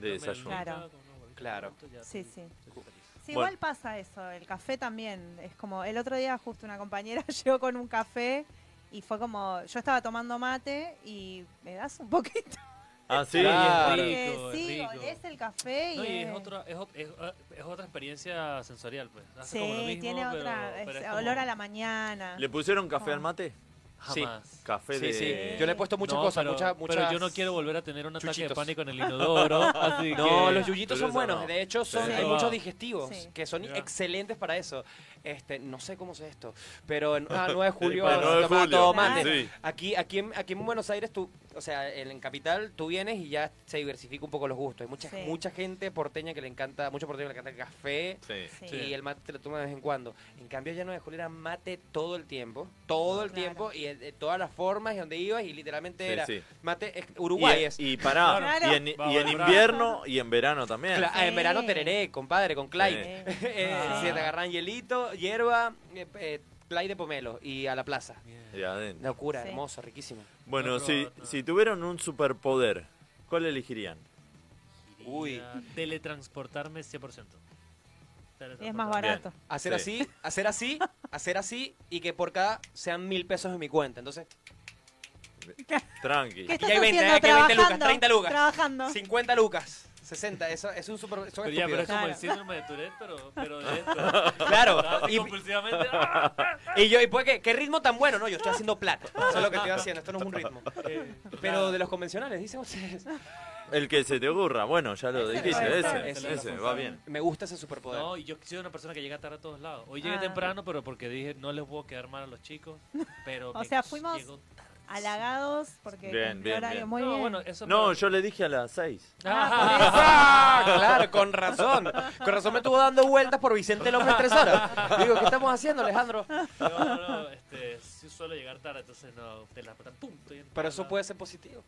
Speaker 1: De desayuno.
Speaker 2: Claro.
Speaker 3: Claro.
Speaker 2: Sí, sí. Sí,
Speaker 1: Bueno.
Speaker 2: igual pasa eso, el café también. Es como, el otro día justo una compañera llegó con un café y fue como, yo estaba tomando mate y me das un poquito.
Speaker 1: Ah, sí.
Speaker 3: Claro.
Speaker 2: Porque
Speaker 4: rico,
Speaker 2: sí,
Speaker 4: rico.
Speaker 2: olés el café y,
Speaker 4: No, y es
Speaker 2: es-
Speaker 4: otra, es, ot- es, eh, es otra experiencia sensorial, pues. Hace
Speaker 2: Sí,
Speaker 4: como lo mismo,
Speaker 2: tiene
Speaker 4: pero-
Speaker 2: otra,
Speaker 4: pero
Speaker 2: es
Speaker 4: es como-
Speaker 2: olor a la mañana.
Speaker 1: ¿Le pusieron café
Speaker 2: Ah.
Speaker 1: al mate?
Speaker 4: Jamás.
Speaker 1: Sí. Café
Speaker 3: Sí,
Speaker 1: de-
Speaker 3: sí. Yo le he puesto muchas
Speaker 4: No,
Speaker 3: cosas,
Speaker 4: pero-
Speaker 3: muchas, muchas.
Speaker 4: Pero yo no quiero volver a tener un ataque de
Speaker 3: chuchitos.
Speaker 4: pánico en el inodoro. así
Speaker 3: no,
Speaker 4: que-
Speaker 3: los yuyitos son buenos. De hecho, son,
Speaker 4: Sí.
Speaker 3: hay muchos digestivos
Speaker 4: Sí.
Speaker 3: que son
Speaker 4: Ya.
Speaker 3: excelentes para eso. Este, no sé cómo es esto, pero en ah, 9 de julio,
Speaker 1: Para el 9 de
Speaker 3: toma-
Speaker 1: julio,
Speaker 3: toma mate.
Speaker 1: sí.
Speaker 3: Aquí, aquí, en, aquí en Buenos Aires, tú, o sea, en, en Capital, tú vienes y ya se diversifica un poco los gustos. Hay mucha,
Speaker 1: Sí.
Speaker 3: mucha gente porteña que le encanta, mucho porteño que le encanta el café
Speaker 1: Sí. Sí.
Speaker 3: y el mate te lo toma de vez en cuando. En cambio, ya 9 de julio era mate todo el tiempo, todo el
Speaker 1: Claro.
Speaker 3: tiempo y de todas las formas y donde ibas y literalmente
Speaker 1: Sí,
Speaker 3: era
Speaker 1: sí.
Speaker 3: mate, es- Uruguay
Speaker 1: y, e-
Speaker 3: es.
Speaker 1: Y pará, y en, y en invierno y en verano también.
Speaker 3: Cla- ah, En verano tereré, compadre, con Clyde.
Speaker 1: Sí.
Speaker 3: Eh,
Speaker 1: Ah.
Speaker 3: Si te agarran hielito, hierba, eh, eh, Clyde de pomelo y a la plaza.
Speaker 1: Y adentro.
Speaker 3: Locura,
Speaker 1: Sí.
Speaker 3: hermoso, riquísimo.
Speaker 1: Bueno, si, si tuvieran un superpoder, ¿cuál elegirían?
Speaker 3: Uy.
Speaker 4: Teletransportarme 100%.
Speaker 2: Es más barato.
Speaker 1: Bien.
Speaker 3: Hacer
Speaker 1: Sí.
Speaker 3: así, hacer así, hacer así y que por cada sean mil pesos en mi cuenta. Entonces,
Speaker 1: Tranqui.
Speaker 3: aquí hay 20,
Speaker 4: eh,
Speaker 2: haciendo?
Speaker 3: aquí hay 20 lucas,
Speaker 2: Trabajando,
Speaker 3: 30 lucas,
Speaker 2: trabajando.
Speaker 3: 50 lucas, 60. Eso es un super. Son
Speaker 4: Pero, ya, pero
Speaker 3: estúpidos.
Speaker 4: es como el síndrome de Tourette, pero, pero de esto.
Speaker 3: Claro.
Speaker 4: Ah,
Speaker 3: Y-
Speaker 4: compulsivamente.
Speaker 3: Y yo, ¿y pues qué? ¿Qué ritmo tan bueno? No, yo estoy haciendo plato. Eso es lo que estoy haciendo, esto no es un ritmo.
Speaker 1: Eh,
Speaker 3: Pero de los convencionales, dicen ustedes.
Speaker 1: El que se te ocurra. Bueno, ya lo dijiste. Ese, ese, va bien.
Speaker 3: Me gusta ese superpoder.
Speaker 4: No, y yo soy una persona que llega tarde a todos lados. Hoy llegué
Speaker 2: Ah.
Speaker 4: temprano, pero porque dije, no les puedo quedar mal a los chicos. Pero
Speaker 2: O
Speaker 4: me
Speaker 2: sea, fuimos
Speaker 4: llegó-
Speaker 2: halagados porque
Speaker 1: Bien,
Speaker 2: cumplió
Speaker 1: bien,
Speaker 2: horario
Speaker 1: bien.
Speaker 2: muy
Speaker 4: No,
Speaker 2: bien.
Speaker 4: bueno, eso
Speaker 1: No, yo le dije a las 6.
Speaker 3: Ah, claro, con razón. Con razón me estuvo dando vueltas por Vicente López tres horas. Digo, ¿qué estamos haciendo, Alejandro?
Speaker 4: No, no, no, este, sí suelo llegar tarde, entonces no, te la apretan, pum, estoy en
Speaker 3: Pero eso puede ser positivo.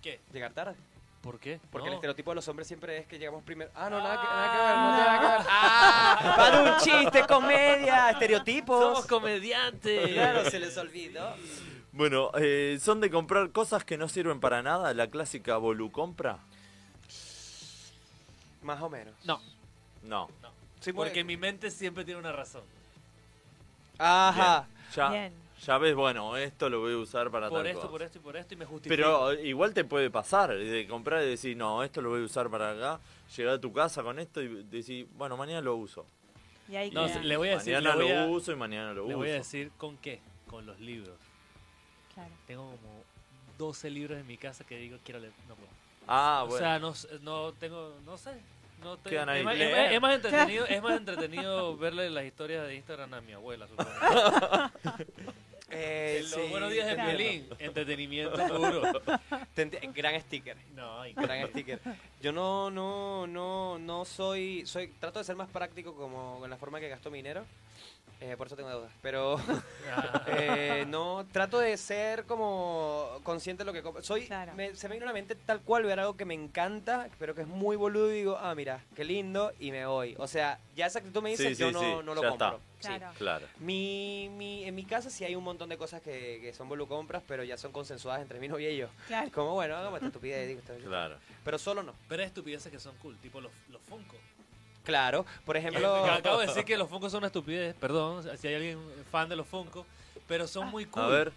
Speaker 4: ¿Qué?
Speaker 3: Llegar tarde.
Speaker 4: ¿Por qué?
Speaker 3: Porque el
Speaker 4: No.
Speaker 3: estereotipo de los hombres siempre es que llegamos primero. Ah, no, nada que, nada que ver, no tiene nada que ver. Ah, para un chiste, comedia, estereotipos.
Speaker 4: Somos comediantes.
Speaker 3: Claro, se les olvidó.
Speaker 1: Bueno, eh, son de comprar cosas que no sirven para nada. La clásica volucompra.
Speaker 3: Más o menos.
Speaker 4: No.
Speaker 1: No.
Speaker 3: Sí,
Speaker 4: porque
Speaker 3: porque-
Speaker 4: mi mente siempre tiene una razón.
Speaker 3: Ajá.
Speaker 1: Bien. Ya,
Speaker 4: Bien.
Speaker 1: ya ves, bueno, esto lo voy a usar para
Speaker 4: Por
Speaker 1: tal
Speaker 4: esto,
Speaker 1: cosa.
Speaker 4: por esto y por esto, y me justifico.
Speaker 1: Pero eh, igual te puede pasar de comprar y decir, no, esto lo voy a usar para acá. Llegar a tu casa con esto y decir, bueno, mañana lo uso.
Speaker 2: Y ahí
Speaker 4: No,
Speaker 2: queda.
Speaker 4: le voy a decir.
Speaker 1: Mañana
Speaker 4: le voy
Speaker 1: lo
Speaker 4: a-
Speaker 1: uso y mañana lo
Speaker 4: Le voy a
Speaker 1: uso.
Speaker 4: decir con qué. Con los libros.
Speaker 2: Claro.
Speaker 4: Tengo como 12 libros en mi casa que digo, quiero leer. No puedo.
Speaker 1: Ah,
Speaker 4: O
Speaker 1: bueno.
Speaker 4: sea, no, s- no tengo. No sé. No tengo-
Speaker 1: Quedan ahí,
Speaker 4: es, más, es
Speaker 1: leer.
Speaker 4: más- es más entretenido, es más entretenido verle las historias de Instagram a mi abuela, supongo.
Speaker 3: Eh,
Speaker 4: En los
Speaker 3: sí,
Speaker 4: buenos días de
Speaker 3: te
Speaker 4: violín.
Speaker 3: entiendo.
Speaker 4: Entretenimiento puro.
Speaker 3: Te enti- Gran sticker.
Speaker 4: No, increíble.
Speaker 3: gran sticker. Yo no, no, no, no soy, soy, trato de ser más práctico como con la forma que gasto mi dinero. Eh, por eso tengo deudas. Pero eh, no, trato de ser como consciente de lo que compro. Soy, me- se me vino a la mente tal cual ver algo que me encanta, pero que es muy boludo y digo, ah, mira, qué lindo, y me voy. O sea, ya esa actitud me dice,
Speaker 1: Sí,
Speaker 3: yo
Speaker 1: sí,
Speaker 3: no,
Speaker 1: sí,
Speaker 3: no lo
Speaker 1: ya
Speaker 3: compro.
Speaker 1: está.
Speaker 3: Sí.
Speaker 1: Claro. Claro.
Speaker 3: Mi, mi, en mi casa sí hay un montón de cosas que, que son compras, pero ya son consensuadas entre mi novia y yo.
Speaker 2: Claro.
Speaker 3: Como, bueno, hagamos esta estupidez. digo, esta-
Speaker 1: Claro.
Speaker 3: Pero solo no.
Speaker 4: Pero hay estupideces que son cool, tipo los, los Funko.
Speaker 3: Claro, por ejemplo...
Speaker 4: Que Eh, Acabo de decir que los Funko son una estupidez, perdón, si hay alguien fan de los Funko, pero son muy cool.
Speaker 3: A ver.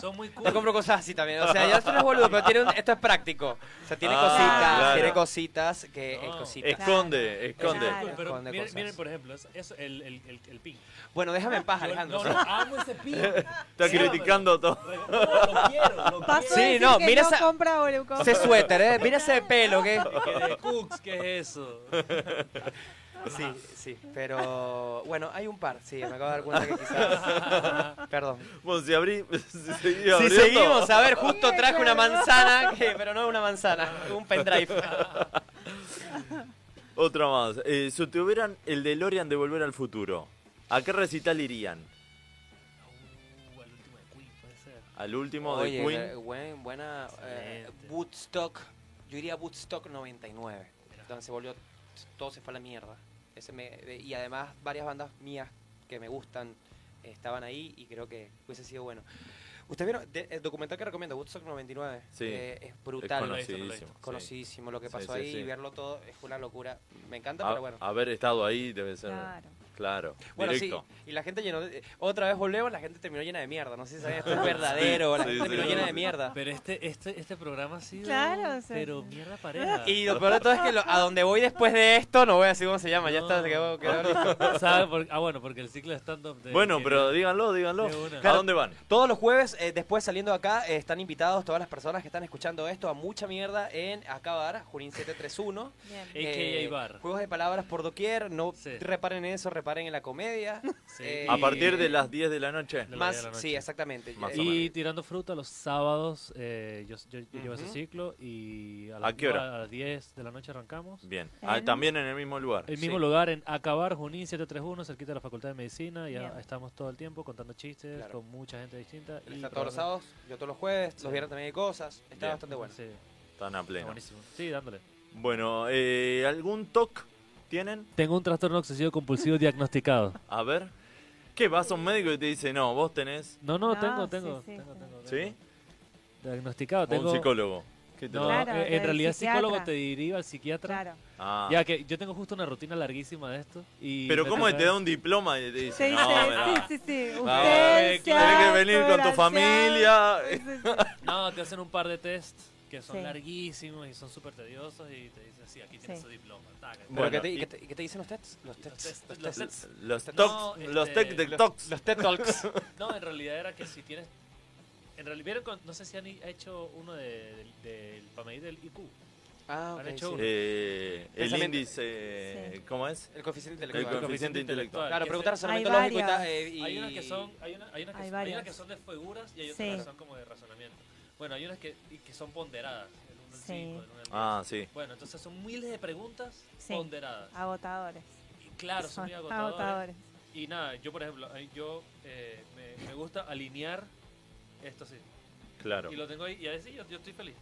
Speaker 4: Son muy cool.
Speaker 3: Yo compro cosas así también. O sea, ya esto no es boludo, pero tiene un- esto es práctico. O sea, tiene
Speaker 1: Ah,
Speaker 3: cositas,
Speaker 1: claro.
Speaker 3: tiene cositas que... eh, cositas.
Speaker 1: Esconde, esconde.
Speaker 4: Cool, pero
Speaker 3: Esconde
Speaker 4: miren,
Speaker 3: cosas.
Speaker 4: miren, por ejemplo, es, es el, el, el, el pin.
Speaker 3: Bueno, déjame en paz,
Speaker 4: Yo-
Speaker 3: Alejandro.
Speaker 4: No, no, amo ese pin.
Speaker 1: Está criticando todo.
Speaker 4: Lo quiero, lo quiero.
Speaker 2: Paso de decir que no compra Boruco.
Speaker 3: ese suéter, ¿eh? Mira ese pelo, ¿qué?
Speaker 4: Que de Cooks, ¿qué es eso? Uh,
Speaker 3: Sí, sí, pero bueno, hay un par, sí, me acabo de dar cuenta que quizás. Perdón.
Speaker 1: Bueno, si abrí. Si, seguí
Speaker 3: Si
Speaker 1: abriendo.
Speaker 3: seguimos,
Speaker 4: ah.
Speaker 3: a ver, justo traje una manzana, que- pero no una manzana, un pendrive.
Speaker 1: Otra más. Eh, si tuvieran el DeLorean de Volver al Futuro, ¿a qué recital irían? Al último de
Speaker 3: Oye,
Speaker 1: Queen.
Speaker 3: eh, buen- buena. eh, Woodstock, yo diría Woodstock 99, donde se volvió, todo se fue a la mierda. Ese me- eh, y además, varias bandas mías que me gustan eh, estaban ahí y creo que hubiese sido bueno. ¿Ustedes vieron de- el documental que recomiendo, Woodstock 99?
Speaker 1: Sí.
Speaker 3: Eh, es
Speaker 1: Es
Speaker 3: brutal.
Speaker 1: conocidísimo, sí.
Speaker 3: Conocidísimo lo que
Speaker 1: Sí,
Speaker 3: pasó
Speaker 1: sí,
Speaker 3: ahí
Speaker 1: sí.
Speaker 3: y verlo todo es una locura. Me encanta,
Speaker 1: A-
Speaker 3: pero bueno.
Speaker 1: haber Ah, estado ahí debe ser.
Speaker 3: Claro.
Speaker 1: Claro,
Speaker 3: Bueno,
Speaker 1: directo.
Speaker 3: sí, y la gente llenó de- otra vez volvemos, la gente terminó llena de mierda, no sé si saben, esto es verdadero, la
Speaker 4: Sí,
Speaker 3: gente
Speaker 4: sí,
Speaker 3: terminó
Speaker 4: sí.
Speaker 3: llena de mierda.
Speaker 4: Pero este, este, este programa ha sido.
Speaker 2: Claro, o sea.
Speaker 4: Pero mierda pareja.
Speaker 3: Y lo peor de todo es que lo- a donde voy después de esto, no voy a decir cómo se llama, ya está, se quedó, quedó listo.
Speaker 4: ¿Sabe por- ah, bueno, porque el ciclo de stand-up. de-
Speaker 1: Bueno,
Speaker 4: que-
Speaker 1: pero díganlo, díganlo.
Speaker 4: de una.
Speaker 1: ¿A dónde van?
Speaker 3: Todos los jueves, eh, después saliendo de acá, eh, están invitados todas las personas que están escuchando esto a mucha mierda en Acabar, Junín 731.
Speaker 4: Bien. AKA Bar.
Speaker 3: eh, Juegos de palabras por doquier, no reparen en eso, reparen en la comedia. Eh,
Speaker 1: A partir de las 10 de la noche.
Speaker 3: Más, sí, exactamente.
Speaker 1: Más
Speaker 3: Eh,
Speaker 1: o menos.
Speaker 4: Y tirando fruta los sábados, eh, yo, yo- yo llevo ese
Speaker 3: Ujú.
Speaker 4: ciclo y a,
Speaker 1: ¿A
Speaker 4: las-
Speaker 1: qué hora?
Speaker 4: a las 10 de la noche arrancamos.
Speaker 1: Bien. Ah, también en el mismo lugar.
Speaker 4: El mismo
Speaker 1: Sí.
Speaker 4: lugar en Acabar, Junín 731, cerquita de la Facultad de Medicina. Ya
Speaker 3: Bien.
Speaker 4: estamos todo el tiempo contando chistes
Speaker 3: Claro.
Speaker 4: con mucha gente distinta.
Speaker 3: Él
Speaker 4: y
Speaker 3: está todos los
Speaker 4: programas-
Speaker 3: sábados, yo todos los jueves, los
Speaker 4: Sí.
Speaker 3: viernes también hay cosas. Está
Speaker 4: Bien.
Speaker 3: bastante bueno.
Speaker 4: Sí,
Speaker 1: Están a pleno.
Speaker 4: buenísimo. Sí, dándole.
Speaker 1: Bueno, eh, ¿algún TOC tienen?
Speaker 4: Tengo un trastorno obsesivo compulsivo diagnosticado.
Speaker 1: A ver. ¿Qué? ¿Vas a un médico y te dice, no, vos tenés?
Speaker 4: No, no, tengo, tengo.
Speaker 1: ¿Sí?
Speaker 4: Diagnosticado,
Speaker 1: O un
Speaker 4: tengo.
Speaker 1: psicólogo. ¿Qué te
Speaker 4: No,
Speaker 1: Claro,
Speaker 4: eh,
Speaker 1: del
Speaker 4: en realidad
Speaker 1: psiquiatra.
Speaker 4: psicólogo te deriva al psiquiatra.
Speaker 2: Claro.
Speaker 1: Ah.
Speaker 4: Ya que yo tengo justo una rutina larguísima de esto. Y
Speaker 1: Pero
Speaker 4: me
Speaker 1: ¿cómo
Speaker 4: toca-
Speaker 1: te da un diploma y te dice,
Speaker 4: Te
Speaker 1: no,
Speaker 4: dice,
Speaker 1: mirá.
Speaker 4: sí, sí, sí,
Speaker 1: Vamos,
Speaker 4: usted
Speaker 1: eh,
Speaker 4: se
Speaker 1: tenés
Speaker 4: ha
Speaker 1: que venir con tu
Speaker 4: autograciado".
Speaker 1: familia.
Speaker 4: No, te hacen un par de test que son
Speaker 3: Sí.
Speaker 4: larguísimos y son súper tediosos y te dicen, sí, aquí tienes su diploma. taca, taca.
Speaker 3: Bueno,
Speaker 1: Bueno,
Speaker 3: ¿qué te, y,
Speaker 1: y-
Speaker 3: qué te- y qué te dicen los TEDs? Los TEDs.
Speaker 4: Los
Speaker 3: Los
Speaker 4: TEDs.
Speaker 3: TEDs.
Speaker 1: Los
Speaker 3: TEDs.
Speaker 1: TOCs, los TEC de TOCs.
Speaker 3: Los TED Talks.
Speaker 4: No, en realidad era que si tienes... En realidad, ¿vieron con- no sé si han i- hecho uno de, del- del- para medir el IQ.
Speaker 3: Ah,
Speaker 4: Han
Speaker 3: ok,
Speaker 4: hecho
Speaker 3: sí.
Speaker 4: uno.
Speaker 1: Eh, el
Speaker 3: Pensamiento-
Speaker 1: índice,
Speaker 4: Sí.
Speaker 1: ¿cómo es?
Speaker 3: El coeficiente intelectual.
Speaker 1: El coeficiente intelectual.
Speaker 3: Claro,
Speaker 4: Que
Speaker 3: preguntar
Speaker 4: se-
Speaker 3: razonamiento Hay lógico y ta- varias. eh, y-
Speaker 4: Hay unas que son, hay una- hay unas que,
Speaker 3: Hay
Speaker 4: son- hay unas
Speaker 3: varias.
Speaker 4: que son de figuras y hay otras
Speaker 3: Sí.
Speaker 4: que son como de razonamiento. Bueno, hay unas que, y que son ponderadas. El 1 al
Speaker 2: Sí.
Speaker 4: 5, el 1 al 10.
Speaker 1: Ah, sí.
Speaker 4: Bueno, entonces son miles de preguntas
Speaker 2: Sí. Ah,
Speaker 4: ponderadas.
Speaker 2: Agotadores.
Speaker 4: Claro, son muy agotadores.
Speaker 2: agotadores.
Speaker 4: Y nada, yo por ejemplo, eh, yo eh, me, me gusta alinear esto sí.
Speaker 1: Claro.
Speaker 4: Y lo tengo ahí y a veces yo, yo estoy feliz.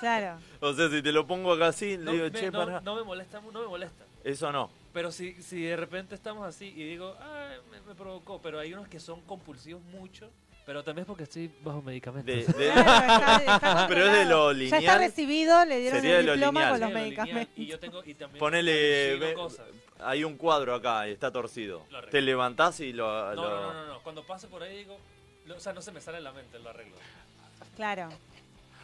Speaker 2: Claro.
Speaker 1: O sea, si te lo pongo acá así,
Speaker 4: No,
Speaker 1: le digo,
Speaker 4: me,
Speaker 1: che,
Speaker 4: no-
Speaker 1: pará.
Speaker 4: no me molesta, mu- no me molesta.
Speaker 1: Eso no.
Speaker 4: Pero si, si de repente estamos así y digo, "Ay, me, me provocó, pero hay unos que son compulsivos mucho, pero también es porque estoy bajo medicamentos.
Speaker 1: De- de- Pero es de lo
Speaker 2: Ya está
Speaker 1: lineal.
Speaker 2: recibido, le dieron
Speaker 1: Sería
Speaker 2: el
Speaker 1: de lo
Speaker 2: diploma
Speaker 1: lineal.
Speaker 2: con los
Speaker 1: Sería de lo
Speaker 2: medicamentos.
Speaker 4: Y yo tengo, y también
Speaker 1: Ponele,
Speaker 4: consigo
Speaker 1: ve-
Speaker 4: cosas.
Speaker 1: hay un cuadro acá y está torcido. Te levantás y lo...
Speaker 4: No,
Speaker 1: lo-
Speaker 4: no, no, no, no, cuando paso por ahí digo, lo- o sea, no se me sale en la mente, lo arreglo.
Speaker 2: Claro.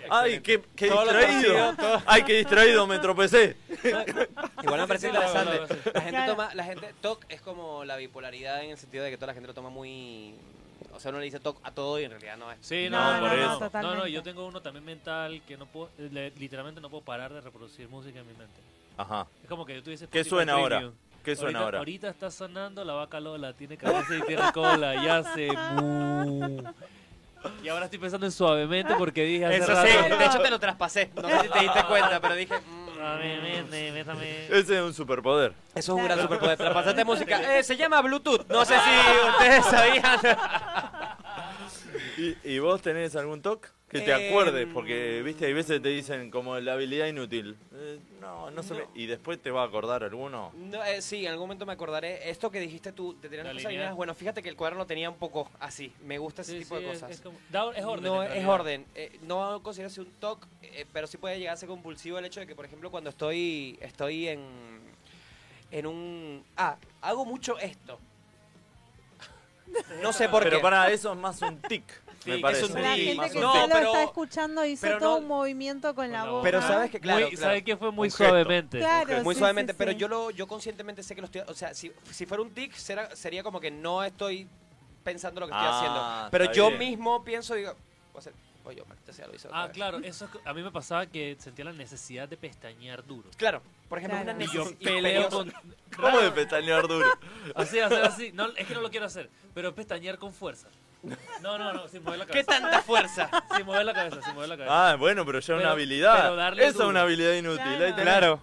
Speaker 1: Ay, qué, qué
Speaker 3: Todo lo
Speaker 1: distraído.
Speaker 3: torcido, todo.
Speaker 1: Ay, qué distraído, me tropecé.
Speaker 3: Igual me parece
Speaker 1: Sí, sí, sí,
Speaker 3: interesante.
Speaker 1: sí, sí.
Speaker 3: La gente
Speaker 1: Claro.
Speaker 3: toma, la gente, TOC es como la bipolaridad en el sentido de que toda la gente lo toma muy, o sea, uno le dice TOC a todo y en realidad no es.
Speaker 4: Sí, no, por eso. No, no, yo tengo uno también mental que no puedo, eh, le- literalmente no puedo parar de reproducir música en mi mente.
Speaker 1: Ajá.
Speaker 4: Es como que tú dices.
Speaker 1: ¿Qué
Speaker 4: Spotify
Speaker 1: suena ahora?
Speaker 4: Premium.
Speaker 1: ¿Qué suena
Speaker 4: Ahorita-
Speaker 1: ahora?
Speaker 4: Ahorita está sonando la vaca Lola, tiene cabeza y tiene cola, y hace mu. Y ahora estoy pensando en suavemente porque dije hace
Speaker 3: Eso
Speaker 4: rato.
Speaker 3: sí, de hecho te lo traspasé. No sé si te diste cuenta, pero dije. mm,
Speaker 4: Suavemente, métame.
Speaker 1: Ese es un superpoder.
Speaker 3: Eso es un gran superpoder. Traspasaste música. Eh, se llama Bluetooth. No sé si ustedes sabían.
Speaker 1: ¿Y, y vos tenés algún TOC? Que te
Speaker 3: Eh,
Speaker 1: acuerdes, porque, viste, hay veces te dicen como la habilidad inútil. Eh, no, no se me- Y después te va a acordar alguno.
Speaker 3: No, eh, sí, en algún momento me acordaré. Esto que dijiste tú, de tener
Speaker 4: La
Speaker 3: las cosas
Speaker 4: línea.
Speaker 3: alineadas, Bueno, fíjate que el cuaderno tenía un poco así. Me gusta ese tipo
Speaker 4: sí,
Speaker 3: de
Speaker 4: es-
Speaker 3: cosas.
Speaker 4: es como- da- es orden,
Speaker 3: No,
Speaker 4: en
Speaker 3: es
Speaker 4: realidad.
Speaker 3: orden. Eh, no considerarse un TOC, eh, pero sí puede llegar a ser compulsivo el hecho de que, por ejemplo, cuando estoy, estoy en, en un. Ah, hago mucho esto. No sé por
Speaker 1: Pero
Speaker 3: qué.
Speaker 1: para eso es más un tic, me
Speaker 3: es
Speaker 1: parece.
Speaker 3: un
Speaker 2: La
Speaker 3: Sí,
Speaker 2: gente
Speaker 3: más
Speaker 2: que
Speaker 3: o menos.
Speaker 2: solo
Speaker 3: No, pero-
Speaker 2: está escuchando hizo
Speaker 3: pero
Speaker 2: todo
Speaker 3: no-
Speaker 2: un movimiento con la boca.
Speaker 3: Pero sabes que, claro.
Speaker 4: Muy- ¿sabe qué fue muy
Speaker 3: Un gesto.
Speaker 4: suavemente?
Speaker 2: Claro,
Speaker 3: muy
Speaker 2: sí,
Speaker 3: suavemente,
Speaker 2: sí,
Speaker 3: pero
Speaker 2: sí.
Speaker 3: yo lo yo conscientemente sé que lo estoy. O sea, si, si fuera un tic, será- sería como que no estoy pensando lo que estoy
Speaker 4: Ah,
Speaker 3: haciendo.
Speaker 4: está
Speaker 3: Pero yo
Speaker 4: bien.
Speaker 3: mismo pienso, digo, voy a hacer. Oye, maldita sea, lo hice otra
Speaker 4: Ah,
Speaker 3: vez.
Speaker 4: claro, eso es que- a mí me pasaba que sentía la necesidad de pestañear duro.
Speaker 3: Claro, por ejemplo,
Speaker 4: Claro.
Speaker 3: una
Speaker 4: Y yo
Speaker 3: neces-
Speaker 4: peleo
Speaker 3: imperiosa.
Speaker 4: con.
Speaker 1: ¿Cómo de pestañear duro?
Speaker 4: Así, así, así. No, es que no lo quiero hacer, pero pestañear con fuerza. No, no, no, sin mover la cabeza.
Speaker 3: ¿Qué tanta fuerza?
Speaker 4: Sin mover la cabeza, sin mover la cabeza.
Speaker 1: Ah, bueno, pero ya es una
Speaker 4: Pero- pero
Speaker 1: habilidad.
Speaker 4: darle
Speaker 1: Esa es
Speaker 4: duro.
Speaker 1: una habilidad inútil. ahí tenés.
Speaker 3: Claro.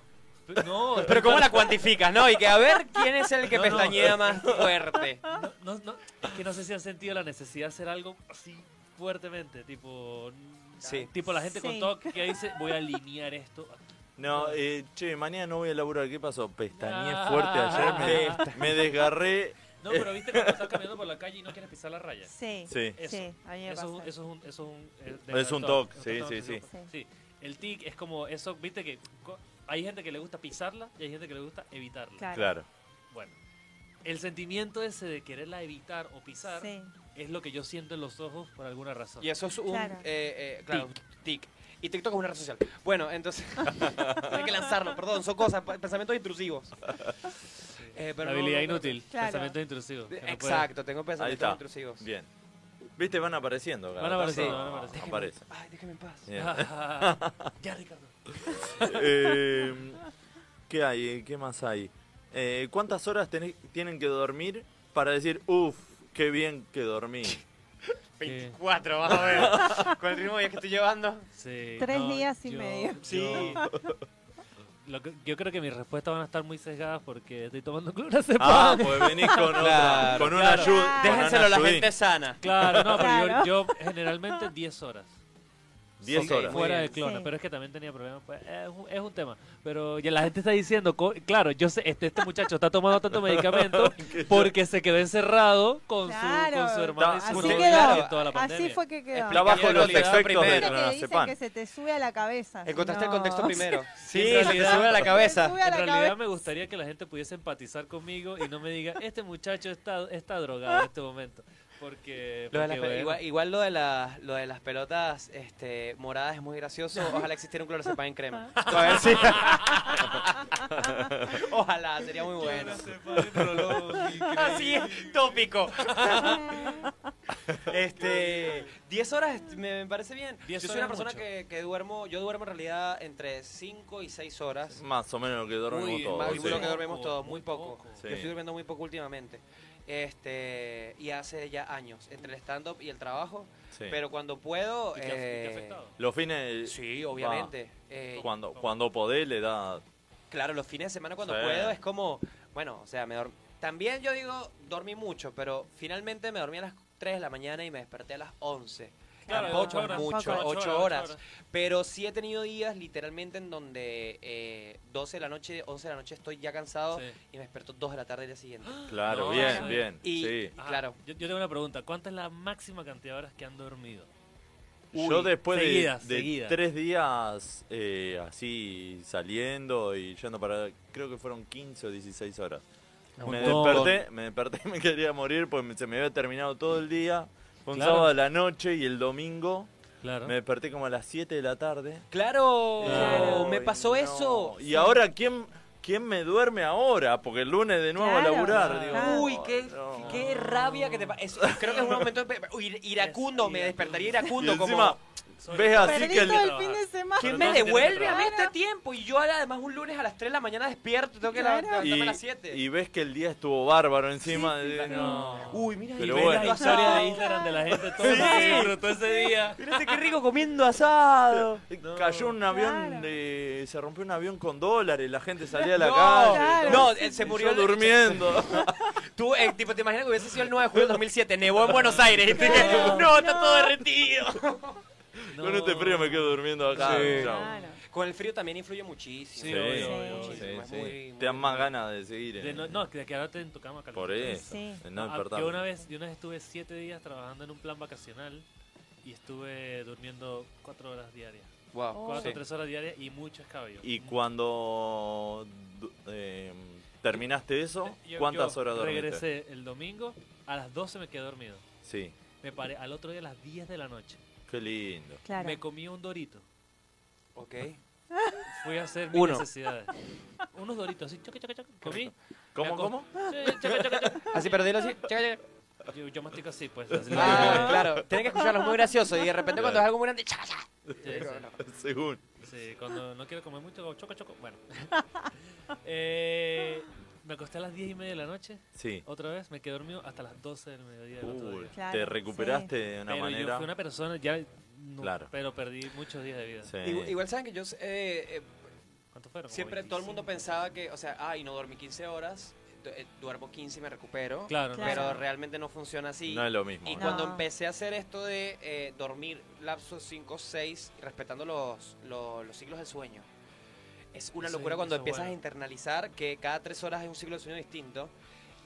Speaker 4: No,
Speaker 3: Pero ¿cómo la cuantificas, no? Y que a ver quién es el que
Speaker 4: No, no.
Speaker 3: pestañea más fuerte.
Speaker 4: No, no, no, es que no sé si han sentido la necesidad de hacer algo así fuertemente, tipo. mm,
Speaker 3: Sí.
Speaker 4: Tipo la gente
Speaker 3: Sí.
Speaker 4: con toque que dice, voy a alinear esto.
Speaker 1: No, eh, che, mañana no voy a laburar. ¿Qué pasó? Pestañé
Speaker 2: Ah,
Speaker 1: fuerte ayer. Me, me desgarré.
Speaker 4: No, pero viste cuando estás caminando por la calle y no quieres pisar la raya.
Speaker 2: Sí.
Speaker 1: Sí.
Speaker 4: Eso,
Speaker 2: Sí, a mí me
Speaker 4: eso, es un-
Speaker 2: pasa.
Speaker 4: eso es un. Eso es un, eh,
Speaker 1: Es
Speaker 4: de-
Speaker 1: un
Speaker 4: de-
Speaker 1: toc,
Speaker 4: de-
Speaker 1: sí,
Speaker 4: de-
Speaker 1: sí,
Speaker 4: de-
Speaker 1: sí.
Speaker 4: sí. El tic es como eso, viste que co- hay gente que le gusta pisarla y hay gente que le gusta evitarla.
Speaker 1: Claro.
Speaker 4: Bueno, el sentimiento ese de quererla evitar o pisar
Speaker 2: Sí.
Speaker 4: es lo que yo siento en los ojos por alguna razón.
Speaker 3: Y eso es un.
Speaker 4: Claro.
Speaker 3: Claro, eh, eh, claro tic. Y TikTok es una red social. Bueno, entonces. hay que lanzarlo, perdón, son cosas, pa- pensamientos intrusivos. Eh, pero no,
Speaker 4: Habilidad
Speaker 3: no, no,
Speaker 4: inútil,
Speaker 3: claro.
Speaker 4: pensamiento intrusivo. que no puede-
Speaker 3: Exacto, tengo
Speaker 1: Ahí
Speaker 3: pensamientos
Speaker 1: está.
Speaker 3: intrusivos.
Speaker 1: Bien. Viste, van apareciendo. cada
Speaker 4: Van apareciendo,
Speaker 1: tanto.
Speaker 4: van apareciendo. Ah.
Speaker 1: Aparece.
Speaker 3: Ay, déjeme en paz.
Speaker 1: Bien.
Speaker 4: Ya, Ricardo.
Speaker 1: Eh, ¿Qué hay? ¿Qué más hay? Eh, ¿Cuántas horas tenés- tienen que dormir para decir, uff, qué bien que dormí?
Speaker 3: 24, vamos a ver. Con el ritmo que estoy llevando.
Speaker 4: Sí,
Speaker 2: Tres
Speaker 4: no,
Speaker 2: días y
Speaker 4: yo-
Speaker 2: medio.
Speaker 3: Sí.
Speaker 4: Lo que- yo creo que mis respuestas van a estar muy sesgadas porque estoy tomando clonazepam.
Speaker 1: Ah, pues venís con otra,
Speaker 3: Claro,
Speaker 1: con una
Speaker 3: claro.
Speaker 1: ayu- con una
Speaker 3: Déjenselo a la
Speaker 1: ayudín.
Speaker 3: gente sana.
Speaker 4: Claro, no, pero
Speaker 3: Claro.
Speaker 4: yo, yo generalmente 10 horas.
Speaker 1: 10
Speaker 4: Ok,
Speaker 1: horas.
Speaker 4: Fuera
Speaker 1: Muy
Speaker 4: de
Speaker 1: bien.
Speaker 4: clona,
Speaker 1: Sí.
Speaker 4: pero es que también tenía problemas. pues, es, un, es un tema. Pero ya la gente está diciendo, co- claro, yo sé, este, este muchacho está tomando tanto medicamento porque se quedó encerrado con, su, con su hermana y su
Speaker 2: así
Speaker 4: mujer
Speaker 2: quedó.
Speaker 4: durante toda la pandemia.
Speaker 2: Así fue que quedó.
Speaker 1: Está bajo los
Speaker 3: Explicaría
Speaker 1: efectos
Speaker 3: la
Speaker 1: de
Speaker 3: realidad
Speaker 2: Te dicen
Speaker 1: clonazepam.
Speaker 2: que se te sube a la cabeza.
Speaker 3: Encontraste
Speaker 2: No.
Speaker 3: el contexto primero. Sí,
Speaker 4: En
Speaker 3: se te sube a la cabeza.
Speaker 2: sube a
Speaker 4: en
Speaker 2: la
Speaker 4: realidad
Speaker 2: cabeza.
Speaker 4: me gustaría que la gente pudiese empatizar conmigo y no me diga, este muchacho está, está drogado en este momento. Porque,
Speaker 3: Lo de las
Speaker 4: porque,
Speaker 3: pe-
Speaker 4: bueno,
Speaker 3: igual, igual lo de las lo de las pelotas este, moradas es muy gracioso. Ojalá existiera un clonazepam en crema. A ver si. Ojalá, sería muy bueno. Así es, tópico. este, 10 horas me, me parece bien. Yo
Speaker 4: 10
Speaker 3: soy una
Speaker 4: horas es
Speaker 3: persona
Speaker 4: mucho.
Speaker 3: que, que duermo, yo duermo en realidad entre 5 y 6 horas.
Speaker 1: Más o menos lo que dormimos
Speaker 3: Muy-
Speaker 1: todos.
Speaker 3: más
Speaker 1: sí.
Speaker 3: lo que dormimos todos, muy poco.
Speaker 1: Sí.
Speaker 3: Yo estoy durmiendo muy poco últimamente. Este, y hace ya años, entre el stand-up y el trabajo.
Speaker 1: Sí.
Speaker 3: Pero cuando puedo.
Speaker 4: ¿Y qué ha- y qué ha
Speaker 3: eh,
Speaker 4: afectado?
Speaker 1: Los fines.
Speaker 3: Sí, obviamente. Eh,
Speaker 1: cuando, cuando podés, le da.
Speaker 3: Claro, los fines de semana cuando
Speaker 1: Sí.
Speaker 3: puedo es como, bueno, o sea, me dorm- También yo digo, dormí mucho, pero finalmente me dormí a las 3 de la mañana y me desperté a las 11.
Speaker 4: Claro, ocho
Speaker 3: Tampoco es
Speaker 4: horas,
Speaker 3: mucho,
Speaker 4: tampoco.
Speaker 3: 8
Speaker 4: Ocho
Speaker 3: horas,
Speaker 4: horas, ocho
Speaker 3: Pero sí he tenido días literalmente en donde eh, 12 de la noche, 11 de la noche estoy ya cansado
Speaker 4: Sí.
Speaker 3: y me desperto 2 de la tarde del día siguiente.
Speaker 1: Claro,
Speaker 4: No,
Speaker 1: bien,
Speaker 4: sí.
Speaker 1: bien.
Speaker 3: Y-
Speaker 1: sí.
Speaker 4: Ajá,
Speaker 3: claro.
Speaker 4: Yo, yo tengo una pregunta. ¿Cuánta es la máxima cantidad de horas que han dormido?
Speaker 1: Yo después de-
Speaker 4: seguidas,
Speaker 1: de,
Speaker 4: seguidas.
Speaker 1: tres días eh, así saliendo y yendo para... Creo que fueron 15 o 16 horas.
Speaker 4: Un
Speaker 1: Me
Speaker 4: montón.
Speaker 1: desperté, me desperté y me quería morir pues me- se me había terminado todo el día. Fue un
Speaker 4: Claro.
Speaker 1: sábado a la noche y el domingo
Speaker 4: Claro.
Speaker 1: me desperté como a las 7 de la tarde.
Speaker 3: Claro,
Speaker 1: Claro.
Speaker 3: me pasó
Speaker 1: No.
Speaker 3: eso.
Speaker 1: Y ahora, ¿quién, ¿quién me duerme ahora? Porque el lunes de nuevo a
Speaker 2: Claro.
Speaker 1: laburar. Digo,
Speaker 3: Uy, qué, qué rabia que te pasa. Creo que es un momento de- ir- iracundo, me despertaría iracundo.
Speaker 1: Y encima,
Speaker 3: como,
Speaker 1: ves así Perdí que el- todo
Speaker 2: el fin de semana.
Speaker 3: ¿Quién
Speaker 2: Pero
Speaker 3: me
Speaker 2: no, tiene que
Speaker 3: devuelve a mí
Speaker 2: trabajar.
Speaker 3: este tiempo? Y yo ahora, además un lunes a las 3 de la mañana despierto, tengo que la- levantarme a las 7.
Speaker 1: y ves que el día estuvo bárbaro encima. de,
Speaker 4: No.
Speaker 3: Uy, mira,
Speaker 1: Pero
Speaker 4: y ves
Speaker 1: bueno.
Speaker 4: la historia de Instagram de la gente. Todo lo que se disfrutó ese día.
Speaker 3: Fíjate qué rico comiendo asado.
Speaker 1: Cayó un avión, eh, se rompió un avión con dólares, la gente salía a la
Speaker 3: No,
Speaker 1: calle.
Speaker 3: claro.
Speaker 1: todo.
Speaker 3: No, él se
Speaker 1: Y
Speaker 3: murió
Speaker 1: yo
Speaker 3: el-
Speaker 1: durmiendo.
Speaker 3: Tú, eh, tipo, te imaginas que hubiese sido el 9 de julio del 2007, nevó en Buenos Aires. Y te que, no, está todo derretido.
Speaker 1: Con este frío me quedo durmiendo acá.
Speaker 3: Sí.
Speaker 1: Chao.
Speaker 3: Con el frío también influye muchísimo.
Speaker 1: Sí,
Speaker 4: obvio, obvio,
Speaker 1: sí,
Speaker 3: muchísimo, es
Speaker 1: sí.
Speaker 3: muy-
Speaker 1: Te dan más ganas de seguir. eh.
Speaker 4: De no, no, de quedarte en tu cama calentita.
Speaker 1: Por eso, Sí. de no
Speaker 4: Ah,
Speaker 1: despertarte.
Speaker 4: yo, una vez, yo una vez estuve siete días trabajando en un plan vacacional y estuve durmiendo cuatro horas diarias.
Speaker 3: Wow,
Speaker 4: Cuatro
Speaker 3: sí.
Speaker 4: o tres horas diarias y mucho escabio.
Speaker 1: Y cuando du- eh, terminaste eso,
Speaker 4: Yo-
Speaker 1: ¿cuántas
Speaker 4: yo
Speaker 1: horas dormiste?
Speaker 4: Regresé el domingo, a las 12 me quedé dormido.
Speaker 1: Sí,
Speaker 4: Me paré al otro día a las 10 de la noche.
Speaker 1: qué lindo.
Speaker 4: Me comí un dorito.
Speaker 3: Ok.
Speaker 4: Fui a hacer mis
Speaker 3: Uno.
Speaker 4: necesidades. Unos doritos así, choque, choque, choque. Comí.
Speaker 1: ¿Cómo,
Speaker 4: Me acom-
Speaker 1: cómo?
Speaker 4: Sí, choque, choque, choque.
Speaker 3: Así, pero dilo así. Checa, checa.
Speaker 4: Yo, yo mastico así, pues. así.
Speaker 3: Ah, claro. Tienes que escucharlo, es muy gracioso. Y de repente cuando es algo muy grande, chaca, chaca.
Speaker 4: Sí, sí.
Speaker 1: Según.
Speaker 4: Sí, cuando no quiero comer mucho, choco, choco. Bueno. Eh, me acosté a las 10 y media de la noche.
Speaker 1: Sí.
Speaker 4: Otra vez me quedé dormido hasta las 12 del mediodía. del otro
Speaker 1: Uy,
Speaker 4: día.
Speaker 1: te recuperaste de una
Speaker 4: Pero Yo
Speaker 1: manera.
Speaker 4: fui una persona, ya. no,
Speaker 1: Claro.
Speaker 4: Pero perdí muchos días de vida.
Speaker 1: Sí.
Speaker 3: Igu- Igual saben que yo eh, eh,
Speaker 4: ¿Cuántos fueron? Como
Speaker 3: siempre todo el mundo pensaba que, o sea, ay, no dormí 15 horas, du- eh, duermo 15 y me recupero.
Speaker 4: Claro, no.
Speaker 3: Pero
Speaker 4: Claro.
Speaker 3: realmente no funciona así.
Speaker 1: No es lo mismo,
Speaker 3: Y
Speaker 1: ¿no?
Speaker 3: cuando
Speaker 2: No.
Speaker 3: empecé a hacer esto de eh, dormir lapsos 5 6, respetando los, los, los ciclos del sueño, es una
Speaker 4: Eso-
Speaker 3: locura cuando
Speaker 4: eso
Speaker 3: empiezas
Speaker 4: bueno.
Speaker 3: a internalizar que cada 3 horas es un ciclo del sueño distinto.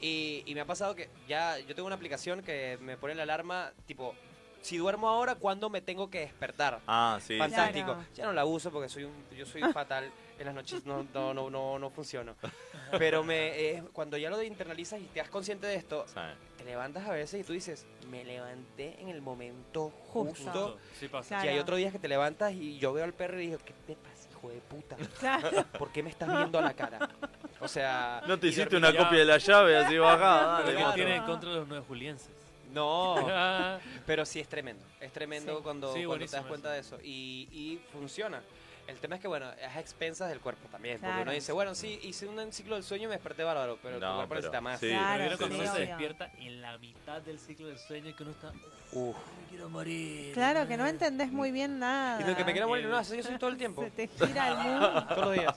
Speaker 3: Y, y me ha pasado que ya yo tengo una aplicación que me pone la alarma tipo, si duermo ahora, ¿cuándo me tengo que despertar?
Speaker 1: Ah, sí.
Speaker 3: Fantástico.
Speaker 2: Claro.
Speaker 3: Ya no la uso porque soy un, yo soy fatal en las noches, no, no, no, no, no funciono. Pero me, eh, cuando ya lo internalizas y te das consciente de esto, te levantas a veces y tú dices, me levanté en el momento justo.
Speaker 4: Justo, sí pasa.
Speaker 3: Y hay
Speaker 4: Claro.
Speaker 3: otros días que te levantas y yo veo al perro y digo, ¿qué te pasa, hijo de puta?
Speaker 4: Claro.
Speaker 3: ¿Por qué me estás viendo a la cara? O sea...
Speaker 1: No te
Speaker 3: y
Speaker 1: hiciste
Speaker 3: dormí
Speaker 1: una
Speaker 3: ya.
Speaker 1: copia de la llave, así bajada.
Speaker 4: Lo
Speaker 1: dale,
Speaker 4: que
Speaker 1: moto.
Speaker 4: tiene en contra de los nueve julienses.
Speaker 3: No,
Speaker 4: Ah.
Speaker 3: pero sí es tremendo. Es tremendo
Speaker 4: Sí.
Speaker 3: cuando,
Speaker 4: Sí,
Speaker 3: cuando te das
Speaker 4: buenísimo
Speaker 3: cuenta de eso. Y, y funciona. El tema es que, bueno, es a expensas del cuerpo también. Porque
Speaker 4: Claro.
Speaker 3: uno dice, bueno, sí, hice un ciclo del sueño y me desperté bárbaro, pero
Speaker 1: No,
Speaker 3: tu cuerpo
Speaker 1: pero-
Speaker 3: necesita más.
Speaker 1: sí, Claro,
Speaker 4: Pero cuando
Speaker 1: sí,
Speaker 4: uno se
Speaker 1: obvio.
Speaker 4: despierta en la mitad del ciclo del sueño y que uno está.
Speaker 3: Uf.
Speaker 4: Me quiero morir.
Speaker 2: Claro, que no entendés muy bien nada.
Speaker 3: Y lo que
Speaker 4: Ah,
Speaker 3: me quiero morir, no, eso yo soy todo el tiempo.
Speaker 2: Se te gira el mundo.
Speaker 3: Todos los días.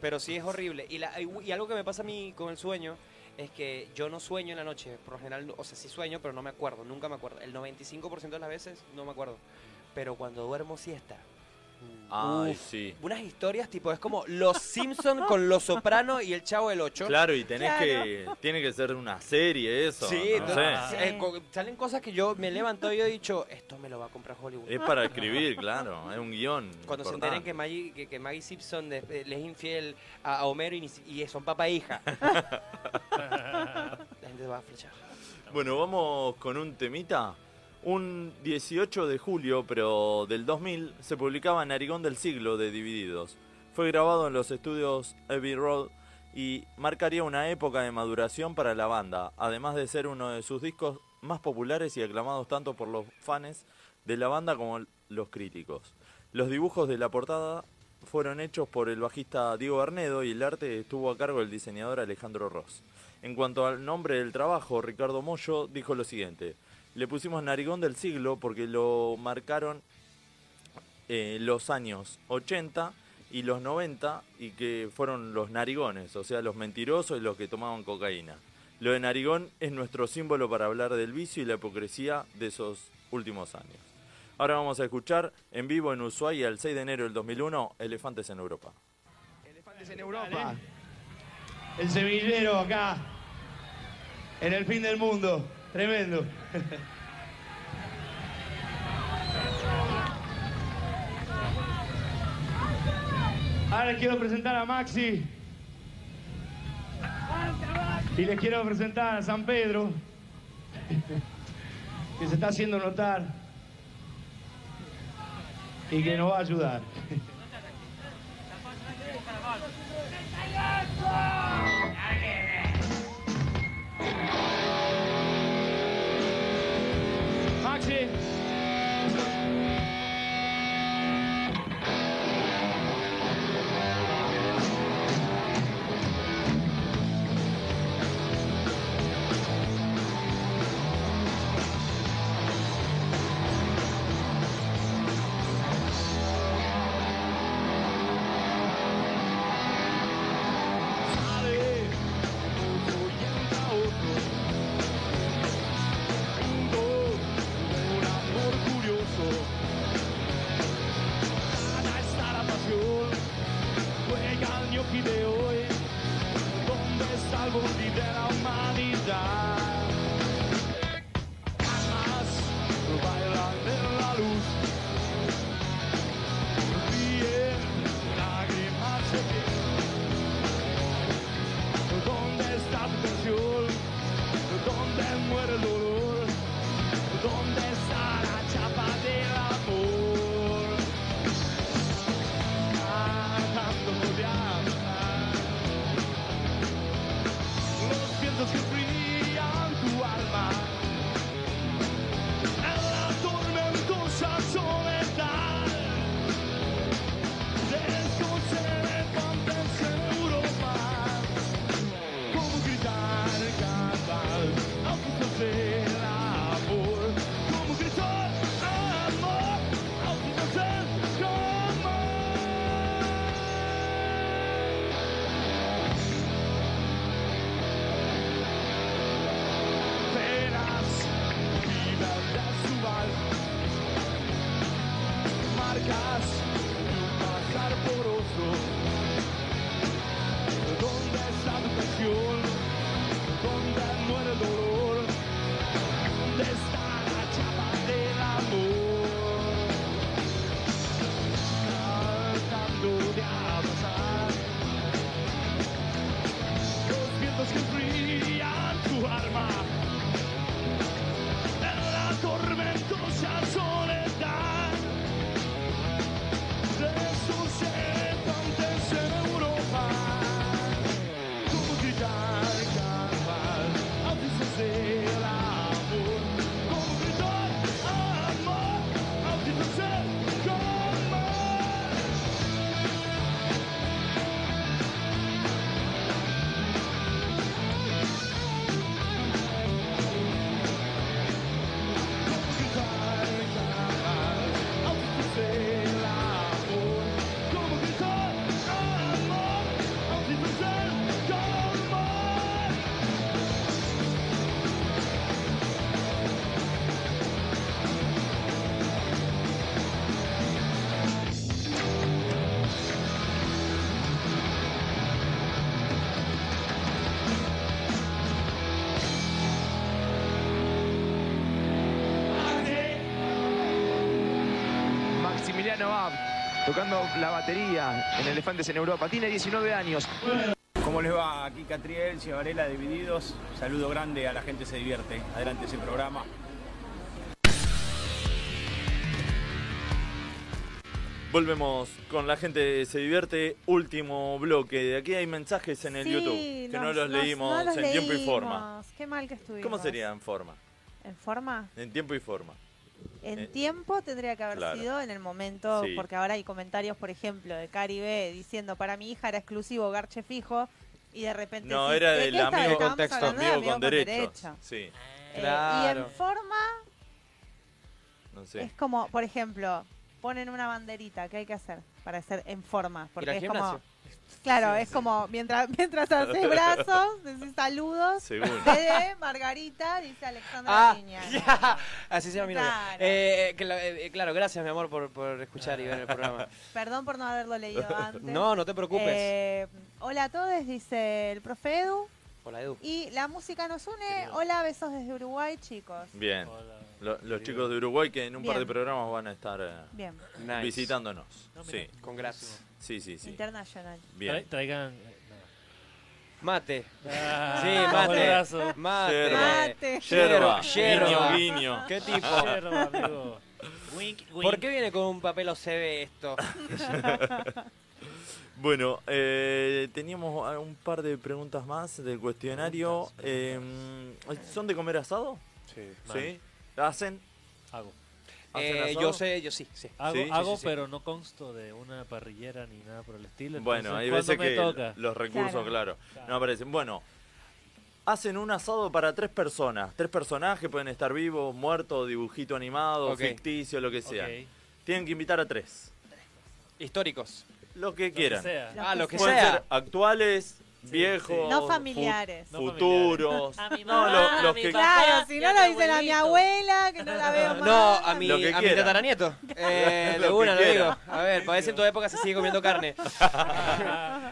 Speaker 3: Pero sí es horrible. Y, la- y algo que me pasa a mí con el sueño es que yo no sueño en la noche. Por lo general, no- o sea, sí sueño, pero no me acuerdo. Nunca me acuerdo. El 95% de las veces no me acuerdo. Pero cuando duermo siesta.
Speaker 1: Ay,
Speaker 3: uf,
Speaker 1: sí.
Speaker 3: Unas historias tipo, es como Los Simpson con Los Soprano y El Chavo del 8.
Speaker 1: Claro, y tenés que. Tiene que ser una serie eso.
Speaker 3: Sí,
Speaker 1: no
Speaker 3: tú-
Speaker 1: sé.
Speaker 3: eh, co- salen cosas que yo me levanto y yo he dicho, esto me lo va a comprar Hollywood.
Speaker 1: Es para escribir, claro. Es un guión.
Speaker 3: Cuando se enteren
Speaker 1: importante.
Speaker 3: que Maggie, que, que Maggie Simpson de- eh, le es infiel a, a Homero y, ni si- y son papá e hija. La gente va a flechar.
Speaker 1: Bueno, vamos con un temita. Un 18 de julio, pero del 2000, se publicaba Narigón del Siglo de Divididos. Fue grabado en los estudios Abbey Road y marcaría una época de maduración para la banda, además de ser uno de sus discos más populares y aclamados tanto por los fans de la banda como los críticos. Los dibujos de la portada fueron hechos por el bajista Diego Bernedo y el arte estuvo a cargo del diseñador Alejandro Ross. En cuanto al nombre del trabajo, Ricardo Mollo dijo lo siguiente: Le pusimos narigón del siglo porque lo marcaron eh, los años 80 y los 90 y que fueron los narigones, o sea, los mentirosos y los que tomaban cocaína. Lo de narigón es nuestro símbolo para hablar del vicio y la hipocresía de esos últimos años. Ahora vamos a escuchar en vivo en Ushuaia el 6 de enero del 2001 Elefantes en Europa.
Speaker 17: en Europa. El semillero acá. En el fin del mundo. Tremendo. Ahora les quiero presentar a Maxi. Y les quiero presentar a San Pedro. Que se está haciendo notar. Y que nos va a ayudar. Maxi. Una
Speaker 7: um
Speaker 18: Mariano Ab, tocando la batería en Elefantes en Europa. Tiene 19 años.
Speaker 19: ¿Cómo les va? Aquí Catriel, Varela de Divididos. Saludo grande a la gente se divierte. Adelante ese programa.
Speaker 1: Volvemos con la gente se divierte. Último bloque. De aquí hay mensajes en el
Speaker 2: Sí,
Speaker 1: YouTube que no
Speaker 2: nos-
Speaker 1: los
Speaker 2: nos-
Speaker 1: leímos
Speaker 2: no los
Speaker 1: en tiempo y forma.
Speaker 2: leímos. Qué mal que estuvimos.
Speaker 1: ¿Cómo sería en forma?
Speaker 2: ¿En forma?
Speaker 1: En tiempo y forma.
Speaker 2: En
Speaker 1: Eh,
Speaker 2: tiempo tendría que haber
Speaker 1: claro.
Speaker 2: sido en el momento,
Speaker 1: Sí.
Speaker 2: porque ahora hay comentarios, por ejemplo, de Caribe diciendo, para mi hija era exclusivo garche fijo, y de repente...
Speaker 1: No,
Speaker 2: sí,
Speaker 1: era
Speaker 2: ¿de
Speaker 1: del
Speaker 2: qué está-
Speaker 1: amigo,
Speaker 2: estábamos
Speaker 1: contexto,
Speaker 2: hablando? Del
Speaker 1: amigo con derechos. Sí.
Speaker 2: Eh, Y
Speaker 1: Claro.
Speaker 2: en forma
Speaker 1: No sé.
Speaker 2: es como, por ejemplo, ponen una banderita, ¿qué hay que hacer para ser en forma? Porque
Speaker 1: al
Speaker 2: es
Speaker 1: gimnasio.
Speaker 2: como... Claro, es como mientras mientras haces brazos, decís saludos.
Speaker 3: Según.
Speaker 2: de Margarita, dice Alexandra
Speaker 3: Ah,
Speaker 2: Niña.
Speaker 3: ya. Así se llama mi novia.
Speaker 2: Claro.
Speaker 3: Eh, que la- eh, claro, gracias, mi amor, por, por escuchar y ver el programa.
Speaker 2: Perdón por no haberlo leído antes.
Speaker 3: No, no te preocupes.
Speaker 2: Eh, hola a todos, dice el profe Edu.
Speaker 3: Hola, Edu.
Speaker 2: Y la música nos une. Hola, besos desde Uruguay, chicos.
Speaker 1: Bien. Lo- los chicos de Uruguay que en un par de
Speaker 2: Bien.
Speaker 1: programas van a estar eh,
Speaker 2: Bien.
Speaker 4: Nice.
Speaker 1: visitándonos.
Speaker 4: No, mira.
Speaker 1: sí.
Speaker 3: Con gracias.
Speaker 1: Sí, sí, sí.
Speaker 2: International.
Speaker 1: Bien.
Speaker 4: Tra- Traigan. eh,
Speaker 3: Mate.
Speaker 4: Ah,
Speaker 3: sí,
Speaker 4: bajo el
Speaker 3: mate.
Speaker 4: brazo.
Speaker 3: Mate.
Speaker 4: Yerba.
Speaker 3: Mate.
Speaker 4: Yerba.
Speaker 3: Yerba.
Speaker 4: Guiño, guiño.
Speaker 3: ¿Qué tipo?
Speaker 4: Yerba, amigo. Wink,
Speaker 3: ¿Por
Speaker 4: wink.
Speaker 3: qué viene con un papel OCB esto?
Speaker 1: Bueno, eh, teníamos a- un par de preguntas más del cuestionario. Eh, ¿Son de comer asado?
Speaker 4: Sí.
Speaker 1: ¿Sí? ¿Hacen?
Speaker 4: Hago.
Speaker 1: ¿Hacen
Speaker 3: Eh,
Speaker 1: asado?
Speaker 3: yo sé, yo sí. sí.
Speaker 4: Hago,
Speaker 1: Sí, sí,
Speaker 4: hago
Speaker 1: sí, sí.
Speaker 4: pero no consto de una parrillera ni nada por el estilo.
Speaker 1: Bueno,
Speaker 4: entonces,
Speaker 1: hay
Speaker 4: ¿cuándo
Speaker 1: veces
Speaker 4: me
Speaker 1: que
Speaker 4: toca?
Speaker 1: los recursos, claro, no aparecen. Bueno, hacen un asado para tres personas. Tres personajes pueden estar vivos, muertos, dibujito animado,
Speaker 3: Ok.
Speaker 1: ficticio, lo que sea.
Speaker 3: Ok.
Speaker 1: Tienen que invitar a tres.
Speaker 3: Históricos.
Speaker 1: Lo que quieran.
Speaker 3: sea. Ah, lo que
Speaker 1: Pueden
Speaker 3: sea.
Speaker 1: ser actuales, viejos,
Speaker 2: No
Speaker 1: fu-
Speaker 2: familiares. No
Speaker 1: futuros.
Speaker 2: A mi
Speaker 1: No,
Speaker 2: mamá,
Speaker 1: lo- los
Speaker 2: a mi
Speaker 1: que-
Speaker 2: Claro, si no lo dicen a mi abuela, que no la veo más.
Speaker 3: No, a mi,
Speaker 1: Lo que
Speaker 3: a mi
Speaker 1: quiera.
Speaker 3: tataranieto. Eh, de
Speaker 1: Lo que
Speaker 3: una, lo digo.
Speaker 1: quiera.
Speaker 3: A ver, para ver si en tu época se sigue comiendo carne.
Speaker 4: El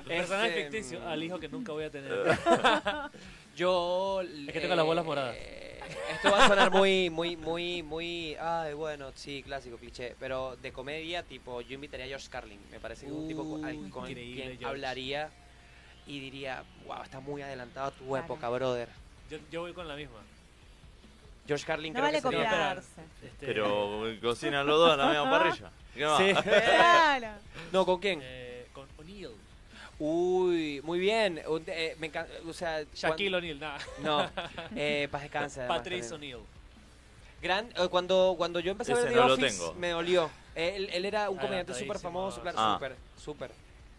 Speaker 4: personaje
Speaker 3: Este,
Speaker 4: ficticio,
Speaker 3: mm.
Speaker 4: al hijo que nunca voy a tener.
Speaker 3: Yo. Eh,
Speaker 4: Es que tengo las bolas moradas.
Speaker 3: Esto va a sonar muy, muy, muy, muy. Ay, bueno, sí, clásico, cliché. Pero de comedia, tipo, yo invitaría a George Carlin. Me parece que es un tipo con, al- con
Speaker 4: Uh, increíble,
Speaker 3: quien
Speaker 4: George.
Speaker 3: hablaría y diría, wow, está muy adelantado a tu
Speaker 4: Claro.
Speaker 3: época, brother.
Speaker 4: Yo, yo voy con la misma.
Speaker 3: George Carlin
Speaker 2: No
Speaker 3: creo
Speaker 2: vale
Speaker 3: que sería.
Speaker 2: copiarse.
Speaker 4: Este,
Speaker 1: Pero eh, cocinan los dos en la misma parrilla. ¿Qué más?
Speaker 3: Sí.
Speaker 2: Claro.
Speaker 3: No, ¿con quién?
Speaker 4: eh, con O'Neill.
Speaker 3: Uy, muy bien. Un- eh, me encanta, o sea,
Speaker 4: Shaquille
Speaker 3: cuan-
Speaker 4: O'Neal, nada.
Speaker 3: No, eh, paz descanse. además,
Speaker 4: Patrice
Speaker 3: también.
Speaker 4: O'Neill.
Speaker 3: Gran, eh, cuando, cuando yo empecé a
Speaker 1: Ese
Speaker 3: ver The
Speaker 1: no lo
Speaker 3: Office,
Speaker 1: tengo.
Speaker 3: me dolió. Él, él era
Speaker 4: Ah,
Speaker 3: un comediante
Speaker 4: Adelantadísimo.
Speaker 3: súper famoso, claro,
Speaker 1: Ah.
Speaker 3: súper, súper.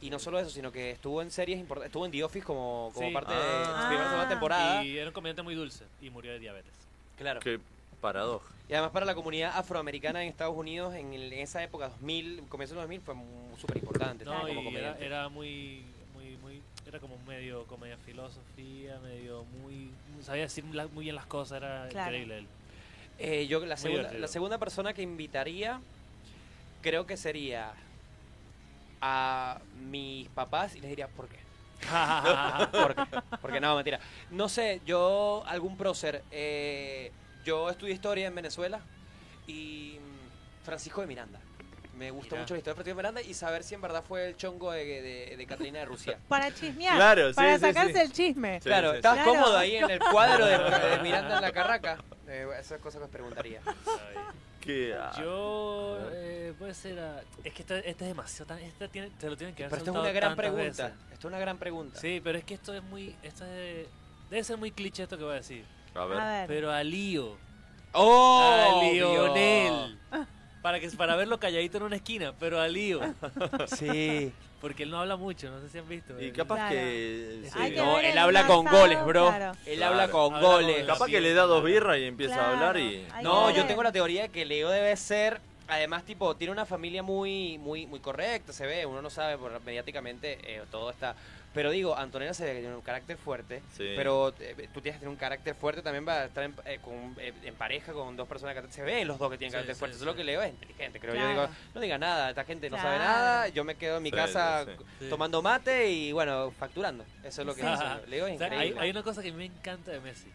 Speaker 3: Y no solo eso, sino que estuvo en series importantes. Estuvo en The Office como, como
Speaker 4: Sí.
Speaker 3: parte de
Speaker 4: Ah.
Speaker 3: su primera segunda temporada.
Speaker 4: Y era un comediante muy dulce y murió de diabetes.
Speaker 3: claro.
Speaker 1: Qué paradoja.
Speaker 3: Y además para la comunidad afroamericana en Estados Unidos, en, el- en esa época, 2000, comienzo de 2000, fue mu- súper importante.
Speaker 4: No,
Speaker 3: también como
Speaker 4: y era,
Speaker 3: comediante.
Speaker 4: era muy, muy, muy, era como medio comedia filosofía, medio muy, sabía decir la- muy bien las cosas, era
Speaker 2: Claro.
Speaker 4: increíble él.
Speaker 3: Eh, yo la
Speaker 4: Muy
Speaker 3: segunda,
Speaker 4: divertido.
Speaker 3: la segunda persona que invitaría creo que sería a mis papás y les diría por qué. ¿Por qué? Porque no, mentira. No sé, yo algún prócer. eh, yo estudié historia en Venezuela y mm, Francisco de Miranda. Me gusta
Speaker 4: Mirá.
Speaker 3: mucho la historia de Francisco de Miranda y saber si en verdad fue el chongo de, de, de Catalina de Rusia.
Speaker 2: Para chismear.
Speaker 1: Claro, sí,
Speaker 2: Para
Speaker 1: sí,
Speaker 2: sacarse
Speaker 1: sí.
Speaker 2: el chisme.
Speaker 1: Sí,
Speaker 3: Claro,
Speaker 1: sí,
Speaker 3: ¿estás
Speaker 2: sí.
Speaker 3: cómodo
Speaker 2: Claro.
Speaker 3: ahí en el cuadro de, de Miranda en la Carraca? Eh, esas cosas que os preguntaría.
Speaker 1: Qué- ah,
Speaker 4: Yo, eh, puede ser, a- es que esta, esta es demasiado, tan- esta tiene, te lo tienen que haber
Speaker 3: Pero esto es
Speaker 4: soltado
Speaker 3: una gran
Speaker 4: tantas
Speaker 3: pregunta.
Speaker 4: veces.
Speaker 3: Esto es una gran pregunta.
Speaker 4: Sí, pero es que esto es muy, esto es, debe ser muy cliché esto que voy a decir.
Speaker 1: A ver.
Speaker 2: A ver.
Speaker 4: Pero a Lío,
Speaker 3: ¡Oh!
Speaker 4: a Ah, Lionel, para, que, para verlo calladito en una esquina, pero a Lío,
Speaker 3: Sí.
Speaker 4: porque él no habla mucho, no sé si han visto.
Speaker 1: Y
Speaker 4: Él-
Speaker 1: capaz
Speaker 2: Claro.
Speaker 1: que...
Speaker 4: Hay que
Speaker 3: No,
Speaker 2: ver
Speaker 3: él
Speaker 2: el
Speaker 3: habla con
Speaker 2: pasado,
Speaker 3: goles, bro.
Speaker 2: claro.
Speaker 3: Él
Speaker 1: Claro.
Speaker 3: habla con
Speaker 4: Habla con
Speaker 3: goles.
Speaker 4: la-
Speaker 1: Capaz que le da dos birras y empieza a hablar y...
Speaker 2: Claro, hay
Speaker 3: No,
Speaker 2: que
Speaker 3: yo
Speaker 2: ver.
Speaker 3: tengo la teoría de que Leo debe ser. Además, tipo, tiene una familia muy, muy, muy correcta, se ve, uno no sabe, por, mediáticamente eh, todo está. Pero digo, Antonella se ve que tiene un carácter fuerte,
Speaker 1: Sí.
Speaker 3: pero eh, tú tienes que tener un carácter fuerte también para estar en, eh, con- eh, en pareja con dos personas que se ven los dos que tienen
Speaker 4: Sí,
Speaker 3: carácter
Speaker 4: sí,
Speaker 3: fuerte.
Speaker 4: sí.
Speaker 3: Solo que Leo es inteligente, creo
Speaker 2: Claro.
Speaker 3: yo. Digo, no diga nada, esta gente no sabe
Speaker 2: Claro.
Speaker 3: nada, yo me quedo en mi
Speaker 1: Sí,
Speaker 3: casa
Speaker 1: sí, sí.
Speaker 4: Sí.
Speaker 3: tomando mate y bueno, facturando. Eso es lo que
Speaker 4: Ajá.
Speaker 3: hace Leo. es
Speaker 4: O sea, hay,
Speaker 3: increíble.
Speaker 4: hay una cosa que me encanta de Messi.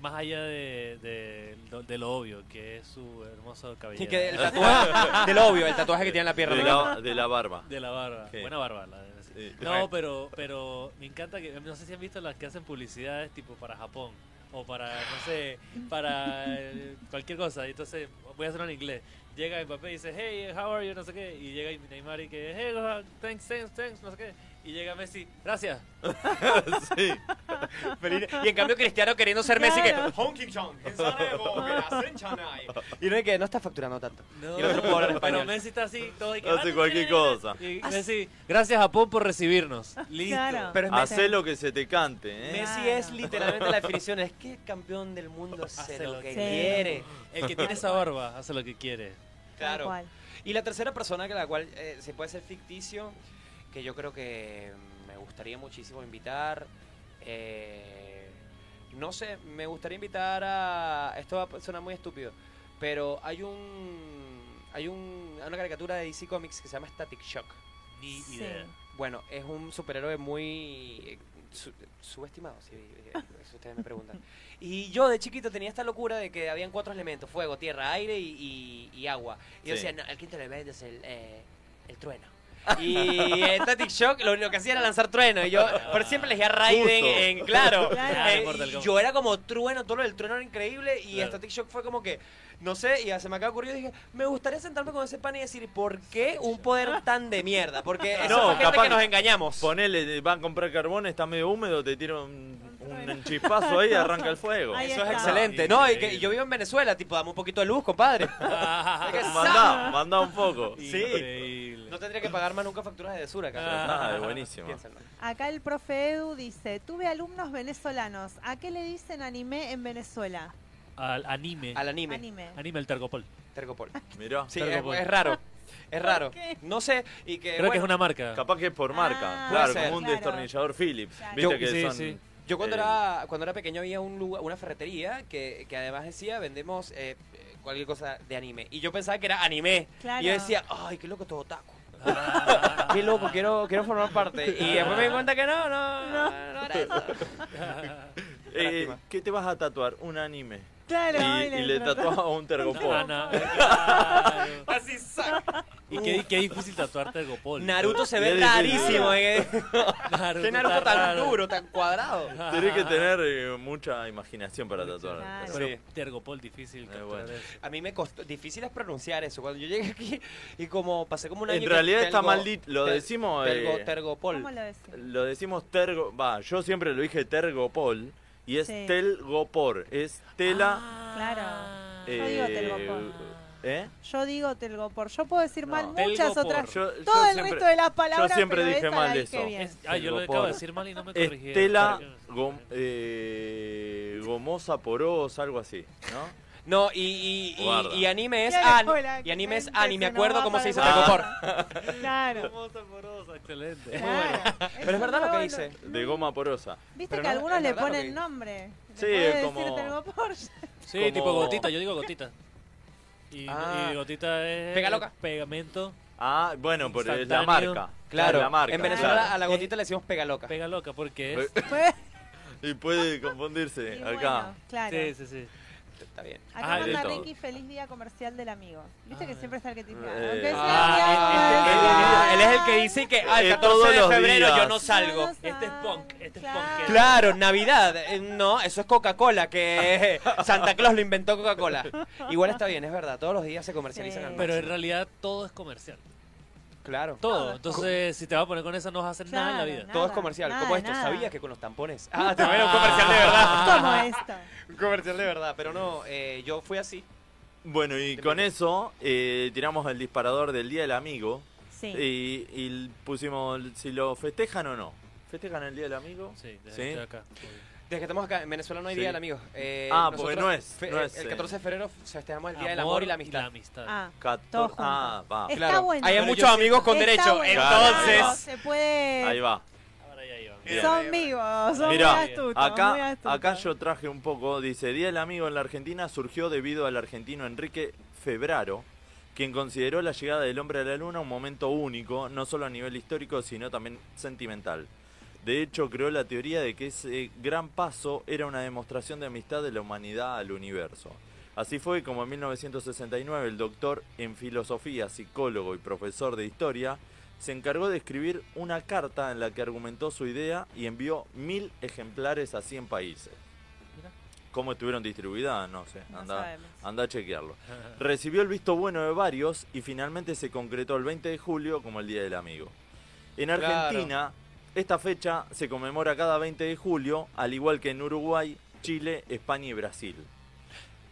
Speaker 4: Más allá de, de lo lo- de lo obvio, que es su hermoso cabello.
Speaker 3: Y que el tatuaje- del obvio, el tatuaje que tiene en la pierna.
Speaker 1: De la, de la barba.
Speaker 4: De la barba.
Speaker 1: Sí.
Speaker 4: Buena barba. la- sí.
Speaker 1: Sí.
Speaker 4: No, pero, pero me encanta que. No sé si han visto las que hacen publicidades tipo para Japón o para, no sé, para eh, cualquier cosa. Y Entonces, voy a hacerlo en inglés. Llega el papel y dice, hey, how are you? No sé qué. Y llega Neymar y que, hey, uh, thanks, thanks, thanks, no sé qué. Y llega Messi, gracias.
Speaker 3: sí. y en cambio Cristiano queriendo ser Messi que
Speaker 4: Claro.
Speaker 3: Honking Chong, en Sarajevo, que la Senchanay". Y no es que no está facturando tanto.
Speaker 4: No,
Speaker 3: y el otro puede hablar
Speaker 4: pero
Speaker 3: español.
Speaker 4: Messi está así, todo y que,
Speaker 1: Hace
Speaker 4: "Ah,
Speaker 1: cualquier cosa.
Speaker 4: Y Messi, gracias Japón por recibirnos. Listo.
Speaker 1: Claro.
Speaker 3: Pero es Messi.
Speaker 1: Hacé lo que se te cante, ¿eh?
Speaker 3: Messi es literalmente la definición, es que campeón del mundo hace lo que quiere.
Speaker 4: El que tiene esa barba hace lo que quiere.
Speaker 3: Claro.
Speaker 4: Tal cual.
Speaker 3: Y la tercera persona que la cual eh, se puede ser ficticio, que yo creo que mm, me gustaría muchísimo invitar. eh, no sé, me gustaría invitar a. Esto va a sonar muy estúpido, pero hay un. Hay un, hay una caricatura de DC Comics que se llama Static Shock.
Speaker 4: Ni Sí. idea.
Speaker 3: Bueno, es un superhéroe muy eh, su- subestimado, si eh, si ustedes me preguntan. Y yo de chiquito tenía esta locura de que habían cuatro elementos, fuego, tierra, aire y, y- y agua. Y yo
Speaker 8: Sí.
Speaker 3: decía, no, el quinto elemento es el, eh, el trueno. Y eh, Static Shock lo único que hacía era lanzar trueno. Y yo por siempre elegía Raiden
Speaker 8: Justo.
Speaker 3: en, claro.
Speaker 8: Claro.
Speaker 3: Eh,
Speaker 8: Ah, por
Speaker 3: y
Speaker 8: del combo.
Speaker 3: yo era como trueno, todo lo del trueno era increíble. Y
Speaker 8: Claro.
Speaker 3: Static Shock fue como que, no sé, y se me acaba ocurrido y dije, me gustaría sentarme con ese pan y decir, ¿por qué un poder tan de mierda? Porque eso es gente que nos engañamos.
Speaker 1: Ponele, van a comprar carbón, está medio húmedo, te tira un, un chispazo ahí y arranca el fuego.
Speaker 3: Eso es excelente. No, y que yo vivo en Venezuela, tipo, dame un poquito de luz, compadre.
Speaker 1: Ah, Mandá, mandá un poco.
Speaker 3: Sí. No tendría que pagar más nunca facturas de Desura, acá.
Speaker 1: Ah, es buenísimo.
Speaker 3: Piénsenlo.
Speaker 2: Acá el profe Edu dice, tuve alumnos venezolanos. ¿A qué le dicen anime en Venezuela?
Speaker 4: Al anime.
Speaker 3: Al Eh, anime.
Speaker 2: Anime.
Speaker 4: Anime el Targopol.
Speaker 3: Tergopol.
Speaker 1: Mirá.
Speaker 3: Sí, es, es raro. Es raro. No sé. Y que,
Speaker 4: Creo que es una marca.
Speaker 1: Capaz que es por marca.
Speaker 3: Ah,
Speaker 1: claro,
Speaker 3: puede
Speaker 1: como un
Speaker 3: ser.
Speaker 1: destornillador Philips. Viste
Speaker 3: Yo,
Speaker 1: que
Speaker 3: sí,
Speaker 1: son.
Speaker 3: sí. Yo cuando,
Speaker 1: eh,
Speaker 3: era, cuando era pequeño había un lugar, una ferretería que, que además decía, vendemos eh, eh, cualquier cosa de anime. Y yo pensaba que era anime.
Speaker 8: Claro.
Speaker 3: Y yo decía, ay, qué loco todo taco.
Speaker 4: Ah,
Speaker 3: Ah. qué loco, quiero, quiero formar parte. Y después me di cuenta que no, no, Ah. no, no era eso.
Speaker 1: eh, ¿Qué te vas a tatuar? Un anime.
Speaker 2: Claro,
Speaker 1: Y,
Speaker 2: ay,
Speaker 1: y
Speaker 2: le
Speaker 1: le
Speaker 2: trató.
Speaker 1: tatuaba un tergopol.
Speaker 4: Ana,
Speaker 3: Así saca.
Speaker 4: ah, Y qué, qué difícil tatuar Targopol.
Speaker 3: Naruto se ve
Speaker 4: Qué difícil.
Speaker 3: rarísimo. ¿eh? Qué Naruto
Speaker 4: está
Speaker 3: tan
Speaker 4: raro. Ah,
Speaker 3: duro, tan cuadrado.
Speaker 1: Tenés que tener eh, mucha imaginación para tatuar.
Speaker 4: Pero Tergopol difícil capturar
Speaker 1: bueno.
Speaker 4: eso.
Speaker 3: A mí me costó, difícil es pronunciar eso. Cuando yo llegué aquí y como pasé como un año...
Speaker 1: En
Speaker 3: que
Speaker 1: realidad está
Speaker 3: telgo-
Speaker 1: maldito. Lo
Speaker 3: tel-
Speaker 1: decimos.
Speaker 3: telgo-
Speaker 1: eh,
Speaker 3: Tergopol.
Speaker 2: ¿Cómo lo decís?
Speaker 1: Lo decimos tergo, va, yo siempre lo dije tergopol y es
Speaker 2: Sí.
Speaker 1: telgopor, es tela.
Speaker 3: Ah.
Speaker 2: Claro.
Speaker 1: eh,
Speaker 2: Yo digo telgopor.
Speaker 1: ¿eh?
Speaker 2: Yo digo telgopor. Yo puedo decir mal muchas
Speaker 1: Telgopor.
Speaker 2: otras.
Speaker 1: Yo- yo
Speaker 2: Ah, todo el
Speaker 1: siempre-
Speaker 2: resto de las palabras.
Speaker 1: yo siempre
Speaker 2: pero
Speaker 1: dije
Speaker 2: esta
Speaker 1: mal
Speaker 2: la
Speaker 1: eso.
Speaker 2: dije bien.
Speaker 4: Ah, yo lo acabo de decir mal y no me
Speaker 1: Es
Speaker 4: corrigieron.
Speaker 1: tela gom- eh, gomosa porosa, algo así, ¿no?
Speaker 3: No, y, y,
Speaker 1: Guarda.
Speaker 3: y, y anime es
Speaker 2: Qué
Speaker 3: Ani.
Speaker 2: locura,
Speaker 3: Y anime es
Speaker 2: gente,
Speaker 3: Ani. Me
Speaker 2: se nos
Speaker 3: acuerdo
Speaker 2: va
Speaker 3: cómo
Speaker 2: para
Speaker 3: se dice
Speaker 2: el
Speaker 3: Tergopor.
Speaker 1: Ah.
Speaker 2: Claro.
Speaker 4: Excelente.
Speaker 1: Es
Speaker 2: muy bueno.
Speaker 3: Pero es verdad lo que dice.
Speaker 1: De goma porosa.
Speaker 2: Viste
Speaker 1: Pero
Speaker 2: que
Speaker 1: no,
Speaker 2: algunos
Speaker 1: es
Speaker 2: le
Speaker 1: verdad lo
Speaker 2: ponen
Speaker 1: que-
Speaker 2: nombre. Le
Speaker 1: Sí,
Speaker 2: podés
Speaker 1: como-
Speaker 2: decir telgopor.
Speaker 4: Sí,
Speaker 1: Como-
Speaker 4: tipo gotita, yo digo gotita. Y,
Speaker 3: Ah.
Speaker 4: y gotita es
Speaker 3: Pega loca.
Speaker 4: pegamento.
Speaker 1: Ah, bueno, pero es la
Speaker 4: instantáneo.
Speaker 1: marca.
Speaker 3: Claro.
Speaker 1: Es la marca.
Speaker 3: en Venezuela
Speaker 1: claro.
Speaker 3: a la gotita le decimos pega loca.
Speaker 4: Pega loca porque es...
Speaker 1: Y puede confundirse acá.
Speaker 2: claro. Sí,
Speaker 4: sí, sí.
Speaker 3: Está bien.
Speaker 2: Acá
Speaker 1: Ah, de
Speaker 2: manda
Speaker 1: todo.
Speaker 2: Ricky feliz día comercial del amigo. Viste que siempre está el que te dice,
Speaker 1: Eh,
Speaker 2: "Feliz
Speaker 3: Ah, él, ah, este- él- él es el que dice que ah, el
Speaker 1: Eh,
Speaker 3: 14
Speaker 1: todos
Speaker 3: de
Speaker 1: los
Speaker 3: febrero yo
Speaker 1: días.
Speaker 3: no salgo.
Speaker 4: Este es punk, este es punk.
Speaker 3: Claro, Navidad. Eh, No, eso es Coca-Cola, que Santa Claus lo inventó Coca-Cola. Igual está bien, es verdad. Todos los días se comercializan al
Speaker 4: Pero en
Speaker 3: máximo.
Speaker 4: realidad todo es comercial.
Speaker 3: Claro.
Speaker 4: Todo. Entonces, si te vas a poner con eso, no vas a hacer nada en la vida.
Speaker 3: Todo es comercial.
Speaker 4: nada,
Speaker 3: como esto,
Speaker 4: nada.
Speaker 3: ¿sabías que con los tampones? Ah, te voy a un comercial de verdad.
Speaker 2: Como esto.
Speaker 3: Un comercial de verdad, pero no, eh, yo fui así.
Speaker 1: Bueno, y con eso eh, tiramos el disparador del Día del Amigo.
Speaker 2: Sí.
Speaker 1: Y, y pusimos el- si lo festejan o no. ¿Festejan el Día del Amigo?
Speaker 4: Sí, desde
Speaker 1: Sí.
Speaker 4: que estoy acá.
Speaker 3: Desde que estamos acá, en Venezuela no hay
Speaker 1: Sí.
Speaker 3: día del amigo. Eh,
Speaker 1: Ah,
Speaker 3: nosotros
Speaker 1: porque no es,
Speaker 3: fe-
Speaker 1: no es,
Speaker 3: El
Speaker 1: eh.
Speaker 3: 14 de febrero festejamos el día del
Speaker 4: Amor
Speaker 3: amor y la amistad.
Speaker 4: la amistad.
Speaker 2: Ah,
Speaker 1: Cator-
Speaker 2: todos juntos.
Speaker 1: Ah, va.
Speaker 2: Está bueno.
Speaker 3: Hay
Speaker 2: Pero
Speaker 3: muchos
Speaker 2: yo-
Speaker 3: amigos con
Speaker 2: Está
Speaker 3: derecho,
Speaker 2: bueno,
Speaker 3: entonces.
Speaker 2: claro, se puede.
Speaker 1: Ahí va. Bien.
Speaker 2: Son vivos, son
Speaker 1: Mirá,
Speaker 2: muy astutos. muy
Speaker 1: acá,
Speaker 2: astutos.
Speaker 1: acá yo traje un poco, dice, Día del Amigo en la Argentina surgió debido al argentino Enrique Febraro, quien consideró la llegada del hombre a la luna un momento único, no solo a nivel histórico, sino también sentimental. De hecho, creó la teoría de que ese gran paso era una demostración de amistad de la humanidad al universo. Así fue como en 1969 el doctor en filosofía, psicólogo y profesor de historia se encargó de escribir una carta en la que argumentó su idea y envió mil ejemplares a 100 países.
Speaker 4: Mirá.
Speaker 1: ¿Cómo estuvieron distribuidas? No sé,
Speaker 4: No
Speaker 1: anda,
Speaker 4: sabemos.
Speaker 1: anda a chequearlo. Recibió el visto bueno de varios y finalmente se concretó el 20 de julio como el Día del Amigo. En
Speaker 3: Claro.
Speaker 1: Argentina, esta fecha se conmemora cada 20 de julio, al igual que en Uruguay, Chile, España y Brasil.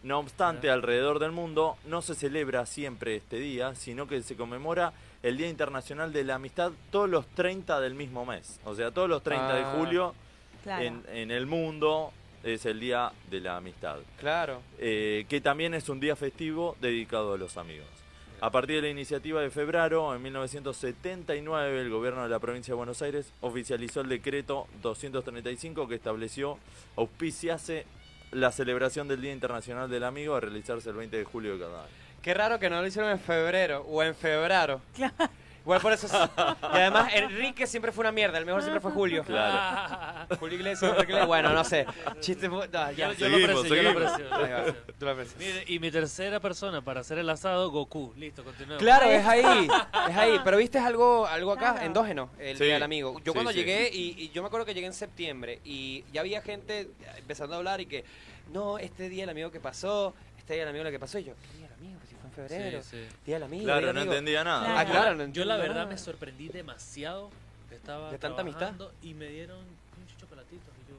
Speaker 1: No obstante, alrededor del mundo no se celebra siempre este día, sino que se conmemora el Día Internacional de la Amistad todos los 30 del mismo mes. O sea, todos los 30 de
Speaker 3: Ah.
Speaker 1: julio
Speaker 3: Claro.
Speaker 1: en, en el mundo es el Día de la Amistad.
Speaker 3: Claro.
Speaker 1: Eh, que también es un día festivo dedicado a los amigos. A partir de la iniciativa de febrero, en 1979, el gobierno de la provincia de Buenos Aires oficializó el decreto 235 que estableció auspiciase la celebración del Día Internacional del Amigo a realizarse el 20 de julio de cada año.
Speaker 3: Qué raro que no lo hicieron en febrero o en febrero. Claro. Igual por eso. es- Y además, Enrique siempre fue una mierda. El mejor siempre fue Julio.
Speaker 4: Claro.
Speaker 3: Julio Iglesias, Enrique Iglesias, Bueno, no sé. Chiste. fu- no, ya.
Speaker 4: Yo, yo lo aprecio, yo lo aprecio.
Speaker 3: Ahí va, tú lo aprecias.
Speaker 4: Mire, y mi tercera persona para hacer el asado, Goku. Listo, continuemos.
Speaker 3: Claro, es ahí, es ahí. Pero viste algo, algo acá, endógeno, el
Speaker 4: Sí.
Speaker 3: día del amigo.
Speaker 4: Sí,
Speaker 3: Yo cuando
Speaker 4: sí.
Speaker 3: llegué, y, y yo me acuerdo que llegué en septiembre, y ya había gente empezando a hablar y que, no, este día el amigo que pasó, este día el amigo lo que pasó, y yo, ¿qué día del amigo? Pues si fue en febrero,
Speaker 4: Sí, sí.
Speaker 3: día del amigo.
Speaker 1: Claro,
Speaker 3: día del
Speaker 1: no
Speaker 3: amigo".
Speaker 1: entendía nada.
Speaker 3: Ah, claro, no
Speaker 4: Yo la
Speaker 3: entendía
Speaker 4: verdad
Speaker 3: nada.
Speaker 4: me sorprendí demasiado que estaba
Speaker 3: De tanta amistad.
Speaker 4: trabajando y me dieron muchos chocolatitos y yo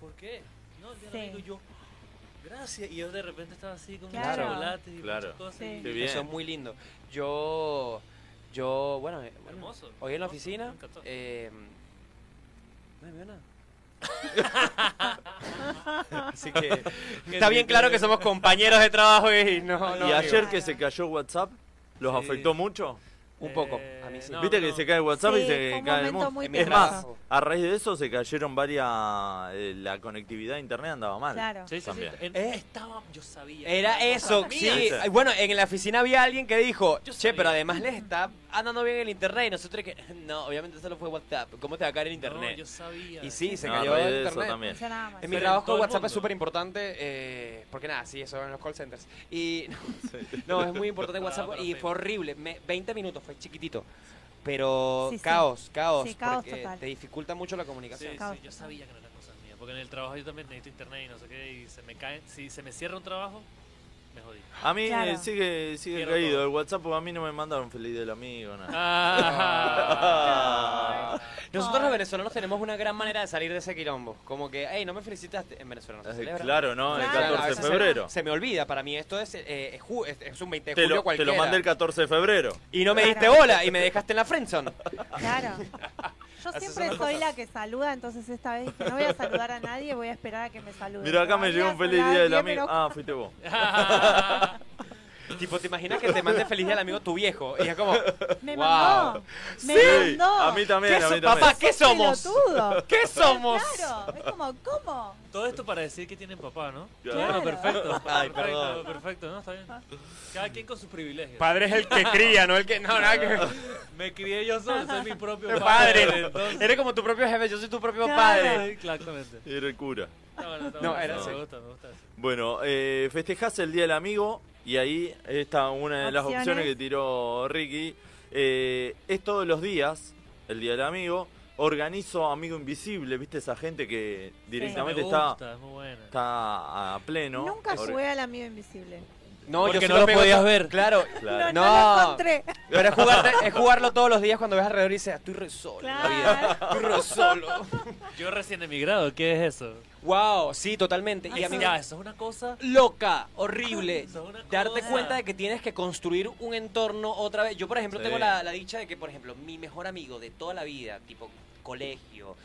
Speaker 4: ¿por qué? No, el día del
Speaker 3: Sí.
Speaker 4: amigo, y yo gracias y yo de repente estaba así con
Speaker 3: Claro.
Speaker 4: chocolates y muchas cosas y-
Speaker 3: Eso es muy lindo. Yo, yo, bueno, eh, bueno,
Speaker 4: Hermoso,
Speaker 3: hoy en la
Speaker 4: hermoso, me
Speaker 3: oficina,
Speaker 4: encantó.
Speaker 3: eh, no me vio nada. Así que
Speaker 1: Que
Speaker 3: está
Speaker 1: sí,
Speaker 3: bien
Speaker 1: que-
Speaker 3: claro que somos compañeros de trabajo y no. no
Speaker 1: y ayer
Speaker 3: amigos.
Speaker 1: que se cayó WhatsApp, ¿los
Speaker 3: Sí.
Speaker 1: afectó mucho?
Speaker 3: Un poco, a
Speaker 4: Eh,
Speaker 3: mí sí. no,
Speaker 1: Viste
Speaker 3: no,
Speaker 1: que
Speaker 3: no.
Speaker 1: se cae WhatsApp y
Speaker 3: Sí, fue
Speaker 1: se
Speaker 3: un
Speaker 1: cae el
Speaker 3: momento
Speaker 1: mundo.
Speaker 3: muy
Speaker 1: es
Speaker 3: penoso.
Speaker 1: más, a raíz de eso se cayeron varias. eh, la conectividad a internet andaba mal.
Speaker 4: Claro. Sí, sí, sí,
Speaker 1: También.
Speaker 4: en- estaba, yo sabía.
Speaker 3: Eh. Era
Speaker 4: Era cosa
Speaker 3: eso,
Speaker 4: mía.
Speaker 3: sí.
Speaker 1: Esa.
Speaker 3: Ay, Bueno, en la oficina había alguien que dijo, che, pero además les está andando bien el internet y nosotros que, no, obviamente solo fue WhatsApp. ¿Cómo te va a caer el internet?
Speaker 4: yo sabía.
Speaker 3: Y sí, se
Speaker 1: No, a
Speaker 3: cayó
Speaker 1: raíz
Speaker 3: el
Speaker 1: de eso
Speaker 3: internet.
Speaker 1: también. Funcionaba mal.
Speaker 3: En mi
Speaker 1: Pero en
Speaker 3: trabajo
Speaker 1: todo el
Speaker 3: WhatsApp es
Speaker 1: mundo.
Speaker 3: súper importante eh, porque nada, sí, eso en los call centers. Y no, es muy importante WhatsApp
Speaker 4: Trabajo para
Speaker 3: y
Speaker 4: Facebook.
Speaker 3: fue horrible. Me- 20 minutos, fue chiquitito. Pero
Speaker 4: Sí, sí.
Speaker 3: caos, caos,
Speaker 4: Sí, caos
Speaker 3: porque
Speaker 4: total.
Speaker 3: te dificulta mucho la
Speaker 4: Sí,
Speaker 3: comunicación.
Speaker 4: sí, yo sabía que no eran cosas mías, porque en el trabajo yo también necesito internet y no sé qué, y se me caen, si se me cierra un trabajo, me jodí.
Speaker 1: A mí eh,
Speaker 4: Claro.
Speaker 1: sigue, sigue
Speaker 4: Cierro
Speaker 1: caído el WhatsApp porque a mí no me mandaron feliz del amigo. Nada.
Speaker 3: Ah. Nosotros los venezolanos tenemos una gran manera de salir de ese quilombo. Como que, hey, no me felicitaste. En Venezuela no se
Speaker 1: Eh,
Speaker 3: celebra.
Speaker 1: claro, ¿no?
Speaker 3: O
Speaker 1: El
Speaker 3: sea, a
Speaker 1: 14 de
Speaker 3: veces se-
Speaker 1: febrero.
Speaker 3: Se, me olvida. Para mí esto es, eh, es, ju- es- es un 20 de
Speaker 1: Te
Speaker 3: julio
Speaker 1: lo, te
Speaker 3: cualquiera.
Speaker 1: lo mandé el 14 de febrero.
Speaker 3: Y no me diste bola y me dejaste en la friendzone.
Speaker 2: Claro. Yo
Speaker 3: Así
Speaker 2: siempre
Speaker 3: son las
Speaker 2: soy
Speaker 3: cosas.
Speaker 2: la que saluda, entonces esta vez dije, no voy a saludar a nadie, voy a esperar a que me saluden.
Speaker 1: Mira, acá me
Speaker 2: Todavía
Speaker 1: llegó un feliz
Speaker 2: son las
Speaker 1: día del
Speaker 2: 10
Speaker 1: amigo.
Speaker 2: menos
Speaker 1: Ah, fuiste vos.
Speaker 3: tipo, te imaginas que te mande feliz día al amigo tu viejo. Y es como,
Speaker 2: Me
Speaker 3: wow.
Speaker 2: mandó, me
Speaker 3: Sí.
Speaker 2: mandó.
Speaker 1: Ah, A mí también,
Speaker 3: ¿Qué
Speaker 1: a mí
Speaker 3: so-
Speaker 1: también.
Speaker 3: Papá, ¿qué somos?
Speaker 2: Pelotudo.
Speaker 3: ¿Qué somos?
Speaker 2: Claro, es como, ¿cómo?
Speaker 4: Todo esto para decir que tienen papá, ¿no?
Speaker 3: Claro.
Speaker 4: Bueno, perfecto.
Speaker 3: Ay,
Speaker 4: perfecto,
Speaker 3: perdón.
Speaker 4: perfecto, ¿no? Está bien. Cada quien con sus privilegios.
Speaker 3: Padre es el que cría, no el que- no, nada que-
Speaker 4: Me crié yo solo, soy mi propio
Speaker 3: Padre.
Speaker 4: padre. entonces-
Speaker 3: Eres como tu propio jefe, yo soy tu propio
Speaker 4: Claro.
Speaker 3: padre.
Speaker 4: Exactamente.
Speaker 1: Era el cura.
Speaker 4: Está bueno, está
Speaker 3: No,
Speaker 4: bueno,
Speaker 3: era
Speaker 4: me
Speaker 3: así.
Speaker 4: gusta, me gusta.
Speaker 1: Bueno, eh, festejás el Día del Amigo y ahí está una de las
Speaker 4: Opciones.
Speaker 1: opciones que tiró Ricky. Eh, es todos los días el Día del Amigo. Organizo Amigo Invisible, ¿viste? Esa gente que directamente
Speaker 4: Me
Speaker 1: está,
Speaker 4: gusta, es muy buena.
Speaker 1: está a pleno.
Speaker 2: Nunca
Speaker 1: Or-
Speaker 2: jugué al amigo invisible.
Speaker 3: No, yo
Speaker 1: Porque
Speaker 3: sí
Speaker 1: no lo
Speaker 3: pego
Speaker 1: podías
Speaker 3: to-
Speaker 1: ver.
Speaker 3: Claro.
Speaker 1: Claro.
Speaker 2: No, no lo encontré.
Speaker 3: Pero es, jugarte- es jugarlo todos los días cuando ves alrededor y dices, "Ah, estoy re solo. en la vida,
Speaker 4: Claro.
Speaker 3: Estoy re solo.
Speaker 4: Yo recién emigrado, ¿qué es eso?
Speaker 3: Wow, sí, totalmente. Y a mí
Speaker 4: ya, eso es una cosa.
Speaker 3: loca, horrible. Darte
Speaker 4: cosa.
Speaker 3: cuenta de que tienes que construir un entorno otra vez. Yo, por ejemplo,
Speaker 4: Sí.
Speaker 3: tengo la, la dicha de que, por ejemplo, mi mejor amigo de toda la vida, tipo colegio,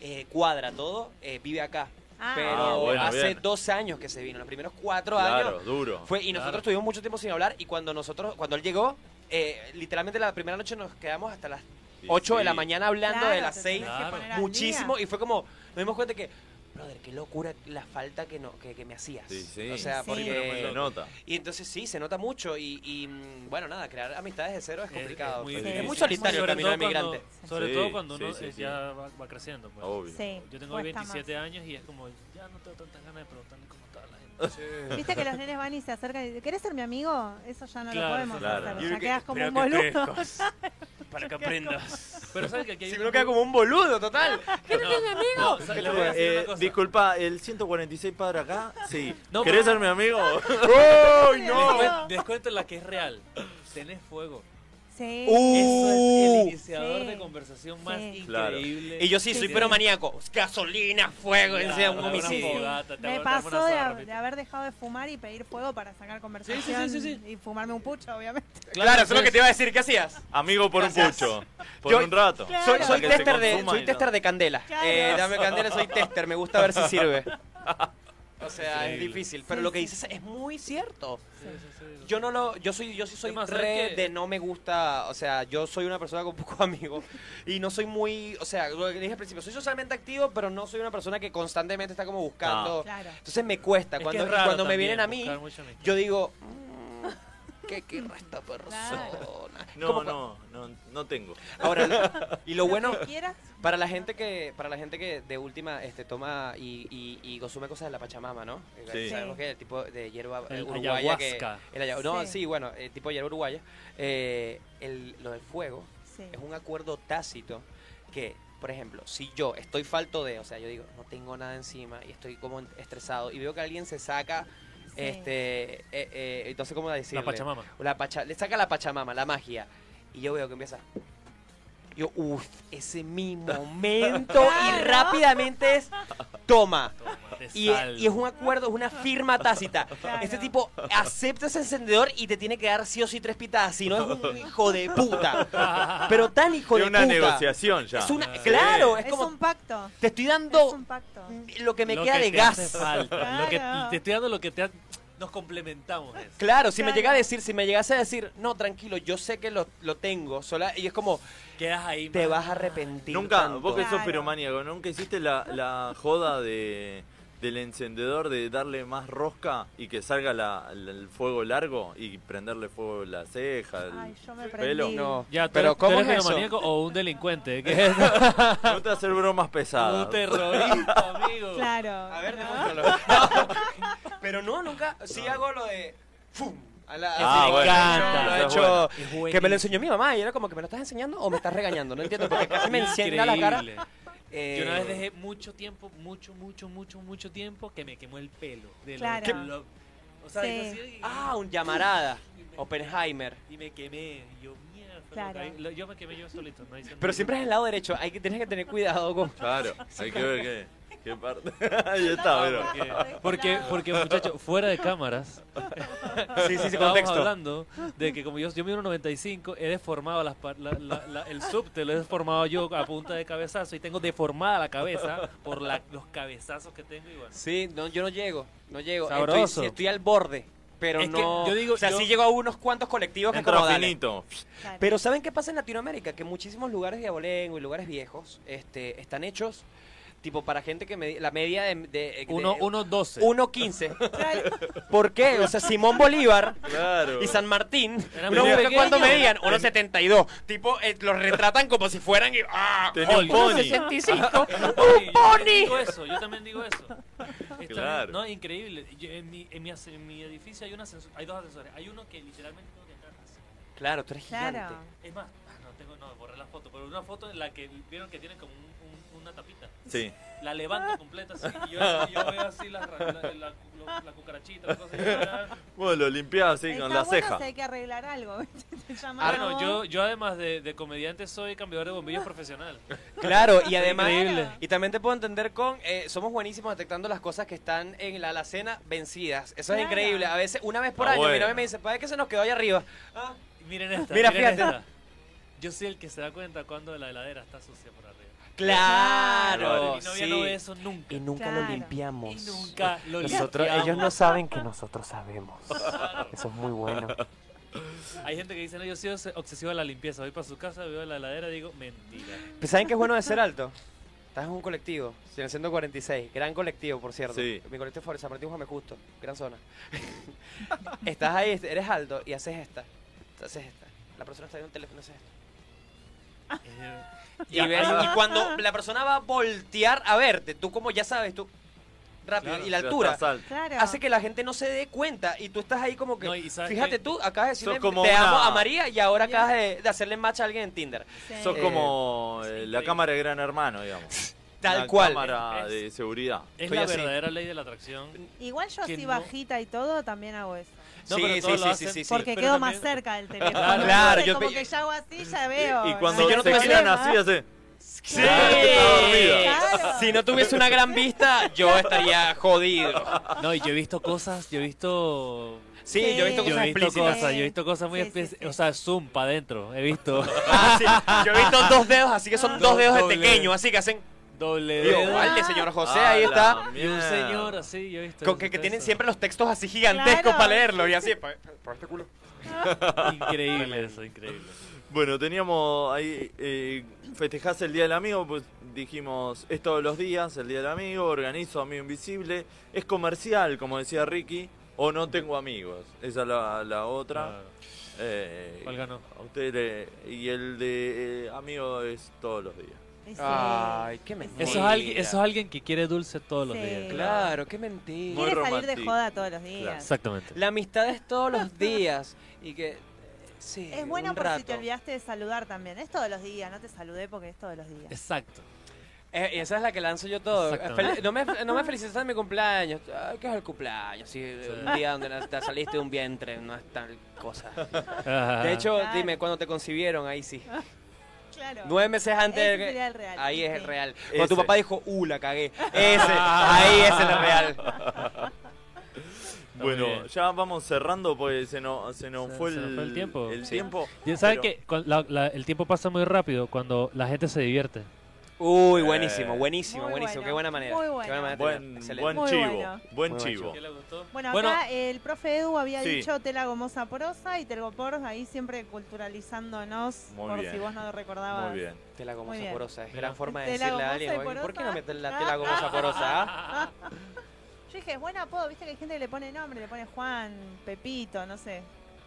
Speaker 3: eh, cuadra, todo, eh, vive acá.
Speaker 2: Ah,
Speaker 3: Pero
Speaker 1: Ah, bueno,
Speaker 3: hace
Speaker 1: bien.
Speaker 3: dos años que se vino, los primeros cuatro
Speaker 1: Claro,
Speaker 3: años.
Speaker 1: duro.
Speaker 3: Fue, y nosotros tuvimos mucho tiempo sin hablar y cuando nosotros, cuando él llegó, eh, literalmente la primera noche nos quedamos hasta las 8 de la
Speaker 1: sí.
Speaker 3: mañana hablando
Speaker 1: Claro,
Speaker 3: de las
Speaker 1: te
Speaker 3: 6,
Speaker 1: tenés que Claro. poner al
Speaker 3: muchísimo,
Speaker 1: día.
Speaker 3: y fue como, nos dimos cuenta que, brother, qué locura la falta que, no, que, que me hacías.
Speaker 1: Sí, sí.
Speaker 3: O sea,
Speaker 1: Sí. Pero
Speaker 3: porque...
Speaker 1: me lo nota.
Speaker 3: Y entonces sí, se nota mucho y, y, mm, bueno, nada, crear amistades de cero es complicado. Es,
Speaker 4: muy
Speaker 3: muy,
Speaker 4: difícil.
Speaker 3: solitario el
Speaker 4: Sobre
Speaker 3: camino de
Speaker 4: todo cuando-
Speaker 3: migrante.
Speaker 4: Sobre
Speaker 1: Sí,
Speaker 4: todo cuando uno
Speaker 1: sí, sí,
Speaker 4: eh,
Speaker 1: sí.
Speaker 4: ya va, va creciendo. pues.
Speaker 3: Oh.
Speaker 1: Obvio.
Speaker 2: Sí,
Speaker 4: Yo tengo hoy
Speaker 2: cuesta más.
Speaker 4: 27 años y es como, ya no tengo tantas ganas de preguntarle cómo está la gente.
Speaker 2: Viste que los nenes van y se acercan y dicen, ¿querés ser mi amigo? Eso ya no
Speaker 4: Claro,
Speaker 2: lo podemos
Speaker 4: claro.
Speaker 2: hacer.
Speaker 4: Yo
Speaker 2: Ya
Speaker 4: que-
Speaker 2: quedas como
Speaker 4: creo
Speaker 2: un
Speaker 4: que ustedes
Speaker 2: boludo.
Speaker 4: Para que aprendas. Pero sabes que aquí hay
Speaker 3: Si
Speaker 4: un-
Speaker 3: uno queda como un boludo, total. ¿Qué no tiene
Speaker 1: No,
Speaker 3: amigo?
Speaker 1: sa- le voy a
Speaker 3: eh,
Speaker 1: decir una cosa. disculpa, eh, el 146 padre acá, sí.
Speaker 4: No,
Speaker 1: ¿Querés
Speaker 4: pero-
Speaker 1: ser mi amigo?
Speaker 4: Descuen- Descuento la que es real. Tenés fuego.
Speaker 2: Sí.
Speaker 1: Uh,
Speaker 4: Eso es
Speaker 3: Uh.
Speaker 4: el iniciador
Speaker 3: Sí.
Speaker 4: de conversación más
Speaker 2: Sí.
Speaker 3: Claro.
Speaker 4: increíble.
Speaker 3: Y yo sí, soy pero maníaco. Gasolina, fuego,
Speaker 4: Claro,
Speaker 3: sea un
Speaker 4: una
Speaker 3: homicidio.
Speaker 4: fogata, te
Speaker 2: Me
Speaker 4: agarramos
Speaker 2: pasó
Speaker 4: una
Speaker 2: de,
Speaker 4: zorra,
Speaker 2: hab- de haber dejado de fumar y pedir fuego para sacar conversación
Speaker 4: sí, sí,
Speaker 2: y fumarme un pucho, obviamente.
Speaker 3: Claro, eso es lo que te iba a decir. ¿Qué hacías?
Speaker 1: Amigo por
Speaker 3: Gracias.
Speaker 1: un pucho. Por
Speaker 3: Yo-
Speaker 1: un rato.
Speaker 3: Soy,
Speaker 1: Hasta
Speaker 3: soy
Speaker 1: que se
Speaker 3: tester, de,
Speaker 1: consuma
Speaker 3: soy
Speaker 1: y
Speaker 3: tester de candela.
Speaker 1: Claro.
Speaker 3: Eh, dame candela, soy tester. Me gusta ver si sirve. O sea, es
Speaker 4: Increíble.
Speaker 3: difícil. Pero
Speaker 4: Sí,
Speaker 3: lo que
Speaker 4: sí.
Speaker 3: dices es muy cierto.
Speaker 4: Sí, sí, sí.
Speaker 3: Yo no lo, yo soy, yo sí soy
Speaker 4: Además, ¿sabes
Speaker 3: re
Speaker 4: qué?
Speaker 3: de no me gusta, o sea, yo soy una persona con poco amigos y no soy muy, o sea, lo que dije al principio, soy socialmente activo, pero no soy una persona que constantemente está como buscando.
Speaker 4: No. Claro.
Speaker 3: Entonces me cuesta
Speaker 4: Ah. Es que
Speaker 3: cuando,
Speaker 4: es raro
Speaker 3: y cuando me
Speaker 4: también
Speaker 3: vienen a mí,
Speaker 4: buscar mucha amistad.
Speaker 3: yo digo, mm, ¿qué querrá esta persona?
Speaker 1: No,
Speaker 3: ¿Cómo cu-
Speaker 1: no, no, no tengo.
Speaker 3: Ahora, lo- y lo bueno,
Speaker 2: quieras.
Speaker 3: para la gente que, para la gente que de última este, toma y, y, y consume cosas de la Pachamama, ¿no? Eh,
Speaker 1: Sí.
Speaker 3: Sabemos que el tipo de hierba eh,
Speaker 4: El
Speaker 3: uruguaya que-
Speaker 4: ayahuasca.
Speaker 3: el ayahu- no,
Speaker 4: Sí.
Speaker 3: sí, bueno, el tipo de hierba uruguaya, eh, el- lo del fuego es un acuerdo tácito que, por ejemplo, si yo estoy falto de, o sea, yo digo, no tengo nada encima y estoy como estresado y veo que alguien se saca este eh, eh, entonces cómo decirle
Speaker 4: Pachamama.
Speaker 3: La pacha- le saca la Pachamama, la magia y yo veo que empieza yo, uff, ese es mi momento. Y rápidamente es, toma.
Speaker 4: te
Speaker 3: Y,
Speaker 4: salvo.
Speaker 3: y es un acuerdo, es una firma tácita. Este tipo acepta ese encendedor y te tiene que dar sí o sí tres pitadas. Si no, es un hijo de puta. Pero tan hijo
Speaker 1: Es
Speaker 3: de
Speaker 1: una
Speaker 3: puta.
Speaker 1: negociación ya.
Speaker 3: Es una-
Speaker 1: Sí.
Speaker 3: claro, es como,
Speaker 2: un pacto.
Speaker 3: te estoy dando
Speaker 2: Es un pacto.
Speaker 3: lo que me
Speaker 4: Lo
Speaker 3: queda
Speaker 4: que
Speaker 3: de
Speaker 4: te
Speaker 3: gas.
Speaker 4: hace falta, lo que-
Speaker 2: Claro.
Speaker 4: te estoy dando lo que te ha- nos complementamos. eso.
Speaker 3: Claro, si me llega a decir, si me llegase a decir, no, tranquilo, yo sé que lo, lo tengo, sola, y es como,
Speaker 4: quedas ahí,
Speaker 3: te vas a arrepentir.
Speaker 1: Nunca,
Speaker 3: tanto.
Speaker 1: vos que sos piromaníaco, ¿nunca hiciste la, la joda de, del encendedor de darle más rosca y que salga la- la- el fuego largo y prenderle fuego la ceja, el
Speaker 2: Ay, yo me
Speaker 1: pelo?
Speaker 2: prendí. No,
Speaker 4: Ya, ¿tú
Speaker 1: pero
Speaker 4: eres- tú
Speaker 1: ¿cómo
Speaker 4: eres
Speaker 1: es eso?
Speaker 4: piromaníaco o un delincuente? ¿Qué es?
Speaker 1: No te hacer bromas
Speaker 3: Ah.
Speaker 1: pesadas.
Speaker 4: Un terrorista, amigo.
Speaker 2: Claro.
Speaker 3: A ver, demuéstralo. No. Pero no, nunca. Sí hago lo de. ¡Fum! A la-
Speaker 1: Ah,
Speaker 3: así,
Speaker 1: bueno.
Speaker 3: yo Lo he
Speaker 1: Eso es
Speaker 3: hecho.
Speaker 1: bueno. Es buenísimo.
Speaker 3: que me lo enseñó mi mamá y era como que me lo estás enseñando o me estás regañando. No entiendo porque casi me encienda la cara.
Speaker 4: Increíble.
Speaker 3: Eh,
Speaker 4: Yo una vez dejé mucho tiempo, mucho, mucho, mucho, mucho tiempo que me quemó el pelo. de lo-
Speaker 2: Claro.
Speaker 4: que lo- o sea,
Speaker 2: Sí.
Speaker 4: hizo así y-
Speaker 3: Ah, un llamarada. Oppenheimer.
Speaker 4: Y me quemé. Y yo, mierda.
Speaker 2: Claro.
Speaker 4: loca, ahí- lo- Yo me quemé yo solito. No hice
Speaker 3: Pero
Speaker 4: nada.
Speaker 3: siempre es el lado derecho. Hay que, tienes que tener cuidado con.
Speaker 1: Claro, hay que ver qué, qué parte. Ahí está, pero.
Speaker 4: Porque, porque muchachos, fuera de cámaras,
Speaker 3: sí, sí,
Speaker 4: estábamos
Speaker 3: contexto.
Speaker 4: hablando de que como yo, yo mido 95, he deformado las, par- la- la- la- el subte, lo he deformado yo a punta de cabezazo y tengo deformada la cabeza por la- los cabezazos que tengo. Y bueno,
Speaker 3: Sí, no, yo no llego. No llego. Estoy-
Speaker 4: Sabroso.
Speaker 3: sí, Estoy, al borde. Pero
Speaker 4: Es que
Speaker 3: no.
Speaker 4: yo digo,
Speaker 3: o sea,
Speaker 4: yo-
Speaker 3: sí llego a unos cuantos colectivos que
Speaker 1: Entra
Speaker 3: como dale.
Speaker 1: finito.
Speaker 3: Pero ¿saben qué pasa en Latinoamérica? Que muchísimos lugares de abolengo y lugares viejos este, están hechos tipo para gente que me, la media de... de,
Speaker 4: Uno- uno 12.
Speaker 3: 1.15. ¿Por qué? O sea, Simón Bolívar
Speaker 1: Claro.
Speaker 3: y San Martín.
Speaker 4: Eran
Speaker 3: Uno
Speaker 4: muy
Speaker 3: busca
Speaker 4: pequeños.
Speaker 3: cuánto medían. 1.72. Tipo, eh, los retratan como si fueran... y- ¡Ah!
Speaker 1: Tenía un pony.
Speaker 3: 1.65.
Speaker 4: Sí,
Speaker 3: ¡Un
Speaker 4: yo también
Speaker 3: pony!
Speaker 4: digo eso, yo también digo eso. Es
Speaker 1: Claro.
Speaker 4: también- no, increíble. Yo- en, mi, en, mi, as- en mi edificio hay, un ascensor- hay dos ascensores. Hay uno que literalmente tengo que entrar así.
Speaker 3: Claro, tú eres gigante.
Speaker 2: Claro.
Speaker 4: Es más, ah, no tengo, no, borré la foto, pero una foto en la que vieron que tiene como un- un- una tapita.
Speaker 1: Sí.
Speaker 4: La levanto completa así y yo, y yo veo así la, ra- la, la- lo- la cucarachita, la cosa, y yo, ah.
Speaker 1: Bueno, lo limpiás así
Speaker 2: Está
Speaker 1: con la
Speaker 2: bueno
Speaker 1: ceja.
Speaker 2: si hay que arreglar algo. Te llaman
Speaker 4: Ah,
Speaker 2: a
Speaker 4: no,
Speaker 2: vos.
Speaker 4: yo, yo además de, de comediante soy cambiador de bombillos profesional.
Speaker 3: Claro, y además.
Speaker 4: Increíble.
Speaker 3: Y también te puedo entender con. eh, somos buenísimos detectando las cosas que están en la alacena vencidas. Eso es
Speaker 2: Claro.
Speaker 3: increíble. A veces, una vez por
Speaker 1: Ah,
Speaker 3: año, mi
Speaker 1: bueno.
Speaker 3: novia me dice, ¿para qué se nos quedó ahí arriba? Ah,
Speaker 4: Miren esta.
Speaker 3: Mira,
Speaker 4: miren
Speaker 3: fíjate.
Speaker 4: esta. Yo soy el que se da cuenta cuando la heladera está sucia por arriba.
Speaker 3: claro.
Speaker 4: Mi novia
Speaker 3: sí.
Speaker 4: no ve eso nunca.
Speaker 3: Y nunca lo
Speaker 4: Claro.
Speaker 3: limpiamos.
Speaker 4: Y nunca lo
Speaker 3: nosotros,
Speaker 4: limpiamos.
Speaker 3: Ellos no saben que nosotros sabemos. Eso es muy bueno.
Speaker 4: Hay gente que dice, no, yo soy obs- obsesivo a la limpieza. Voy para su casa, veo la heladera y digo, mentira.
Speaker 3: Pues, ¿Saben qué es bueno de ser alto? Estás en un colectivo, en el 146, gran colectivo, por cierto.
Speaker 1: Sí.
Speaker 3: Mi colectivo fue San Martín Juan Justo, gran zona. Estás ahí, eres alto y haces esta. Haces esta. La persona está en un teléfono, haces esta. Y,
Speaker 4: Ya,
Speaker 3: ves-
Speaker 4: ahí va.
Speaker 3: y cuando la persona va a voltear a verte, tú como ya sabes, tú. rápido
Speaker 1: Claro.
Speaker 3: y la
Speaker 1: Pero
Speaker 3: altura
Speaker 1: estás alto.
Speaker 2: Claro.
Speaker 3: hace que la gente no se dé cuenta y tú estás ahí como que fíjate
Speaker 1: qué?
Speaker 3: tú acabas de
Speaker 1: Sos
Speaker 3: decirle
Speaker 1: como
Speaker 3: te
Speaker 1: una-
Speaker 3: amo a María y ahora acabas de, de hacerle match a alguien en Tinder
Speaker 1: Sos
Speaker 3: Eh,
Speaker 1: como eh, la cámara de Gran Hermano, digamos.
Speaker 3: Tal
Speaker 1: la
Speaker 3: cual.
Speaker 1: cámara
Speaker 3: Es-
Speaker 1: de seguridad.
Speaker 4: Es
Speaker 1: Estoy
Speaker 4: la
Speaker 1: así.
Speaker 4: verdadera ley de la atracción.
Speaker 2: Igual yo
Speaker 4: Que
Speaker 2: así
Speaker 4: no-
Speaker 2: bajita y todo también hago eso.
Speaker 4: No,
Speaker 1: Sí,
Speaker 4: pero
Speaker 1: sí,
Speaker 4: todos lo
Speaker 1: sí,
Speaker 4: hacen.
Speaker 1: sí, sí, sí.
Speaker 2: Porque
Speaker 1: Pero
Speaker 2: quedo
Speaker 1: también-
Speaker 2: más cerca del teléfono.
Speaker 1: Claro,
Speaker 2: Entonces,
Speaker 1: yo
Speaker 2: como
Speaker 1: pe-
Speaker 2: que ya hago así, ya veo.
Speaker 1: Y cuando
Speaker 2: ¿no?
Speaker 1: se giran así, hace.
Speaker 3: Sí.
Speaker 2: Claro.
Speaker 3: Si no tuviese una gran vista, yo estaría jodido.
Speaker 4: No, y yo he visto cosas, yo he visto...
Speaker 3: Sí, yo he visto
Speaker 4: Yo
Speaker 3: cosas
Speaker 4: he visto
Speaker 3: explícitas.
Speaker 4: cosas, yo he visto cosas muy espe- O sea, zoom para adentro, he visto.
Speaker 3: Ah, sí. Yo he visto dos dedos, así que son dos dedos de
Speaker 4: Doble-
Speaker 3: pequeño, así que hacen
Speaker 4: doble
Speaker 3: Digo,
Speaker 4: dedo.
Speaker 3: "Vale, señor José,
Speaker 4: Ah,
Speaker 3: ahí
Speaker 4: la
Speaker 3: está.
Speaker 4: Y un señor así, yo he visto.
Speaker 3: Con que, que tienen siempre los textos así gigantescos
Speaker 4: Claro.
Speaker 3: para leerlo y así. pa- pa este culo.
Speaker 4: Increíble eso, increíble.
Speaker 1: Bueno, teníamos ahí, eh, festejás el Día del Amigo, pues dijimos, es todos los días el Día del Amigo, organizo Amigo Invisible, es comercial, como decía Ricky, o no tengo amigos, esa es la, la otra. Eh,
Speaker 4: ¿Cuál ganó?
Speaker 1: a usted le- y el de eh, Amigo es todos los días.
Speaker 2: Ese-
Speaker 3: Ay, qué
Speaker 4: Eso
Speaker 3: mentira.
Speaker 4: es, alguien, eso es alguien que quiere dulce todos los
Speaker 2: Sí.
Speaker 4: días.
Speaker 3: Claro, qué mentira.
Speaker 2: Quiere salir de joda todos los días.
Speaker 4: Claro. Exactamente.
Speaker 3: La amistad es todos los días. Y que. eh, Sí,
Speaker 2: Es bueno
Speaker 3: un
Speaker 2: por si
Speaker 3: rato.
Speaker 2: te olvidaste de saludar también. Es todos los días, no te saludé porque es todos los días.
Speaker 4: Exacto.
Speaker 3: Eh, y esa es la que lanzo yo todo.
Speaker 4: Exactamente.
Speaker 3: Fel- no, me, no me felicitas en mi cumpleaños. Ah, ¿Qué es el cumpleaños? Sí, Un día donde na- te saliste de un vientre, no es tal cosa.
Speaker 1: Ah.
Speaker 4: Ajá.
Speaker 3: De hecho,
Speaker 2: Claro.
Speaker 3: dime, cuando te concibieron, ahí sí.
Speaker 2: Claro.
Speaker 3: Nueve meses antes
Speaker 2: Ese
Speaker 3: del que-
Speaker 2: sería el real.
Speaker 3: Ahí es el
Speaker 2: Sí.
Speaker 3: real. Cuando tu
Speaker 1: Ese.
Speaker 3: papá dijo, uh, la cagué. Ese, ahí es el real.
Speaker 1: Bueno,
Speaker 4: bien.
Speaker 1: ya vamos cerrando porque se nos, se nos, fue,
Speaker 4: se
Speaker 1: el,
Speaker 4: nos fue el tiempo.
Speaker 1: el
Speaker 4: Sí.
Speaker 1: tiempo,
Speaker 4: Y ¿Saben
Speaker 1: pero-
Speaker 4: que el tiempo pasa muy rápido cuando la gente se divierte?
Speaker 3: Uy, buenísimo,
Speaker 1: Eh.
Speaker 3: buenísimo,
Speaker 2: Muy
Speaker 3: buenísimo. Qué buena
Speaker 2: bueno,
Speaker 3: manera.
Speaker 2: muy
Speaker 3: qué
Speaker 2: bueno.
Speaker 3: buena manera de
Speaker 1: Buen,
Speaker 3: terminar. Excelente.
Speaker 1: buen
Speaker 2: Muy
Speaker 1: chivo,
Speaker 2: bueno.
Speaker 1: buen
Speaker 3: Muy buen
Speaker 1: chivo.
Speaker 4: le gustó?
Speaker 2: Bueno,
Speaker 4: Bueno.
Speaker 2: acá el profe Edu había
Speaker 1: Sí.
Speaker 2: dicho tela gomosa porosa y telgopor, ahí siempre culturalizándonos,
Speaker 1: Muy
Speaker 2: por
Speaker 1: bien.
Speaker 2: si vos no lo recordabas.
Speaker 1: Muy bien.
Speaker 3: Tela
Speaker 2: Muy
Speaker 3: gomosa
Speaker 2: bien.
Speaker 3: porosa. Es gran forma de
Speaker 2: Tela
Speaker 3: decirle a
Speaker 2: gomosa
Speaker 3: alguien.
Speaker 2: y
Speaker 3: "Oye, ¿Por qué no
Speaker 2: porosa".
Speaker 3: meter la tela gomosa porosa? ah?"
Speaker 2: Yo dije, es buen apodo, viste que hay gente que le pone nombre, le pone Juan, Pepito, no sé.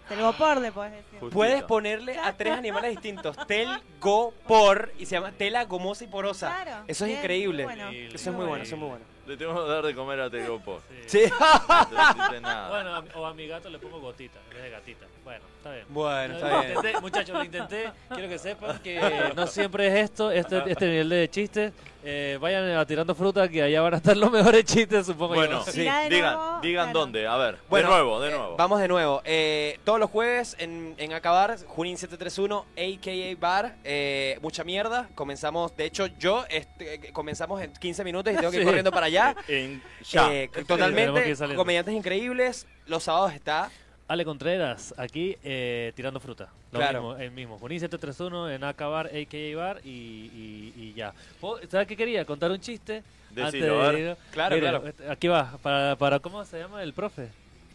Speaker 2: Telgopor le podés decir.
Speaker 1: Justito.
Speaker 3: Puedes ponerle a tres animales distintos. Telgopor y se llama tela gomosa y porosa.
Speaker 2: Claro,
Speaker 3: Eso es
Speaker 2: bien,
Speaker 3: increíble.
Speaker 2: muy bueno.
Speaker 3: Eso es muy bueno, eso es muy bueno.
Speaker 1: Le tengo que dar de comer a Tegopo.
Speaker 3: Sí.
Speaker 1: No existe nada.
Speaker 3: Ah.
Speaker 4: Bueno, a- o a mi gato le pongo gotita en vez de gatita. Bueno, está bien.
Speaker 3: Bueno,
Speaker 4: Lo-
Speaker 3: está
Speaker 4: lo
Speaker 3: bien.
Speaker 4: intenté, muchachos, lo intenté. Quiero que sepan que no siempre es esto, este, este nivel de chistes. Eh, vayan a tirando fruta que allá van a estar los mejores chistes, supongo.
Speaker 1: Bueno,
Speaker 4: yo.
Speaker 2: Sí. Mirá de nuevo,
Speaker 1: digan, digan
Speaker 2: claro.
Speaker 1: dónde, a ver.
Speaker 3: Bueno, eh,
Speaker 1: de nuevo, de nuevo.
Speaker 3: Vamos de nuevo. Eh, todos los jueves en, en Acabar, Junín 731, a.k.a. Bar, eh, mucha mierda. Comenzamos, de hecho, yo este, eh, comenzamos en 15 minutos y tengo que ir
Speaker 4: Sí.
Speaker 3: corriendo para allá.
Speaker 1: En- ya.
Speaker 3: Eh,
Speaker 4: Tenemos que
Speaker 3: totalmente,
Speaker 4: ir saliendo.
Speaker 3: comediantes increíbles. Los sábados está
Speaker 4: Ale Contreras, aquí eh, tirando fruta. Lo
Speaker 3: Claro.
Speaker 4: mismo, el mismo. Junín 731 en Acabar, AKA Bar y, y- y ya. ¿Puedo- ¿Sabes qué quería? Contar un chiste.
Speaker 1: Decilo,
Speaker 4: antes
Speaker 1: a ver.
Speaker 4: de ir-
Speaker 3: Claro,
Speaker 4: Mira,
Speaker 3: claro.
Speaker 4: este, Aquí va, para, para, ¿cómo se llama el profe?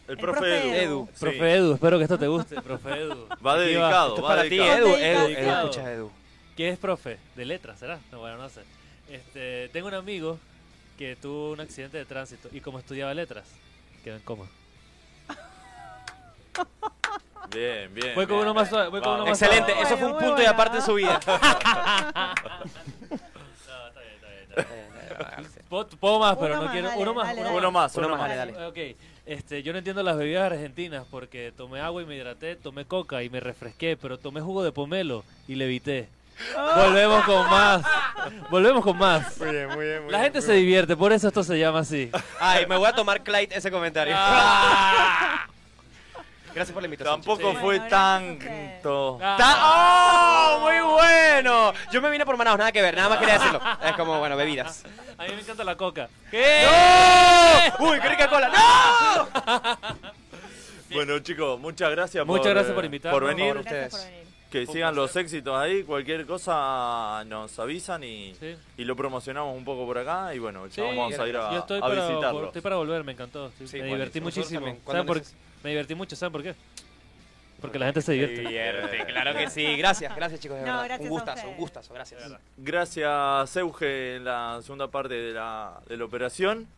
Speaker 1: el
Speaker 2: profe profe
Speaker 1: profe
Speaker 2: Edu.
Speaker 1: Edu.
Speaker 2: Edu.
Speaker 1: Sí.
Speaker 4: Profe Edu, espero que esto te guste, profe Edu.
Speaker 1: Va
Speaker 4: Aquí
Speaker 1: dedicado,
Speaker 3: Esto es
Speaker 1: va
Speaker 3: para ti,
Speaker 1: dedicado.
Speaker 3: Edu, Edu, Edu,
Speaker 2: Dedicado.
Speaker 3: escucha, Edu.
Speaker 4: ¿Qué es profe? ¿De letras será? No, bueno, no sé. Este, tengo un amigo que tuvo un accidente de tránsito y como estudiaba letras, quedó en coma.
Speaker 1: Bien, bien.
Speaker 4: Voy con
Speaker 1: bien.
Speaker 4: uno más suave, voy con
Speaker 1: Vamos.
Speaker 4: uno más
Speaker 3: Excelente,
Speaker 4: suave.
Speaker 3: eso fue un
Speaker 2: Muy
Speaker 3: punto y
Speaker 2: buena.
Speaker 3: aparte en su vida.
Speaker 4: No, está bien, está bien, está
Speaker 2: Eh,
Speaker 4: bien. Puedo, puedo más, pero
Speaker 2: Uno
Speaker 4: no
Speaker 2: más,
Speaker 4: quiero.
Speaker 2: dale,
Speaker 4: uno más,
Speaker 2: dale,
Speaker 4: uno
Speaker 2: dale.
Speaker 1: Uno más,
Speaker 3: Uno
Speaker 1: uno
Speaker 3: más,
Speaker 1: más.
Speaker 3: dale, dale.
Speaker 4: Ok, este, yo no entiendo las bebidas argentinas porque tomé agua y me hidraté, tomé coca y me refresqué, pero tomé jugo de pomelo y levité. Volvemos con más. Volvemos con más.
Speaker 3: Muy bien, muy bien,
Speaker 4: La gente se divierte, por eso esto se llama así.
Speaker 3: Ay, me voy a tomar Clyde ese comentario.
Speaker 2: Ah.
Speaker 3: Gracias por la invitación.
Speaker 1: Tampoco
Speaker 2: Sí.
Speaker 1: fue
Speaker 2: Bueno, gracias a ustedes.
Speaker 1: tanto.
Speaker 4: Ah,
Speaker 3: Ta- ¡Oh! ¡Muy bueno! Yo me vine por Manaus, nada que ver, nada más quería decirlo. Es como, bueno, bebidas.
Speaker 4: A mí me encanta la coca.
Speaker 3: ¡No! ¡Uy, qué rica cola! ¡No!
Speaker 1: Bueno, chicos, muchas gracias
Speaker 4: Muchas
Speaker 1: por,
Speaker 4: gracias
Speaker 1: eh,
Speaker 4: por invitarnos.
Speaker 1: Por
Speaker 4: Por
Speaker 1: venir.
Speaker 3: favor,
Speaker 2: Gracias por
Speaker 3: ustedes.
Speaker 2: venir.
Speaker 1: que
Speaker 4: Fue un
Speaker 1: sigan los
Speaker 4: placer.
Speaker 1: éxitos ahí. Cualquier cosa nos avisan y,
Speaker 4: Sí.
Speaker 1: y lo promocionamos un poco por acá. Y bueno, ya
Speaker 4: Sí,
Speaker 1: vamos a ir a,
Speaker 4: yo estoy
Speaker 1: a
Speaker 4: para,
Speaker 1: visitarlo.
Speaker 4: estoy para volver, me encantó. estoy-
Speaker 3: Sí,
Speaker 4: me
Speaker 3: bueno,
Speaker 4: divertí
Speaker 3: nosotros
Speaker 4: muchísimo.
Speaker 3: también.
Speaker 4: ¿Saben
Speaker 3: ¿Cuándo
Speaker 4: por-
Speaker 3: neces-
Speaker 4: me divertí mucho, ¿saben por qué? Porque la gente se divierte.
Speaker 3: Divierte, claro que sí. Gracias, gracias chicos, de
Speaker 2: No,
Speaker 3: verdad.
Speaker 2: gracias
Speaker 3: un
Speaker 2: a
Speaker 3: gustazo, un
Speaker 2: ustedes.
Speaker 3: gustazo, gracias.
Speaker 1: Gracias, Euge, en la segunda parte de la, de la operación.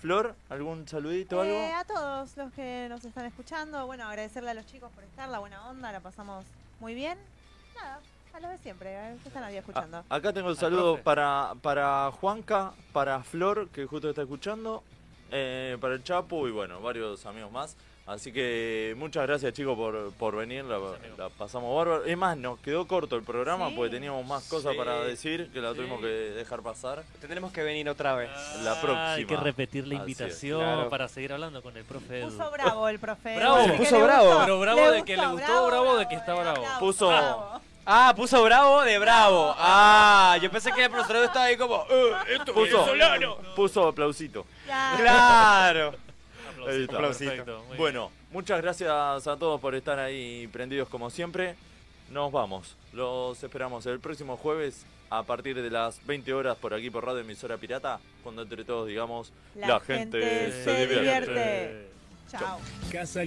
Speaker 1: Flor, ¿algún saludito o algo? Ah,
Speaker 2: Eh, a todos los que nos están escuchando, bueno, agradecerle a los chicos por estar, la buena onda, la pasamos muy bien. Nada, a los de siempre, a los que están ahí escuchando.
Speaker 4: Ah,
Speaker 3: Ah,
Speaker 1: A- acá tengo el
Speaker 4: Al
Speaker 1: saludo
Speaker 4: profe.
Speaker 1: para, para Juanca, para Flor, que justo está escuchando, eh, para el Chapu y bueno, varios amigos más. Así que muchas gracias chicos por, por venir, la, la pasamos bárbaro. Es más, nos quedó corto el programa
Speaker 3: Sí.
Speaker 1: porque teníamos más cosas
Speaker 3: Sí.
Speaker 1: para decir que la
Speaker 3: Sí.
Speaker 1: tuvimos que dejar pasar.
Speaker 3: Tendremos que venir otra vez.
Speaker 1: La próxima.
Speaker 4: Ah, Hay que repetir la
Speaker 1: Así es.
Speaker 4: invitación
Speaker 1: Claro.
Speaker 4: para seguir hablando con el profe Edu.
Speaker 2: Puso bravo el profe.
Speaker 4: Bravo,
Speaker 2: Porque
Speaker 4: puso
Speaker 2: le
Speaker 4: bravo.
Speaker 2: gustó,
Speaker 4: Pero bravo
Speaker 2: le
Speaker 4: de que le gustó, bravo, de que está bravo.
Speaker 1: Puso...
Speaker 3: Ah, puso bravo de bravo. Ah, yo pensé que el profesor estaba ahí como, "Eh, esto es
Speaker 1: Puso,
Speaker 3: venezolano".
Speaker 1: puso aplausito.
Speaker 3: Claro.
Speaker 1: Ahí está.
Speaker 3: Aplausito.
Speaker 1: Perfecto,
Speaker 3: muy
Speaker 1: Bueno, muchas gracias a todos por estar ahí prendidos como siempre. Nos vamos. Los esperamos el próximo jueves a partir de las 20 horas por aquí por Radio Emisora Pirata, cuando entre todos digamos,
Speaker 2: La gente se divierte. Chao.
Speaker 12: Casa